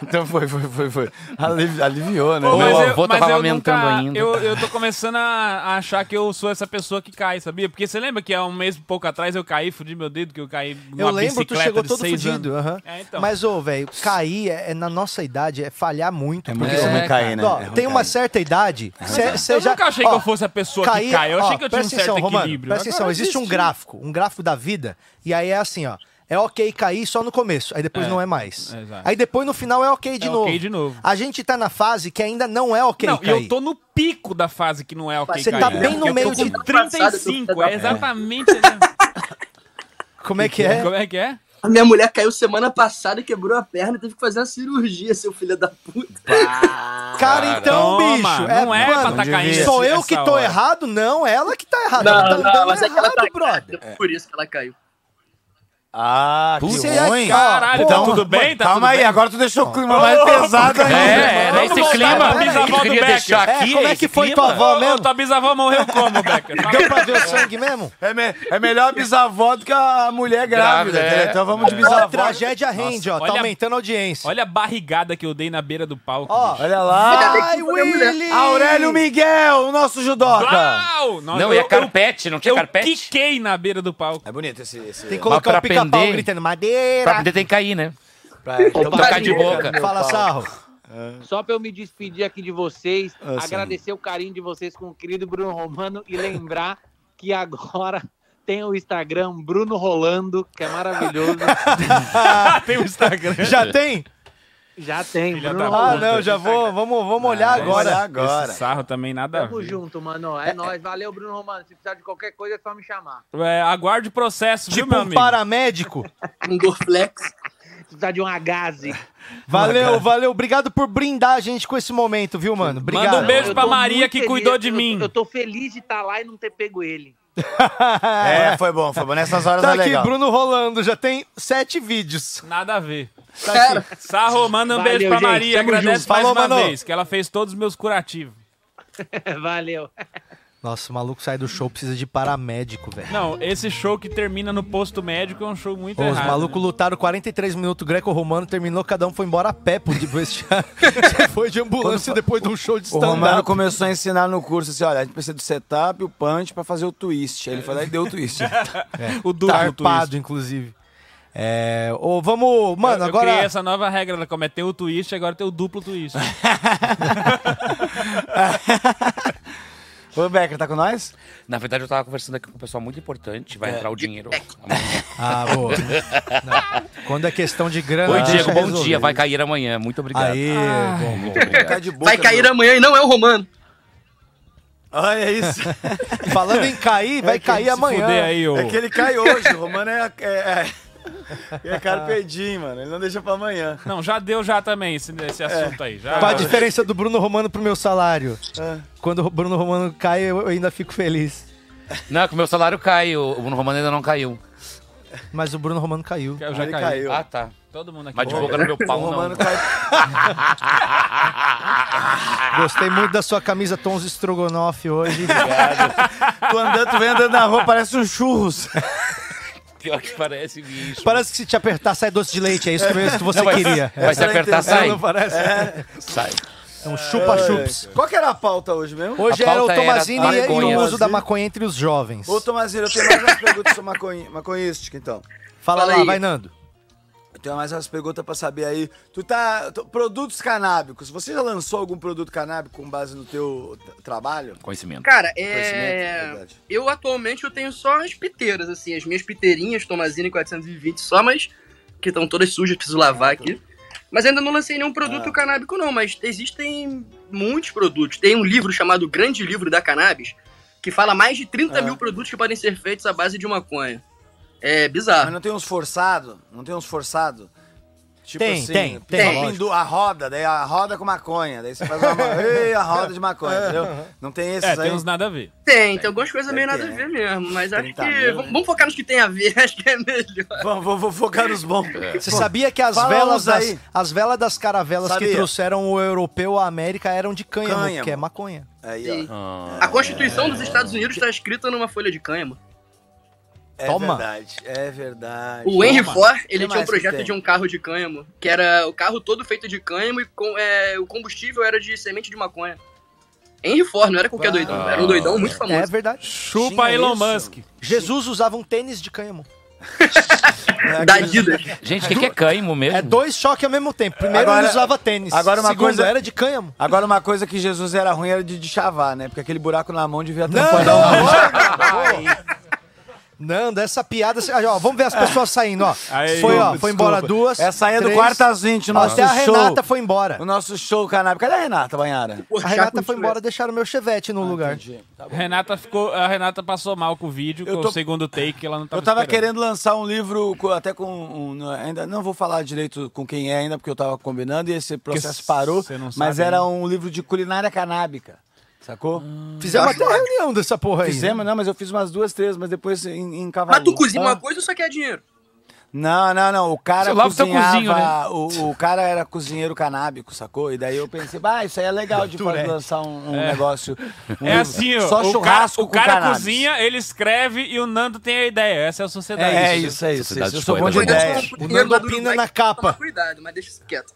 Então foi, foi, foi, foi. Alivi- Aliviou, né?
Pô,
Meu
mas eu-
avô
mas
tava
eu
amamentando
nunca-
ainda.
Eu, eu tô começando a, a achar que eu sou essa pessoa que cai, sabia? Porque você lembra que há um mês e pouco atrás eu caí, fudi meu dedo, que eu caí numa
Eu lembro, tu
bicicleta
chegou
de
todo
seis
fudido.
anos.
aham.
É, então.
Mas, ô, velho, cair é, é na nossa idade é falhar muito.
É
porque
muito
você-
ruim cair, né?
Ó,
É ruim
tem uma
cair. É
certa idade. Cê, cê
eu
já,
nunca achei
ó,
que eu fosse a pessoa que
cair-
cai. Eu
ó,
achei que eu tinha um
presta
certo
atenção, Romano,
equilíbrio.
presta atenção,
Agora
existe um
desisti.
gráfico, um gráfico da vida, e aí é assim, ó. É ok cair só no começo, aí depois não é mais.
é, exato.
aí depois no final é ok de
É
novo.
ok de novo.
A gente tá na fase que ainda não é ok
não, e
cair.
eu tô no pico da fase que não é ok
Você
cair.
tá
né?
bem no
Porque
meio
eu tô
de-
com 35, é exatamente...
Como é que é?
Como é que é?
A minha mulher caiu semana passada, quebrou a perna, teve que fazer uma cirurgia, seu filho da puta.
Cara, então,
Toma,
bicho.
não é pra tá caindo
Sou
essa-
eu que
essa
tô
hora.
errado? Não, ela que tá errada. ela tá
Não,
andando
não, mas é que ela
errado,
tá
brother.
grávida, por isso que ela caiu.
Ah, que
Putz,
ruim.
Caralho, tá tudo bem? Tá
Então, Calma
tudo
aí,
bem?
agora tu deixou o clima mais pesado ainda.
É, era
Vamos
esse
voltar
clima
pra
que eu
bisavó do
queria
Becker.
deixar
É,
aqui.
como é
esse
que foi
clima.
tua avó
Ô,
mesmo?
ô, tua bisavó morreu como, Becker?
Deu pra ver o sangue mesmo?
É, me- é melhor a bisavó do que a mulher grávida.
Grávida,
entendeu?
é.
Então vamos de
Ó,
bisavó.
tragédia rende, ó. Tá
olha-
aumentando a audiência.
Olha a barrigada que eu dei na beira do palco.
Ó,
bicho. tá
Olha lá.
Ai, Willy!
Aurélio Miguel, o nosso judoca.
Blau!
Não, e a carpete, não tinha
Eu
carpete?
quiquei na beira do palco.
É bonito esse... esse...
Tem que colocar
pra
o pica-pau
aprender-
gritando madeira.
Pra poder tem que cair, né?
pra- então
Tocar
tá
de boca.
meu
Fala,
pau.
Sarro.
Só pra eu me despedir aqui de vocês,
Ah, sim.
agradecer o carinho de vocês com o querido Bruno Romano e lembrar que agora tem o Instagram Bruno Rolando, que é maravilhoso.
Tem o Instagram.
Já tem?
Já tem,
Filha
Bruno
da
Ah,
Rolando.
não, já vou. Vamos, vamos olhar
Vamos olhar
agora.
agora.
Ah, Esse sarro também nada a
Tamo
ver.
junto, mano. É, nóis. Valeu, Bruno Romano. Se precisar de qualquer coisa, é só me chamar.
É, aguarde o processo,
Tipo
viu, meu
um
amigo?
paramédico.
Endorflex.
Se precisar de um agaze.
Valeu, valeu. Obrigado por brindar a gente com esse momento, viu, mano? Obrigado.
Manda um beijo
Eu
pra
tô
Maria
muito
que
feliz,
cuidou de
eu-
mim.
Eu tô feliz de estar lá e não ter pego ele.
É, foi bom, foi bom. Nessas horas
Tá
é
aqui,
legal.
Bruno Rolando. Já tem sete vídeos.
Nada a ver.
Tá
Cara,
Sarro, manda um
Valeu,
beijo pra
gente,
Maria.
tamo
Agradece
junto.
mais
Falou,
uma
mano.
vez, que ela fez todos os meus curativos.
Valeu.
Nossa, o maluco sai do show, precisa de paramédico, velho.
Não, esse show que termina no posto médico é um show muito
Pô, Os
errado.
malucos
né?
lutaram 43 minutos, greco-romano terminou, cada um foi embora a pé pro de vestiário.
né?
Você foi de ambulância depois de um show de
O Romano
stand-up.
começou a ensinar no curso assim, olha, a gente precisa do setup e o punch pra fazer o twist. Aí ele foi lá e deu o twist.
É, o duplo twist.
Tarpado, inclusive. É, ô, vamos... Mano,
eu, eu
agora...
criei essa nova regra, ela cometeu o twist, agora tem o duplo twist.
Ô, Becker, tá com nós?
Na verdade, eu tava conversando aqui com um pessoal muito importante. Vai entrar o dinheiro. amanhã.
É. Ah, boa. Não. Quando é questão de grana...
Oi,
deixa
Diego, bom
resolver.
dia. Vai cair amanhã. Muito obrigado. Ah.
Aí, bom, bom.
Muito obrigado.
de boca.
vai cair amanhã e não é o Romano.
Olha isso.
Falando em cair, vai cair amanhã.
Fudei aí, ô.
É que ele cai hoje. O Romano é... é, é... É carpedim, mano. Ele não deixa pra amanhã.
Não, já deu já também esse, esse assunto aí. Já,
Qual a diferença do Bruno Romano pro meu salário?
Ah.
Quando o Bruno Romano cai, eu eu ainda fico feliz.
Não, que o meu salário cai. O Bruno Romano ainda não caiu.
Mas o Bruno Romano caiu.
Eu já
ele
caí.
caiu.
Ah, tá.
Todo mundo aqui.
Mas de
Bom,
boca no meu
o
pau,
Romano
não.
cai...
Ah,
Gostei muito da sua camisa Tons Strogonoff hoje.
Tu, andando, tu vem andando na rua, parece um churros.
Pior que parece, bicho.
Parece que se te apertar sai doce de leite, é isso mesmo que você
Não, mas-
queria. é
Vai se
Essa eu
apertar,
entendo.
sai.
Não parece?
Sai.
É um chupa-chups.
Qual que era a pauta hoje mesmo?
Hoje
A
era o
pauta era
Tomazini e o
maconha.
uso da maconha entre os jovens.
Ô, Tomazino, eu tenho mais umas perguntas sobre maconhi- maconhística, então.
Fala
Fala
lá,
aí.
vai, Nando.
Tenho mais umas perguntas pra saber aí. Tu tá. tu- produtos canábicos. Você já lançou algum produto canábico com base no teu t- trabalho?
Conhecimento.
Cara,
Conhecimento,
é.
verdade.
Eu atualmente eu tenho só as piteiras, assim, as minhas piteirinhas, Tomazine 420 só, mas que estão todas sujas, preciso lavar aqui. Mas ainda não lancei nenhum produto
tá. Ah.
canábico, não, mas existem muitos produtos. Tem um livro chamado Grande Livro da Cannabis, que fala mais de 30
Ah.
mil produtos que podem ser feitos à base de maconha. É
Mas
bizarro.
não tem uns forçados? Não tem uns forçados? Tipo
Tem, tem, tem,
uma
lógico.
pindu- a roda, daí a roda com maconha. Daí você faz uma. ma- Ei, a roda de maconha, entendeu? Não tem esses
É,
aí.
tem uns nada a ver.
Tem, tem algumas coisas meio
deve
nada a
ter,
ver mesmo, mas acho
30
que.
mil,
vamos-
né?
Vamos focar nos que tem a ver, acho que é melhor.
Vamos, vou, vou focar nos bons.
Você sabia que as
Fala
velas,
uns
das,
aí.
as velas das caravelas que
Sabia.
trouxeram o europeu à América eram de cânhamo,
Cânhamo.
que é maconha.
Aí, ó.
Sim.
Ah,
A Constituição dos Estados Unidos está escrita numa folha de cânhamo.
É
Toma.
verdade, é verdade.
O Henry
Toma.
Ford, ele
Que
tinha um
mais que
projeto
tem?
de um carro de cânhamo, que era o carro todo feito de cânhamo e com- é, o combustível era de semente de maconha. Henry Ford, não era qualquer
Ah.
doidão, era um doidão muito
É
famoso.
verdade.
Chupa
Tinha
Elon
isso?
Musk.
Jesus usava um tênis de cânhamo.
É,
da
aqueles-
Adidas.
Gente, o que, que é cânimo mesmo?
É dois choques ao mesmo tempo. Primeiro
Agora-
ele usava tênis.
agora uma
Segundo,
coisa-
era de cânhamo.
Agora, uma coisa que Jesus era ruim era de, de chavar, né? Porque aquele buraco na mão devia
Não,
tampar.
não, Nando, essa piada. você- Ó, vamos ver as pessoas saindo, ó.
Aí,
foi, ó,
Desculpa,
foi embora
desculpa.
duas.
Essa aí é do
três.
quarto às 20, o nosso
Até a
show.
Renata foi embora.
O nosso show canábico. Cadê a Renata, Banhara?
Porra,
A
chaco
Renata
de
foi embora, deixaram meu chevette no lugar.
Entendi. Tá bom.
Renata ficou, a Renata passou mal com o vídeo,
Eu
com
tô-
o segundo take, ela não tava
Eu tava
esperando.
querendo lançar um livro co- até com um, não, ainda não vou falar direito com quem é ainda porque eu tava combinando e esse processo
c-
parou,
cê não
mas
sabe
era
ainda.
um Ah. livro de culinária canábica. Sacou?
Fizemos até reunião dessa porra aí.
Fizemos, não, mas eu fiz umas duas, três, mas depois em, em
Mas tu
Ah.
cozinha uma coisa ou só quer dinheiro?
Não, não, não. O cara
Você lava o seu
cozinhava.
cozinho, né?
o, o cara era cozinheiro canábico, sacou? E daí eu pensei, ah, isso aí é legal de fazer,
Tourette.
lançar um, um negócio. um
É
livro.
assim, ó.
Só
o
churrasco
cara, o cara
com cannabis.
cozinha, ele escreve e o Nando tem a ideia. Essa é a sociedade.
É isso, é isso. é
Sociedade
isso. Eu sou bom de
Boa
Cuidado
ideia.
com
O
dinheiro
Nando
do
opina
Uruguai,
na
que tem que
capa.
tomar Cuidado, mas deixa isso quieto.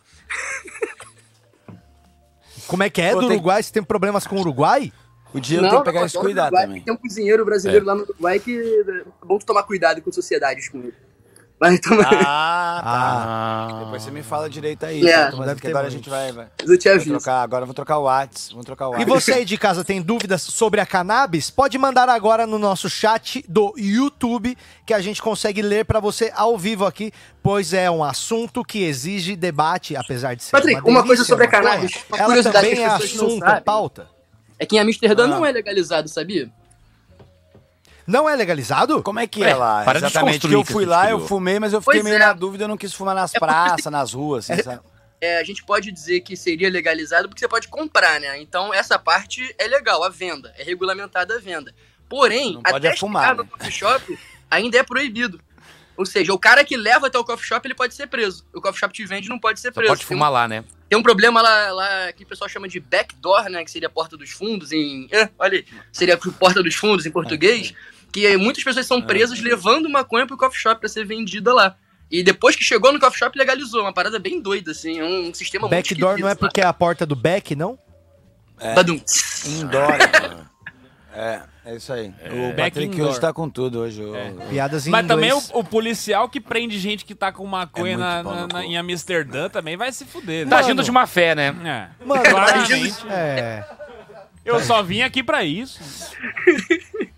Como é que é
Pô,
do
tem-
Uruguai? Você tem problemas com o Uruguai?
O dinheiro tem que pegar
eu
esse
adoro o
cuidado
Uruguai,
também.
que Tem um cozinheiro brasileiro lá no Uruguai que é bom tu tomar cuidado com sociedades com ele. Vai tomar.
Ah, tá. Depois você me fala direito aí.
É.
tá, Tomás,
Deve
porque
ter
agora a
muito.
gente vai. vai.
Mas eu te
Vou
aviso.
trocar, agora eu vou trocar o Whats. Vamos trocar o Whats.
E você aí de casa tem dúvidas sobre a cannabis? Pode mandar agora no nosso chat do YouTube que a gente consegue ler pra você ao vivo aqui, pois é um assunto que exige debate, apesar de ser.
Patrick, uma
delícia,
coisa sobre a
porra.
cannabis, uma
Ela
curiosidade
também
que
é
as pessoas não
assunto, é
sabem.
pauta.
É que em Amsterdã
Ah.
não é legalizado, sabia?
Não é legalizado?
Como é que é lá?
para de
Exatamente. Porque
desconstruir
eu
que
fui
você
lá, eu
criou.
fumei, mas eu fiquei
Pois
meio
é.
na dúvida, eu não quis fumar nas
porque
praças, nas ruas, assim, sabe?
é, a gente pode dizer que seria legalizado porque você pode comprar, né? Então essa parte é legal, a venda. É regulamentada a venda. Porém,
Não pode
até
é fumar,
chegar no
né?
coffee shop ainda é proibido. Ou seja, o cara que leva até o coffee shop, ele pode ser preso. O coffee shop te vende não pode ser
Só
preso.
pode fumar lá, né?
Tem, um, tem um problema lá, lá que o pessoal chama de backdoor, né? Que seria a porta dos fundos em... É, olha aí. Seria a porta dos fundos em português.
Ah,
Que eh, muitas pessoas são presas levando maconha pro coffee shop pra ser vendida lá. E depois que chegou no coffee shop, legalizou. Uma parada bem doida, assim. É um sistema muito
Backdoor não é
esquisito,
porque é a porta do back, não?
É.
Badum.
Indoor. é, é isso aí. O
Back
Patrick
indoor. É.
hoje tá com tudo hoje. o-
Piadas em
Mas
inglês.
também o, o policial que prende gente que tá com maconha
É muito
na-
pau no
na- na-
cu.
em Amsterdã também vai se fuder.
Tá
né?
agindo de má fé, né?
É.
Mano,
Claramente.
é.
Eu só vim aqui pra isso.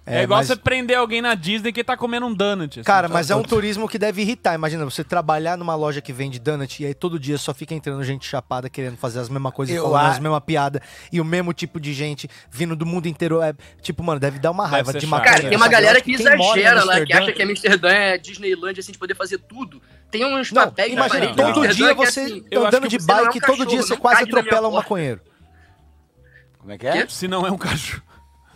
É, igual você prender alguém na Disney que tá comendo um donut. assim.
Cara, mas é um turismo que deve irritar. Imagina, você trabalhar numa loja que vende donut e aí todo dia só fica entrando gente chapada querendo fazer as mesmas coisas, e
Eu
falando as
a-
mesmas piadas e o mesmo tipo de gente vindo do mundo inteiro. É, tipo, mano, deve dar uma raiva
ser
de
chato.
maconha.
Cara, tem uma
sabe? Eu
galera
acho
que
quem mora em
exagera lá, que
Amsterdã-
acha que Amsterdã é Disneylândia, assim, de poder fazer tudo. Tem uns
Não,
papéis na
imagina,
parede de
todo
Amsterdã
dia
que é
você tá
assim,
eu acho
andando
que
de
você não é um
bike, todo dia
cachorro,
você
não
quase
cague na minha
atropela um
porta.
maconheiro.
É
Como é que é?
Se não é um cachorro.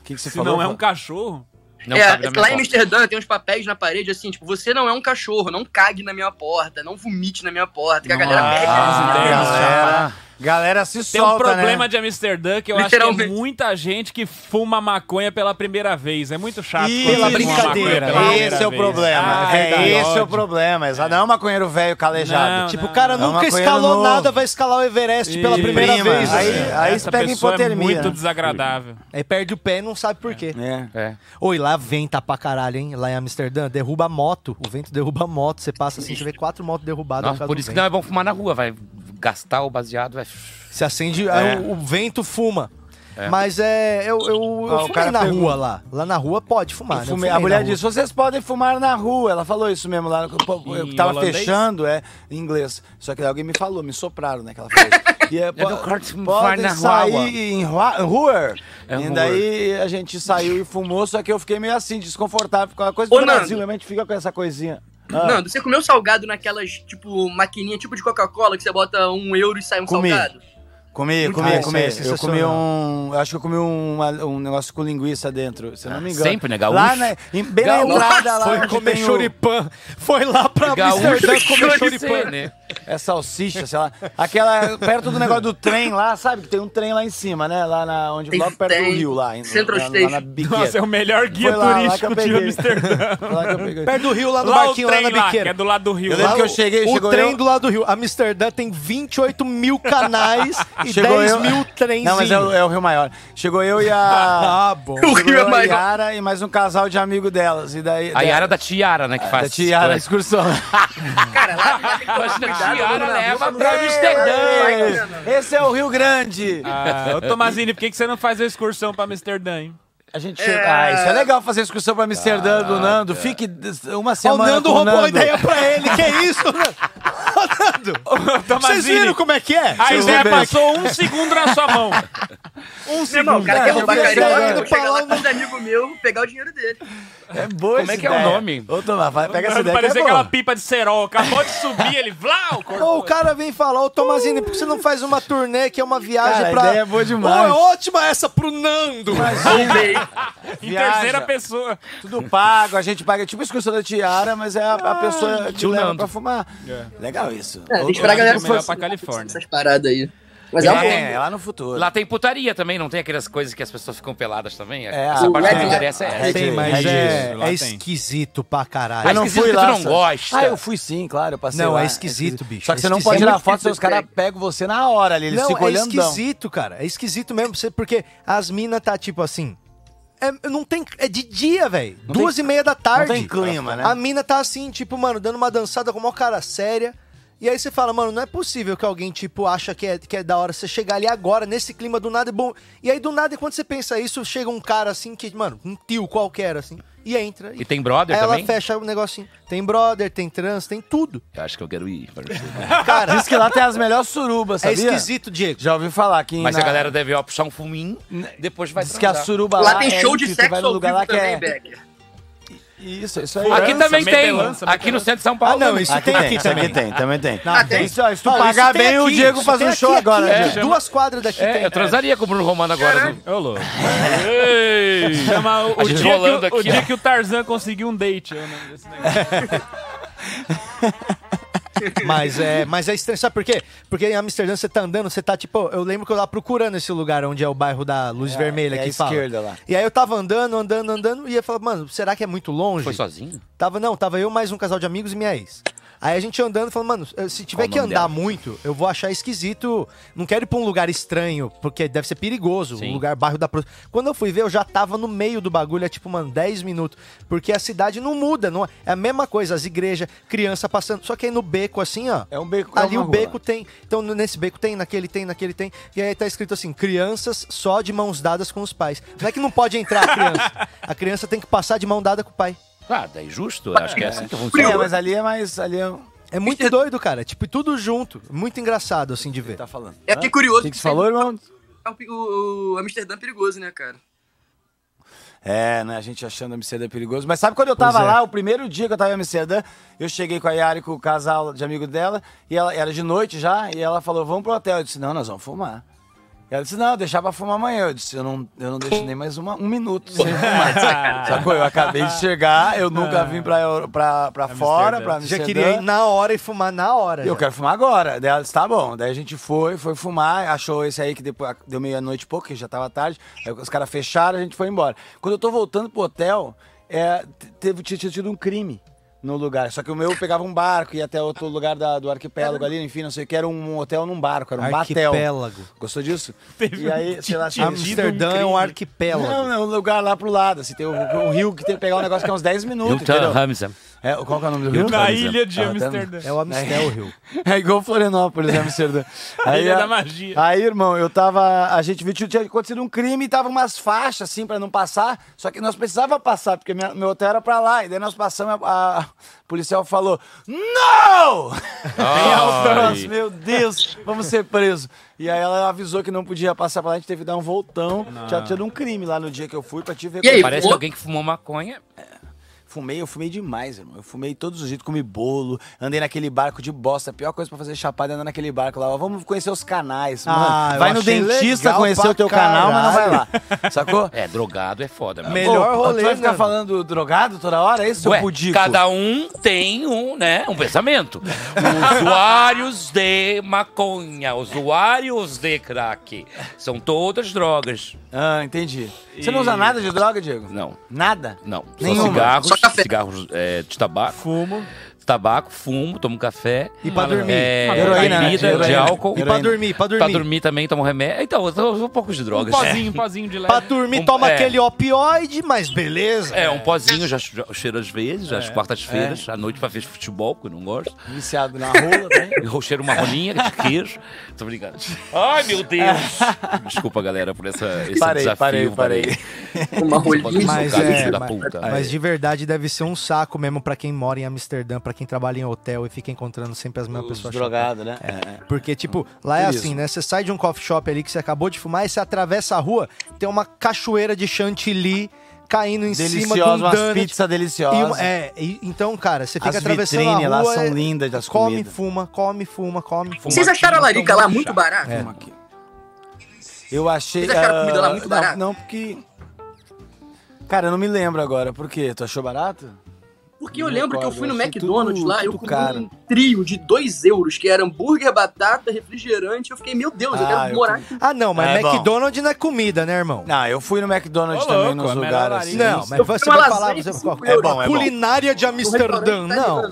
O que, que você
Se
falou?
não é um cachorro.
Não
é,
sabe da minha
lá em
porta.
Amsterdã tem uns papéis na parede assim, tipo, você não é um cachorro, não cague na minha porta, não vomite na minha porta, que a galera perde.
Ah,
essa ideia.
ideias,
né, galera.
Galera se
Tem
solta,
um problema
né?
de Amsterdã que eu acho que é
Literalmente.
muita gente que fuma maconha pela primeira vez. É muito chato.
Ih,
quando
pela
você fuma
brincadeira.
maconha pela
Esse é o
primeira vez.
problema.
Ah,
é,
verdade.
esse é o problema. Exato. Não é um maconheiro velho calejado.
Não,
tipo,
não,
o cara
Ela nunca
É um
escalou nada, vai escalar o Everest pela
Ih,
primeira
prima.
vez.
Aí- aí
você
Essa pega pessoa é hipotermia.
Muito desagradável.
né? Aí perde o pé e não sabe por quê.
É.
Oi, lá venta pra caralho, hein? Lá em Amsterdã, derruba a moto. O vento derruba a moto. Você passa assim, você vê quatro motos derrubadas.
Nossa, por isso que não é bom fumar na rua, vai gastar o baseado, vai.
Se acende,
É.
aí o, o vento fuma.
É.
Mas é. Eu, eu, eu
Ah, o
fumei
cara
na
pergunta.
rua lá. Lá na rua pode fumar.
Eu
né? Eu
fumei-
fumei
a mulher
na rua.
disse: vocês podem fumar na rua. Ela falou isso mesmo lá. Eu, eu, eu
Em
tava
holandês?
fechando, é, em inglês. Só que alguém me falou, me sopraram, né? Que ela falou isso. E é, po-
fumar
podem
na
sair
rua.
em rua. um rua.
É
e
rua.
daí a gente saiu e fumou, só que eu fiquei meio assim, desconfortável com a coisa
Ô,
do
Nando.
Brasil. Realmente fica com essa coisinha. Ah.
Nando, você comeu salgado naquelas, tipo, maquininha tipo de Coca-Cola que você bota um euro e sai um
Comi.
salgado?
Comi,
Muito bom.
comi, comi.
Ah, é
eu comi
sensacional.
um. eu acho que eu comi um, um negócio com linguiça dentro, se eu não me engano.
sempre, né, gaúcho?
Lá na, em, bem
Gaúcho.
na entrada lá.
Foi
onde
comer
tem o-
choripã.
Foi lá pra
Gaúcho
Amsterdã comer
choripã,
choripã.
né?
É salsicha, sei lá. Aquela. Perto do negócio do trem lá, sabe? Que tem um trem lá em cima, né? Lá na, onde,
Tem-
logo perto do
tem.
rio lá. em-
Central
lá, lá
Station.
na biqueira.
Nossa, é o melhor guia
Foi lá, lá
turístico
que eu
de
peguei.
Amsterdã.
Lá que eu peguei.
Perto do rio, lá no
Lá o
barquinho, lá
trem
na
lá,
biqueira.
que é do lado do rio.
Eu lembro
Lá
que
o-
eu cheguei,
o
chegou
trem
eu... do lado do rio. Amsterdã tem 28 mil canais e 10 mil trenzinhos.
Não, mas é o, é o Rio Maior. Chegou eu e a.
Ah, bom.
Chegou
O Rio
eu,
é maior.
A Yara e mais um casal de amigo delas. E daí,
A Yara da Tiara, né? Que faz.
é, da Tiara, excursão.
Imagina, a Tiara leva pra
Ei,
Amsterdã.
ei, Esse é o Rio Grande.
Ah, ô Tomazini, por que, que você não faz a excursão pra Amsterdã, hein?
A gente chega- Ah, isso é legal fazer excursão pra Amsterdã do Nando. Fique des- uma
Ó, o
semana.
Nando
com
roubou
Nando.
a ideia pra ele. Que é isso, Nando? Ô, Nando, vocês
Tomazini.
viram como é que é?
A
Vocês
ideia
viram?
passou
um segundo na sua mão.
Um segundo. Não, o cara
É,
quer
eu
roubar
pensei
carioca,
agora.
eu vou chegar lá com um amigo meu, pegar o dinheiro dele.
É boa
Como é
essa
que é o
ideia.
nome?
Ô, Tomás, vai, pega essa
Nando
ideia.
Parecia
que é
aquela
boa.
pipa de cerol. Acabou de subir, ele... Vlau!
Ou o cara vem falar, ô Tomazini, por que você não faz uma turnê que é uma viagem
Cara, a
pra.
ideia é boa demais.
Ô, é ótima essa pro Nando!
Em
Viaja.
terceira pessoa.
Tudo pago, a gente paga tipo excursão da tiara, mas é a, a pessoa que
do
leva
Nando.
pra fumar.
É.
Legal isso.
É,
Ô,
tem que esperar a galera
acho melhor
fosse-
pra Califórnia.
Essas paradas aí. Mas é, um
é,
bom.
é lá no futuro.
Lá tem putaria também, não tem aquelas coisas que as pessoas ficam peladas também?
É,
Essa
o
parte que
Red-
interessa é essa.
Tem, mas
Regis,
é,
lá
é
tem.
esquisito pra caralho.
Ah, Eu não
É esquisito
fui
que
lá.
tu não
sabe?
gosta.
Ah, eu fui sim, claro, eu passei
Não,
lá.
é esquisito, bicho,
Só que
é
você não
esquisito.
pode
É
tirar
muito
foto, senão os
esquisito,
caras pegam você na hora ali, eles
não,
ficam
é
olhandão.
esquisito, cara. É esquisito mesmo, você- porque as minas tá tipo assim. É, não tem, é de dia, velho. Duas e meia da tarde.
tem clima, né?
A mina tá assim, tipo, mano, dando uma dançada com uma cara séria. E aí você fala, mano, não é possível que alguém, tipo, acha que é, que é da hora você chegar ali agora, nesse clima do nada, e bom. E aí, do nada, quando você pensa isso, chega um cara assim, que, mano, um tio qualquer, assim, e entra.
E tem brother
aí
também?
ela fecha o negocinho. Tem brother, tem trans, tem tudo.
Eu acho que eu quero ir.
Cara,
Diz que lá tem as melhores surubas,
é
sabia?
esquisito, Diego.
Já ouvi falar que
Mas
na-
a galera deve ó, puxar um fuminho, depois vai
diz que a
transar.
suruba lá
Lá tem
é
show de
incrível, tu
sexo
vai num
ao
lugar
vivo
lá que
também,
é...
Becker.
Isso, isso aí.
Aqui
Lança,
também tem. Aqui
metelança,
no
metelança.
centro de São Paulo.
Ah, não,
também.
isso tem aqui também.
também tem.
Ah, tem?
É Isso, ó, se tu
Ó, isso
pagar
tem
bem, o
aqui,
Diego
isso
faz
tem
um
aqui,
show
aqui,
agora.
ó,
Diego.
Duas quadras daqui
É,
tem.
né?
né?
eu transaria com o Bruno Romano agora. né?
Ô, louco. Ei! Chama o,
A
o
gente
dia que
rolando
o, o
aqui,
dia
ó.
que o Tarzan conseguiu um date. é o nome desse negócio.
Mas é, mas é estranho, sabe por quê? Porque em Amsterdã você tá andando, você tá tipo, eu lembro que eu tava procurando esse lugar onde é o bairro da Luz Vermelha
é
que
à
fala.
esquerda lá.
E aí eu tava andando, andando, andando e eu falava, mano, será que é muito longe?
Foi sozinho?
Tava não, tava eu mais um casal de amigos e minha ex. Aí a gente andando, falando, mano, se tiver
Qual o
que
nome
andar
dela?
muito, eu vou achar esquisito. Não quero ir pra um lugar estranho, porque deve ser perigoso.
Sim.
Um lugar bairro da Pro... Quando eu fui ver, eu já tava no meio do bagulho, é tipo, mano, 10 minutos. Porque a cidade não muda, não é é a mesma coisa, as igrejas, criança passando. Só que aí no beco, assim, ó.
É um beco. é
Ali
uma
o
rua.
beco tem. Então n- nesse beco tem, naquele tem, naquele tem. E aí tá escrito assim: crianças só de mãos dadas com os pais. Não é que não pode entrar a criança. a criança tem que passar de mão dada com o pai.
Ah, daí justo. Acho que é assim que
É,
funciona.
mas ali é mais. Ali é. O
É muito doido, cara. Tipo, tudo junto. Muito engraçado, assim, de
que
ver.
tá falando?
É que curioso.
O que, que você
sempre
falou, irmão?
tá o- O, o Amsterdã é perigoso, né, cara?
É, né? A gente achando Amsterdã perigoso. Mas sabe quando eu tava
Pois é.
lá, o primeiro dia que eu tava em Amsterdã, eu cheguei com a Yara e com o casal de amigo dela, e ela era de noite já, e ela falou: vamos pro hotel. Eu disse: não, nós vamos fumar. Ela disse, não, eu deixava fumar amanhã. Eu disse, eu não, eu não deixo nem mais uma- um minuto sem fumar. Sacou? Eu acabei de chegar,
Ah.
eu nunca vim pra, Euro- pra, pra fora, pra
Já
Amsterdã.
queria ir na hora e fumar na hora. né?
Eu
já.
quero fumar agora. Daí ela disse, tá bom. Daí a gente foi, foi fumar, achou esse aí que depois deu meia-noite e pouco, que já tava tarde. Aí os caras fecharam, a gente foi embora. Quando eu tô voltando pro hotel, é, te- teve, tinha tinha tido um crime no lugar. Só que o meu pegava um barco, ia até outro lugar da- do arquipélago ali, enfim, não sei o que. Era um hotel num barco, era um batel.
Arquipélago.
Gostou disso?
Teve
e aí,
um
sei lá,
tinha tido Amsterdã um é um crime. arquipélago.
Não, é um lugar lá pro lado. Assim, tem um, um rio que tem que pegar um negócio que é uns 10 minutos. entendeu?
Hamza.
É, qual que é o nome do rio?
Na ilha
Ah,
de
tá vendo?
Amsterdã. É o Amstel Hill.
É igual Florianópolis, Amsterdã.
A Ilha da
a-
Magia.
Aí, irmão, eu tava. A gente viu que tinha acontecido um crime e tava umas faixas, assim, pra não passar. Só que nós precisava passar, porque minha- meu hotel era pra lá. E daí nós passamos, a, a policial falou: Não! Em alto nós, meu Deus, vamos ser presos. E aí ela avisou que não podia passar pra lá, a gente teve que dar um voltão. Tinha tido um crime lá no dia que eu fui pra te ver. como-
Parece alguém que fumou maconha.
É. Fumei, eu fumei demais, irmão. Eu fumei todos os dias, comi bolo, andei naquele barco de bosta. A pior coisa pra fazer chapada é andar naquele barco lá. Ó, vamos conhecer os canais, mano.
Ah, eu
vai no
achei
dentista
legal
conhecer
pra
o teu canal, mas não vai lá.
Sacou? É, drogado é foda. mesmo.
Ô, Tu vai
né?
ficar falando drogado toda hora? É isso, seu
Ué,
pudico?
cada um tem um, né, um pensamento. Usuários de maconha, usuários de crack. São todas drogas.
Ah, entendi. Você não usa nada de droga, Diego?
Não.
Nada?
Não. Só
Nenhuma.
cigarros,
Só café.
cigarros é, de tabaco.
Fumo.
Tabaco, fumo, tomo café.
E pra dormir?
É,
Heroína, né?
bebida, de
Heroína.
álcool.
E pra Heroína. dormir, pra dormir?
Pra dormir também tomo remédio. Então, eu tomo um pouco de drogas.
Um pozinho,
Um pozinho de leve.
Pra dormir,
Um-
toma
é.
aquele opioide, mas beleza.
É, um pozinho, já, já cheiro às vezes,
É.
às quartas-feiras, à noite pra ver futebol, que eu não gosto.
Iniciado na rola, né?
Eu cheiro uma rolinha de queijo. Tô brincando. Ai, meu Deus! Desculpa, galera, por essa, esse
Parei,
desafio.
parei, parei.
Uma
Esse podcast
Mas, é,
socado, um filho da
mas-
puta.
mas de verdade deve ser um saco mesmo pra quem mora em Amsterdã, pra quem trabalha em hotel e fica encontrando sempre as mesmas
Os
pessoas.
drogados, né? É, é.
Porque, tipo, lá é
Turismo.
assim, né? Você sai de um coffee shop ali que você acabou de fumar e você atravessa a rua, tem uma cachoeira de chantilly caindo em cima
Deliciosa,
com
umas
donut.
pizzas deliciosas.
E uma- é, e- então, cara, você fica
As
atravessando a
vitrine
rua.
lá são
é-
lindas das
Come,
comidas.
fuma, come, fuma, come, fuma.
Vocês acharam a larica lá muito barata?
É.
Eu achei.
Ah, Vocês acharam a comida lá
ah,
muito
não,
barata?
Não, porque. Cara, eu não me lembro agora. Por quê? Tu achou barato?
Porque eu lembro que eu fui no
Eu achei
McDonald's
tudo
lá, eu
muito
comi
caro.
um trio de 2 euros, que era hambúrguer, batata, refrigerante. Eu fiquei, meu Deus, eu
Ah,
quero
eu
morar
comi-
aqui.
Ah, não, mas
É, bom.
McDonald's não é comida, né, irmão?
Não, eu fui no McDonald's
Ô,
também
louco,
nos
a melhor
lugares. assim.
larica. Não, mas você vai falar, você vai falar,
É bom, é bom.
culinária
Um
de Amsterdã.
restaurante tá
Não,
ligando. Não,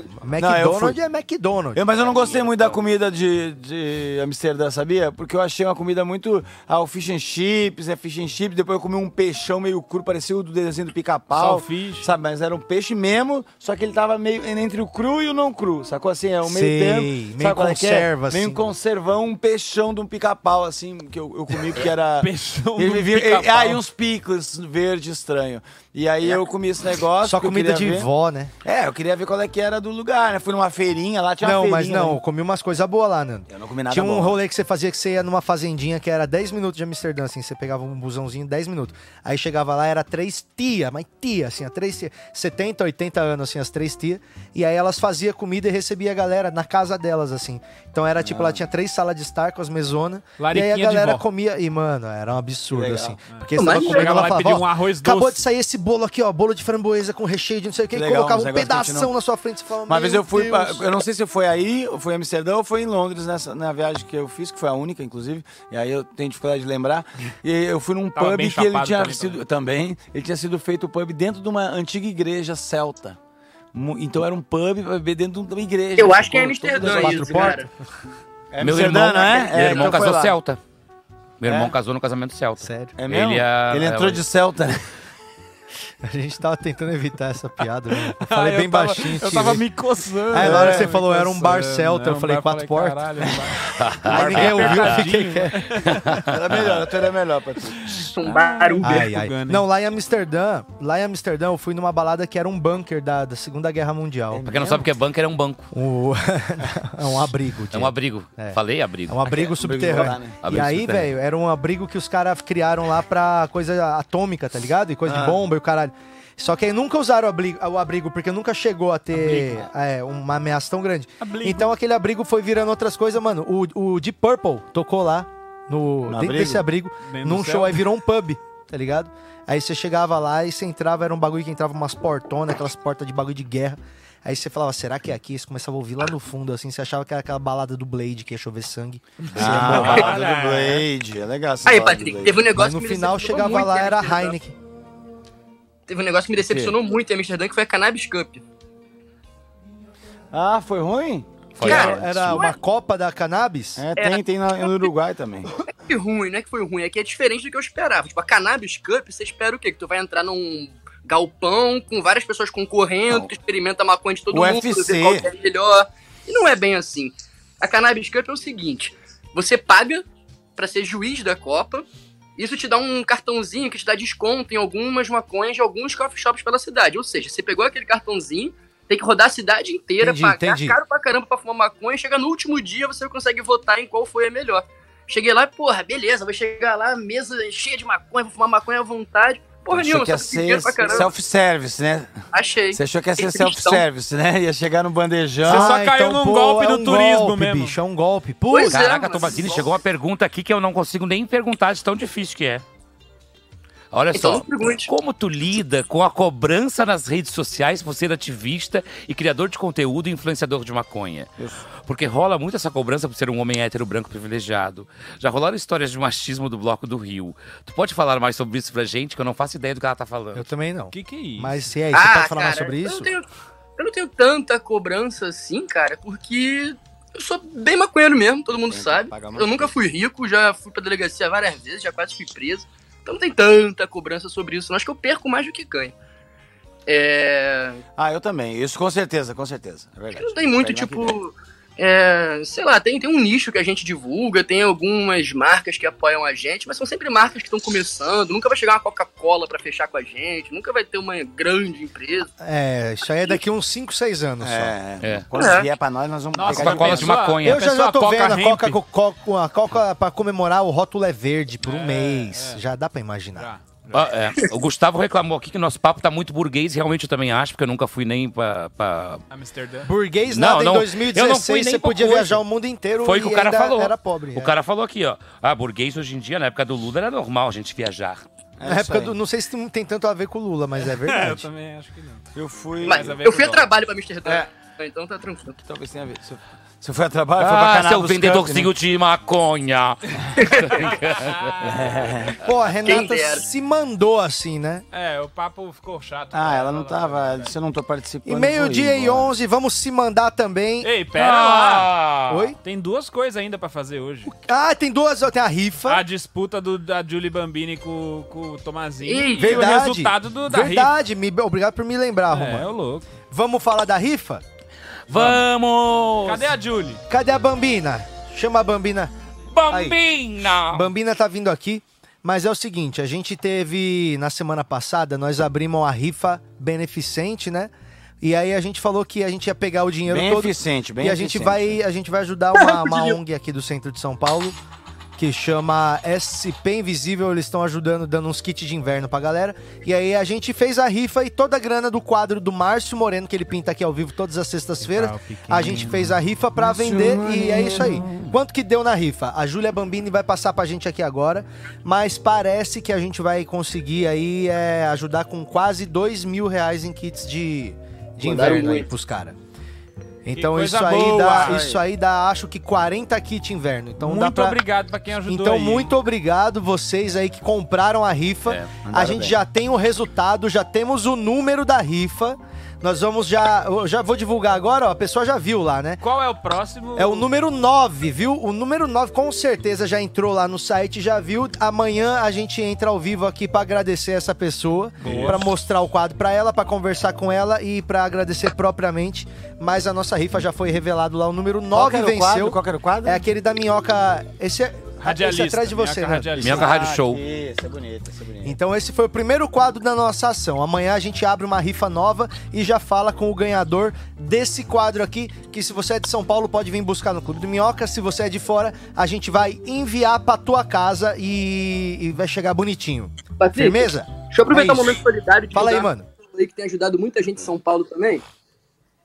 eu
McDonald's é McDonald's.
Eu, mas eu não gostei muito
tá-
da comida de, de Amsterdã, sabia? Porque eu achei uma comida muito. Ah, o fish and chips, é fish and chips. Depois eu comi um peixão meio cru, parecia o do desenho do pica-pau.
Salsicha.
Sabe, mas era um peixe mesmo, só que ele tava meio entre o cru e o não cru. Sacou assim? É o meio
Sei,
tempo.
meio
sabe qual é que é?
conserva,
Meio
assim.
conservão, um peixão de um pica-pau, assim, que eu, eu comi porque era.
Peixão
ele,
de um
vivia- ele-
pica-pau. É.
Ah, e uns picles verde estranho. E aí eu comi esse negócio.
Só
porque eu
comida de
queria ver.
vó, né?
É, eu queria ver qual é que era do lugar, né? Fui numa feirinha lá, tinha
Não,
uma
mas
feirinha.
não, eu comi umas coisas boas lá, Nando.
Eu não comi nada
Tinha um
bom.
rolê que você fazia que você ia numa fazendinha que era 10 minutos de Amsterdã, assim, você pegava um busãozinho 10 minutos. Aí chegava lá, era três tia, mas tia, assim, a três tia, 70, 80 anos, assim, as três tia. E aí elas faziam comida e recebia a galera na casa delas, assim. Então era
Ah.
tipo, lá tinha três salas de estar com as mesonas. E aí
Lariquinha
a
de
galera
vó.
comia. E, mano, era um absurdo,
Legal.
Ah.
assim.
É.
Porque
Pô,
você tava
mas
comendo
chegava
ela
lá e
falava,
pedia
ó,
um arroz
acabou
doce."
de sair esse bolo aqui, ó, bolo de framboesa com recheio de não sei o que, e
Legal,
colocava
uns
um
negócios que a gente
pedação
não-
na sua frente. Você falava,
Uma vez
"Meu
eu fui pra,
Deus."
Eu não sei se foi aí, ou foi em Amsterdã, ou foi em Londres, nessa, na viagem que eu fiz, que foi a única, inclusive. E aí eu tenho dificuldade de lembrar. E eu fui num
Tava
pub
bem
que ele
chapado
tinha
também,
sido. Também, ele tinha sido feito o pub dentro de uma antiga igreja celta. Mu- Então era um pub pra beber dentro de uma igreja.
Eu acho que é
Todo- todo-
Amsterdã
quatro
isso,
portas.
cara.
É
meu
Amsterdã,
irmão,
não é?
Meu
É,
irmão
então foi
casou
lá.
celta. Meu irmão
É?
casou no casamento celta.
Sério?
É mesmo?
Ele, é-
Ele
é-
entrou de celta.
Ah,
né?
A gente tava tentando evitar essa piada, né? Eu falei
Ah, eu
bem
tava-
baixinho.
Eu tava
tirei.
me coçando. É,
Aí na hora que você
me
falou, era um bar
coçando,
celta,
né?
eu
Um
falei,
bar,
quatro
falei,
portas.
caralho, um bar.
Aí ninguém ouviu, eu fiquei quieto.
Era melhor, a tua era melhor, Patrícia.
Um barulho.
é.
é
Ai, ai. Não, lá em Amsterdã, lá em Amsterdã eu fui numa balada que era um bunker da, da Segunda Guerra Mundial.
Pra quem não sabe o que é bunker, é um banco.
O- é um abrigo.
É um abrigo. Falei abrigo.
É um abrigo subterrâneo.
lá, né?
E
Abrigo
aí,
subterrâneo.
velho, era um abrigo que os caras criaram lá pra coisa atômica, tá ligado? E coisa de bomba e o caralho. Só que aí nunca usaram o abrigo, o abrigo, porque nunca chegou a ter é, uma ameaça tão grande. Então aquele abrigo foi virando outras coisas, mano. O, o Deep Purple tocou lá. no, dentro
abrigo?
desse abrigo,
Dentro
num
do
show,
céu?
aí virou um pub, tá ligado? Aí você chegava lá e você entrava, era um bagulho que entrava umas portonas, aquelas portas de bagulho de guerra. Aí você falava, será que é aqui? Você começava a ouvir lá no fundo, assim, você achava que era aquela balada do Blade, que ia chover sangue. Você ia
Ah,
morrer.
balada do Blade, é legal essa
Aí,
balada do
Patrick,
Blade.
teve um negócio
Mas no
que me
final
decepcionou
chegava
muito,
lá,
né,
era
Amsterdã?
Heineken.
Teve um negócio que me decepcionou muito em Amsterdã, que foi a Cannabis Cup.
Ah, foi ruim?
Foi
Cara,
era era
isso
uma
é-
copa da cannabis?
É, tem, tem na- no Uruguai também.
Que ruim, não é que foi ruim, é que é diferente do que eu esperava. Tipo, a Cannabis Cup, você espera o quê? Que tu vai entrar num galpão com várias pessoas concorrendo, tu experimenta a maconha de todo mundo,
UFC.
vê qual que é melhor. E não é bem assim. A Cannabis Cup é o seguinte, você paga pra ser juiz da Copa, isso te dá um cartãozinho que te dá desconto em algumas maconhas de alguns coffee shops pela cidade. Ou seja, você pegou aquele cartãozinho, tem que rodar a cidade inteira,
Entendi,
pagar
entendi.
caro pra caramba pra fumar maconha, chega no último dia você consegue votar em qual foi a melhor. Cheguei lá, porra, beleza, vou chegar lá, mesa cheia de maconha, vou fumar maconha à vontade. Porra
Achou
nenhuma,
que ia
só fiz dinheiro
ser
pra caramba.
self-service, né?
Achei.
Você achou que ia ser
Fiquei tristão.
self-service, né? Ia chegar no bandejão. então,
Você só caiu num um golpe
é
um
do turismo
golpe,
mesmo.
bicho, é um golpe.
Pois é,
Caraca,
mas-
Tomazini, chegou uma pergunta aqui que eu não consigo nem perguntar de tão difícil que é. Olha
Então
só,
não pergunte.
como tu lida com a cobrança nas redes sociais por ser ativista e criador de conteúdo e influenciador de maconha? Porque rola muito essa cobrança por ser um homem hétero branco privilegiado. Já rolaram histórias de machismo do Bloco do Rio. Tu pode falar mais sobre isso pra gente, que eu não faço ideia do que ela tá falando.
Eu também não.
Que que é isso?
Mas e aí, você
Ah,
pode falar mais
Ah, cara,
sobre
Eu
isso?
não, tenho, eu não tenho tanta cobrança assim, cara, porque eu sou bem maconheiro mesmo, todo mundo sabe.
pagar uma
Eu nunca fui rico, já fui pra delegacia várias vezes, já quase fui preso. Então não tem tanta cobrança sobre isso. não. Acho que eu perco mais do que ganho. É...
Ah, eu também. Isso com certeza, com certeza. É verdade.
Não tem muito,
Pega aqui.
tipo. é, sei lá, tem, tem um nicho que a gente divulga, tem algumas marcas que apoiam a gente, mas são sempre marcas que estão começando. Nunca vai chegar uma Coca-Cola pra fechar com a gente, nunca vai ter uma grande empresa.
É, isso aí é daqui uns 5, 6 anos só.
É,
É.
quando
É.
vier pra nós, nós vamos
Nossa,
pegar
Coca-Cola
mas
de
peso.
pessoa-
maconha.
Eu já, já
pessoa
tô
Coca
vendo a
Hemp.
Coca, co- co- a Coca pra comemorar o rótulo é verde por um mês. Já dá pra imaginar.
é. Já.
Ah, é. O Gustavo reclamou aqui que nosso papo tá muito burguês, realmente eu também acho, porque eu nunca fui nem pra. pra-
Amsterdã.
Burguês
Não,
nada,
não,
em
eu não fui
2016
nem
você
pra
podia
coisa.
viajar o mundo inteiro
Foi o que o
e
cara
ainda
falou.
era pobre.
O
é.
cara falou aqui, ó. Ah, burguês hoje em dia, na época do Lula, era normal a gente viajar.
É
Na
isso
época
aí.
do, não sei se tem, tem tanto a ver com o Lula, mas é
É, eu
verdade.
também acho que não.
Eu fui.
Mas
a ver
eu
com
fui a
o
trabalho pra Amsterdã,
É.
então tá tranquilo.
Talvez tenha a ver. Se eu, se eu fui a trabalho, foi pra
Ah,
Cannabis
seu vendedorzinho
Cup,
né?
de maconha.
Pô, a Renata
dera.
se mandou assim, né?
É, o papo ficou chato.
Ah, ela não tava. ela disse, eu não tô participando.
E meio-dia
vou
e
embora.
11, vamos se mandar também.
Ei, pera lá.
Ah!
Oi?
Tem duas coisas ainda pra fazer hoje.
Ah, tem duas, ó, tem a rifa.
A disputa do, da Julie Bambini com, com o Tomazini
Ih,
e o
verdade.
resultado do, da
verdade, me, obrigado por me lembrar,
rifa. É,
Romano.
o louco.
Vamos falar da rifa?
Vamos!
Cadê a Julie?
Cadê a Bambina? Chama a Bambina.
Bambina!
Bambina tá vindo aqui, mas é o seguinte, a gente teve na semana passada, nós abrimos uma rifa beneficente, né? E aí a gente falou que a gente ia pegar o dinheiro
Bem
todo
eficiente, bem
e a gente
eficiente.
vai a gente vai ajudar uma, uma ONG aqui do centro de São Paulo que chama SP Invisível, eles estão ajudando dando uns kits de inverno pra galera. E aí a gente fez a rifa e toda a grana do quadro do Márcio Moreno que ele pinta aqui ao vivo todas as sextas-feiras, a gente fez a rifa pra vender e é isso aí. Quanto que deu na rifa? A Júlia Bambini vai passar pra gente aqui agora, mas parece que a gente vai conseguir aí é, ajudar com quase dois mil reais em kits de, de
Mandaram
inverno aí
muito.
pros caras. Então
coisa
isso aí,
boa.
dá,
Aí.
isso aí dá, acho que 40 kits inverno. Então dá
muito
pra...
obrigado pra quem ajudou
Então
aí, hein?
muito obrigado vocês aí que compraram a rifa.
É,
a gente já tem o resultado, já temos o número da rifa. Nós vamos já, eu já vou divulgar agora, ó, a pessoa já viu lá, né?
Qual é o próximo?
É o número 9, viu? O número 9 com certeza já entrou lá no site, já viu. Amanhã a gente entra ao vivo aqui pra agradecer essa pessoa, pra mostrar o quadro pra ela, pra conversar com ela e pra agradecer propriamente. Mas a nossa rifa já foi revelado lá, o número
Qual que
9
era o quadro?
venceu.
Qual que era o quadro?
É aquele da minhoca, esse é esse
Radialista.
é atrás de você,
Minhoca
né?
radialista.
Minhoca Rádio Show.
Aqui, Isso é bonito, isso é bonito.
Então esse foi o primeiro quadro da nossa ação. Amanhã a gente abre uma rifa nova e já fala com o ganhador desse quadro aqui, que se você é de São Paulo pode vir buscar no Clube do Minhoca, se você é de fora, a gente vai enviar pra tua casa e, e vai chegar bonitinho.
Patrick,
Firmeza?
Deixa eu aproveitar
É
o
isso.
momento solidário de
Fala aí,
ajudar
mano.
um aí que tem ajudado muita gente em São Paulo também.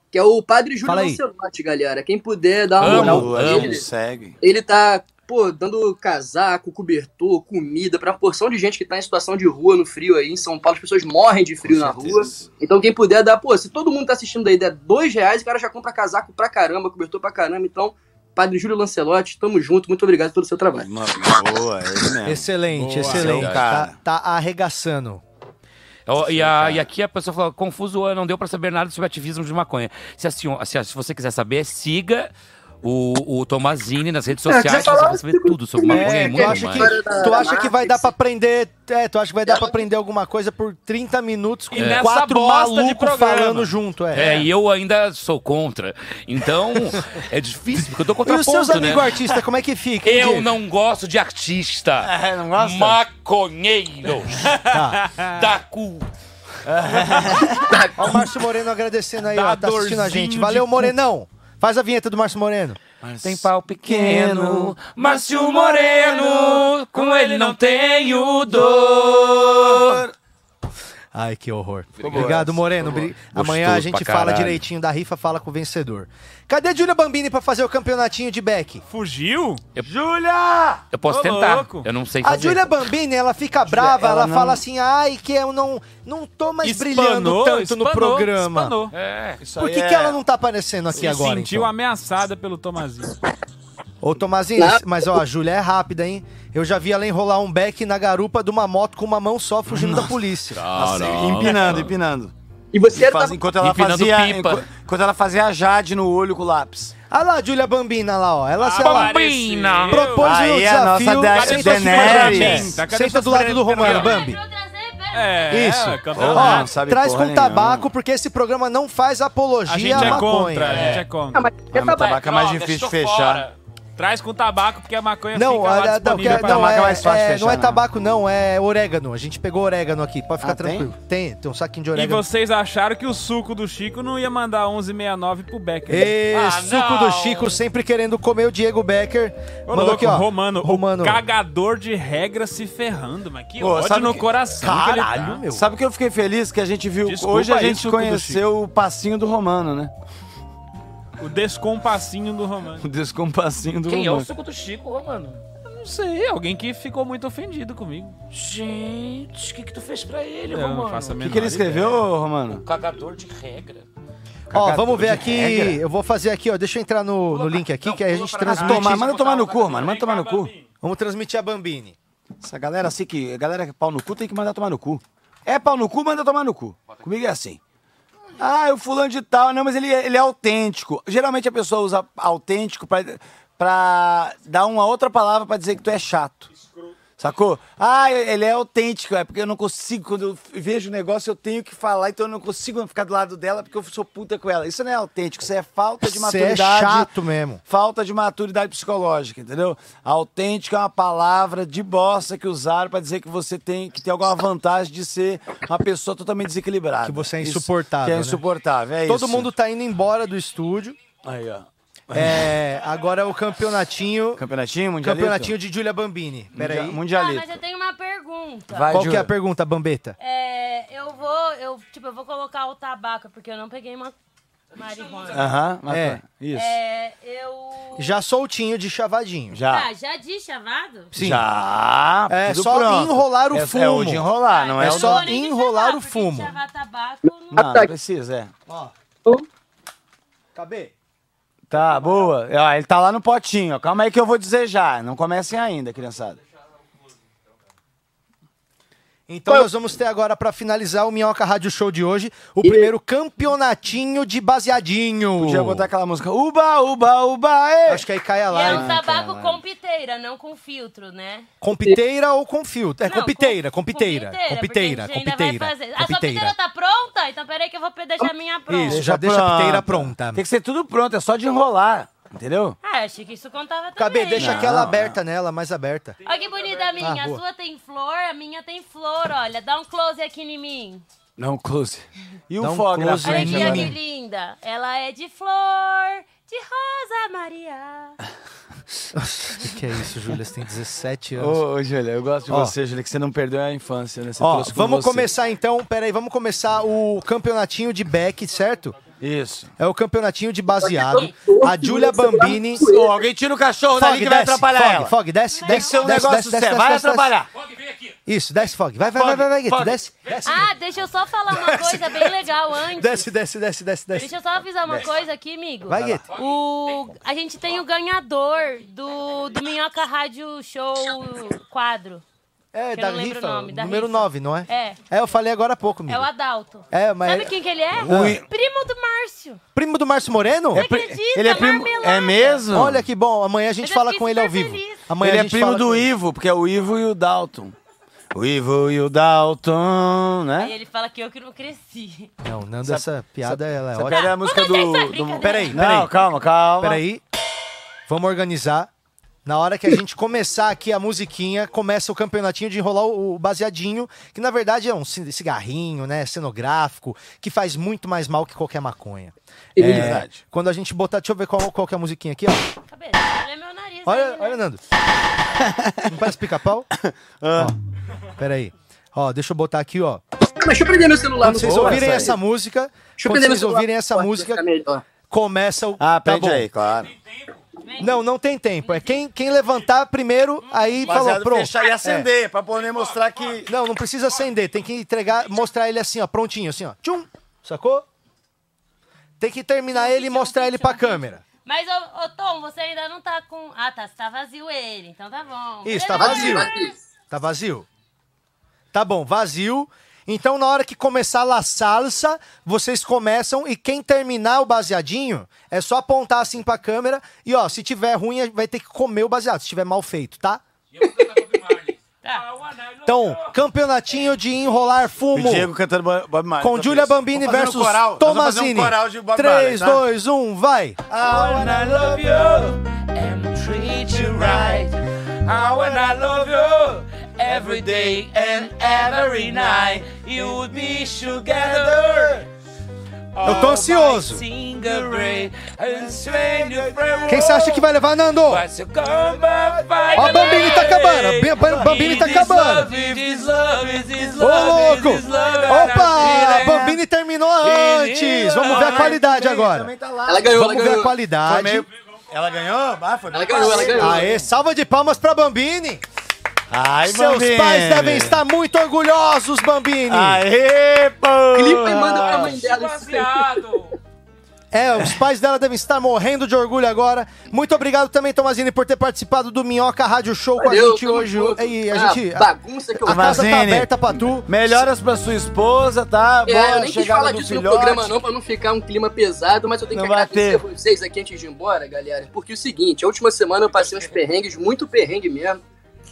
Que é o Padre Júlio
Fala aí.
Lancelotti, galera. Quem puder dar uma
Amo,
moral pra
amo,
ele.
segue.
Ele tá pô, dando casaco, cobertor, comida pra porção de gente que tá em situação de rua no frio aí. Em São Paulo, as pessoas morrem de frio
Com
na
certeza.
rua. Então, quem puder dar, pô, se todo mundo tá assistindo aí, der dois reais, o cara já compra casaco pra caramba, cobertor pra caramba. Então, Padre Júlio Lancelotti, tamo junto. Muito obrigado pelo seu trabalho.
Boa, é isso mesmo.
Excelente, excelente. Tá, tá arregaçando.
Ó, E, a- e aqui a pessoa fala, confuso, ah, não deu pra saber nada sobre ativismo de maconha. Se, a senhora- se, a- se você quiser saber, siga o, o Tomazini nas redes
É,
sociais,
quiser
você
falar,
vai saber tudo sobre maconha
É,
e
tu,
muito mais.
acha que, tu acha que vai dar pra aprender. é, tu acha que vai dar pra aprender alguma coisa por 30 minutos com
E É. nessa
quatro
bosta de
malucos
programa.
falando junto,
É,
é.
e eu ainda sou contra. Então, é difícil, porque eu tô
E
contra
os seus
ponto, né?
amigos artistas, como é que fica? hein,
Eu
Diego?
não gosto de artista.
É, não gosta? Tá.
Maconheiros. Da cu.
Ó, o Márcio Moreno agradecendo aí,
Dá
ó, tá assistindo a
dorzinho
gente.
de
Valeu,
cu.
Morenão. Faz a vinheta do Márcio Moreno.
Tem pau pequeno, Márcio Moreno, com ele não tenho dor.
Ai, que horror.
Obrigado,
Obrigado, Moreno.
por favor.
Bri- Amanhã a
Gostoso
gente
pra
fala
caralho.
direitinho da rifa, fala com o vencedor. Cadê Júlia Bambini pra fazer o campeonatinho de back?
Fugiu?
Júlia!
Eu posso
Ô,
tentar.
louco.
Eu não sei
A
fazer.
Júlia Bambini, ela fica brava, ela,
ela
fala
não-
assim, ai, que eu não, não tô mais brilhando
Espanou,
tanto no
espanou,
programa.
espanou.
É.
Por que, que ela não tá aparecendo aqui
se
agora,
sentiu
então?
ameaçada pelo Tomazinho.
Ô, Tomazinho,
Não.
mas ó, a Júlia é rápida, hein? Eu já vi ela enrolar um beck na garupa de uma moto com uma mão só fugindo da polícia.
Nossa, empinando, empinando.
E você
faz, enquanto ela
Empinando
fazia
pipa.
enqu- Enquanto ela fazia a Jade no olho com o lápis.
Olha lá, a Júlia Bambina lá, ó.
Ah,
Ela, sei lá,
Bambina!
propôs o
Aí, a
desafio.
nossa Cadê suas Daenerys?
Senta,
Tá,
Senta do lado do Romano, Bambi.
É,
Isso.
é, campeão.
Porra,
Ó,
não sabe
traz
porra
com um
nenhuma.
tabaco, porque esse programa não faz apologia
A gente
à
é
maconha.
contra, a gente é contra.
Ah, mas porque Mas tabaco- tabaco é mais
droga,
difícil de
estou
fechar.
fora. Traz com tabaco, porque a maconha
Não,
fica lá
olha, não, que-
disponível pra-
não, é, é, não
né?
é tabaco, não, é orégano. A gente pegou orégano aqui, pode ficar
Ah, tem?
tranquilo. Tem? tem, um saquinho de
E
orégano.
vocês acharam que o suco do Chico não ia mandar 11,69 pro né? Becker.
E
ah,
suco do Chico sempre querendo comer o Diego Becker.
Ô,
Mandou
louco,
aqui, ó.
Romano,
Romano.
O cagador de regra se ferrando, mas que
Pô,
ódio
sabe
no
que-
coração
Caralho,
que ele tá.
meu. Sabe que eu fiquei feliz que a gente viu.
Desculpa
hoje a
aí,
gente
suco do
conheceu o passinho do Romano, né?
O descompassinho do Romano.
O descompassinho do
Quem é o
Romano.
suco do Chico, Romano? Não sei, alguém que ficou muito ofendido comigo. Gente, o que, que tu fez pra ele,
Romano?
Não faço a
O que,
menor
que ele escreveu,
ideia.
Romano?
Cagador de regra.
Ó, vamos ver
de
aqui.
regra.
Eu vou fazer aqui, ó. Deixa eu entrar no, no link aqui, que aí a gente
Ah,
transmite.
tomar, manda tomar no cu, mano. Manda tomar no cu.
Vamos transmitir a Bambini.
Essa galera assim que. A galera que é pau no cu tem que mandar tomar no cu. É pau no cu, manda tomar no cu. Comigo é assim. Ah, é o fulano de tal. Não, mas ele, é- ele é autêntico. Geralmente a pessoa usa autêntico pra, pra dar uma outra palavra pra dizer que tu é chato. Sacou? Ah, ele é autêntico, é porque eu não consigo, quando eu vejo o negócio, eu tenho que falar, então eu não consigo ficar do lado dela porque eu sou puta com ela. Isso não é autêntico, isso é falta de
Você é
maturidade.
chato mesmo.
Falta de maturidade psicológica, entendeu? Autêntico é uma palavra de bosta que usaram pra dizer que você tem que tem alguma vantagem de ser uma pessoa totalmente desequilibrada. Que
você é insuportável,
Que é
né?
insuportável, é
Todo
isso.
mundo tá indo embora do estúdio.
Aí, ó.
É, agora é o campeonatinho.
Campeonatinho, mundialito?
Campeonatinho de Julia Bambini. Pera aí.
Ah, mas eu tenho uma pergunta.
é Qual que é a pergunta, Bambeta?
É, eu vou, eu, tipo, eu vou colocar o tabaco, porque eu não peguei uma marihuana.
Aham, mas tá.
é.
isso.
É, eu...
Já soltinho de chavadinho.
Ah, já de chavado?
Sim.
Já.
É
tudo
só
pronto.
enrolar o
É-
fumo.
É o de enrolar, não é,
É
o
só
do-
enrolar o fumo.
Chavar tabaco.
Não, não precisa, é.
Acabei.
Tá, boa. Ó, ele tá lá no potinho. ó. Calma aí que eu vou dizer já. Não comecem ainda, criançada.
Então nós vamos ter agora pra finalizar o Minhoca Rádio Show de hoje, o primeiro campeonatinho de baseadinho.
Podia botar aquela música Uba, Uba, Uba, é.
Acho que aí cai a
E é um
live.
tabaco com piteira, não com filtro, né?
Com piteira ou com filtro? É, com piteira, com piteira,
Piteira,
com
porque
piteira,
a gente
com
ainda
piteira,
vai fazer.
com
A sua piteira
piteira.
tá pronta? Então peraí que eu vou pe- deixar a minha pronta.
Isso, já deixa a piteira pronta.
Tem que ser tudo pronto, é só de enrolar, entendeu?
Ah, achei que isso contava também.
Cabê, deixa
Não,
aquela
não.
aberta nela, mais aberta.
Olha que bonita a minha.
Ah,
a
boa.
sua tem flor, a minha tem flor, olha. Dá um close aqui em mim.
Não, close. E
Dá
o
um
fogo na
close
Olha
frente
aqui a
agora.
que linda. Ela é de flor, de rosa Maria.
O que é isso, Júlia? Você tem 17 anos.
Ô, ô, Júlia, eu gosto de
Ó.
você, Júlia, que você não perdeu a infância, né? Você
Ó,
trouxe com
vamos
você.
começar então, peraí, vamos começar o campeonatinho de back, certo? Isso. É o campeonatinho de
é
baseado.
torto,
A
né?
Júlia
você tá
Bambini.
com ele. Ô, alguém tira o cachorro dali que vai atrapalhar
Fog,
ela.
Fog, desce, desce.
Esse é um
desce,
negócio
desce,
sério,
desce,
vai
desce,
atrapalhar.
desce. Isso, desce, Fog. Vai, vai, vai, vai, vai, Gueto. Desce,
Ah, deixa eu só falar uma coisa bem legal antes.
desce, desce, desce, desce, desce.
Deixa eu só avisar uma
Desce.
coisa aqui, amigo.
Vai, Gueto.
O... A gente tem o ganhador do, do Minhoca Rádio Show quadro.
É,
que eu
da
não lembro
rifa,
o nome. Da
número
rifa.
9, não é?
É.
É, eu falei agora há
É
pouco, amigo.
o Adalto.
É, mas-
Sabe quem que ele é?
Ui.
Primo do Márcio.
Primo do Márcio Moreno?
Você acredita? Ele é primo- Marmelada.
é mesmo?
Olha que bom, amanhã a gente
Eu
fala
fiquei
com ele ao
super
vivo.
feliz.
Amanhã
Ele
a
é
gente
primo
fala
do
com ele.
Ivo, porque é o Ivo e o Dalton. O Ivo e o Dalton, né?
Aí ele fala que eu que não cresci.
Não, Nando,
Sabe-
essa piada ela é
Essa
ótima.
piada é a música do. do...
Peraí, peraí.
Não, calma, calma.
Peraí. Vamos organizar. Na hora que a gente começar aqui a musiquinha, começa o campeonatinho de enrolar o o baseadinho, que na verdade é um ci- cigarrinho, né, cenográfico, que faz muito mais mal que qualquer maconha.
É verdade.
Quando a gente botar, deixa eu ver qual, qual que é a musiquinha aqui, ó.
Cabeça, olha meu nariz. né?
Olha, olha, Nando. Não parece pica-pau?
Ah.
Ó, peraí. Ó, deixa eu botar aqui, ó.
Mas deixa eu prender meu celular
Quando
no
vocês
bolso.
ouvirem
Boa,
essa
aí.
música,
Deixa eu
quando
prender meu
vocês
celular
ouvirem essa
no bolso,
música,
vai ficar melhor.
começa o. tá
Ah, aprende
bom.
aí, claro.
Não, não tem tempo. É quem, quem levantar primeiro, aí
Baseado
falou, É. pronto.
fechar e acender, pra poder mostrar
que. Não, não precisa acender. Tem que entregar, mostrar ele assim, ó, prontinho, assim, ó. Tchum! Sacou? Tem que terminar ele e mostrar ele pra câmera.
Mas, ô, ô, Tom, você ainda não tá com... Ah, tá. Você tá vazio ele, então tá bom.
Isso,
é
tá vazio. Tá vazio? Tá bom, vazio. Então, na hora que começar a salsa, vocês começam e quem terminar o baseadinho é só apontar assim pra câmera e, ó, se tiver ruim, vai ter que comer o baseado, se tiver mal feito, tá? Então, campeonatinho de enrolar fumo.
O Diego cantando Bo- Bob Marley.
Com Julia
Vamos
Bambini
fazer um
versus
coral, nós vamos fazer um
Tomazini.
coral de Bob
3,
Marley, tá?
2, 1, vai!
I wanna love you and treat you right. I wanna love you every day and every night. You would be together.
Eu tô ansioso. Quem você acha que vai levar, Nando? Ó, a Bambini tá acabando. a Bia- Ba- Bambini tá acabando. Ô, louco!
né?
Opa! A Bambini terminou antes. Vamos
ah,
ver a qualidade agora.
tá
Ela ganhou,
Vamos
ela
ver a
ganhou.
qualidade.
Ela ganhou? Ah, foi
Ela ganhou, ela ganhou.
Aê, salva de palmas pra Bambini.
Ai,
Seus
Bambini.
pais devem estar muito orgulhosos, Bambini.
Aê, pô!
Clipa e manda pra mãe dela esse
É, os pais dela devem estar morrendo de orgulho agora. Muito obrigado também, Tomazini, por ter participado do Minhoca Rádio Show com a gente hoje. E
Ah,
a gente. A,
Ah, bagunça que eu
a casa tá
Tomazini.
aberta pra tu.
né? Melhoras pra sua esposa, tá?
É, eu nem quis falar
do
disso no
filhote.
programa não, pra não ficar um clima pesado, mas eu tenho que
Não vai
agradecer
ter.
vocês aqui antes de ir embora, galera. Porque é o seguinte, a última semana eu passei uns perrengues, muito perrengue mesmo.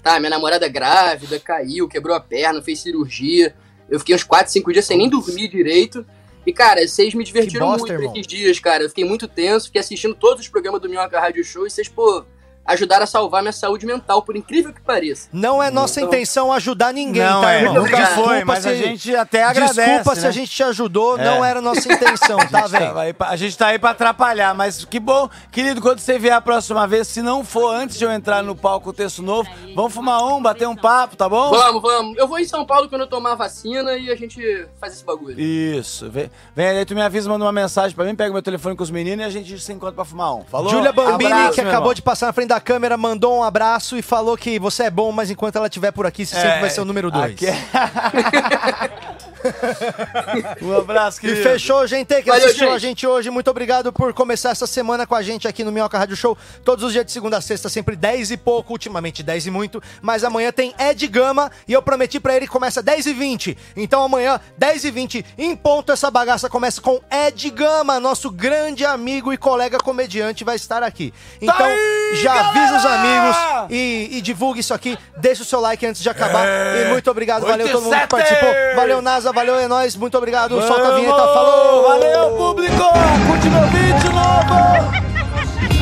Tá, minha namorada grávida, caiu, quebrou a perna, fez cirurgia. Eu fiquei uns 4, 5 dias sem nem dormir direito. E, cara, vocês me divertiram
bosta,
muito
irmão.
esses dias, cara. Eu fiquei muito tenso, fiquei assistindo todos os programas do Minhoca Rádio Show e vocês, pô, ajudaram a salvar minha saúde mental, por incrível que pareça.
Não é nossa
Então-
intenção ajudar ninguém,
Não,
tá,
é,
irmão?
nunca
Desculpa
foi, mas a gente até agradece,
Tipo assim, Desculpa se
né?
a gente te ajudou,
É.
não era nossa intenção,
A
tá,
gente
velho?
tava aí pra- A gente tá aí pra atrapalhar, mas que bom, querido, quando você vier a próxima vez, se não for antes de eu entrar no palco o texto novo, vamos fumar um, bater um papo, tá bom?
Vamos, vamos. Eu vou em São Paulo quando eu tomar a vacina e a gente faz esse bagulho.
Isso, vem, vem aí, tu me avisa, manda uma mensagem pra mim, pega meu telefone com os meninos e a gente se encontra pra fumar um. Falou?
Júlia Bambini,
Abraço,
que
meu
acabou
irmão.
de passar na frente da câmera, mandou um abraço e falou que você é bom, mas enquanto ela estiver por aqui, você sempre
É,
vai ser o número dois.
aqui Um abraço,
E
querido.
fechou, gente, que
Valeu,
assistiu
gente.
a gente hoje. Muito obrigado por começar essa semana com a gente aqui no Minhoca Rádio Show. Todos os dias de segunda a sexta, sempre 10 e pouco, ultimamente 10 e muito. Mas amanhã tem Ed Gama e eu prometi pra ele que começa 10 e 20. Então amanhã, 10 e 20, em ponto, essa bagaça começa com Ed Gama, nosso grande amigo e colega comediante, vai estar aqui. Então, já avisa os amigos e, e divulgue isso aqui. Deixa o seu like antes de acabar. E muito obrigado, valeu todo mundo que
87.
participou. Valeu, NASA, valeu, é nóis. Muito obrigado. Solta a vinheta,
Vamos!
falou!
Valeu, público! Curte meu vídeo novo!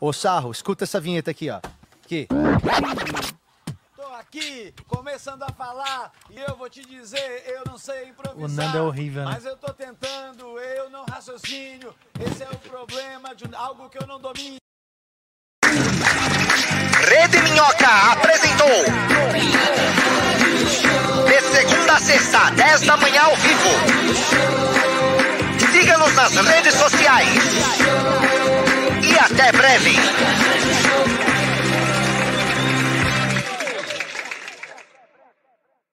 Ô Sarro, escuta essa vinheta aqui, ó. Que?
Tô aqui começando a falar e eu vou te dizer, eu não sei improvisar.
O Nando é horrível, né?
Mas eu tô tentando, eu não raciocínio. Esse é o problema de um- algo que eu não domino.
Rede Minhoca apresentou. De segunda a sexta, 10 da manhã ao vivo. Siga-nos nas redes sociais. E até breve.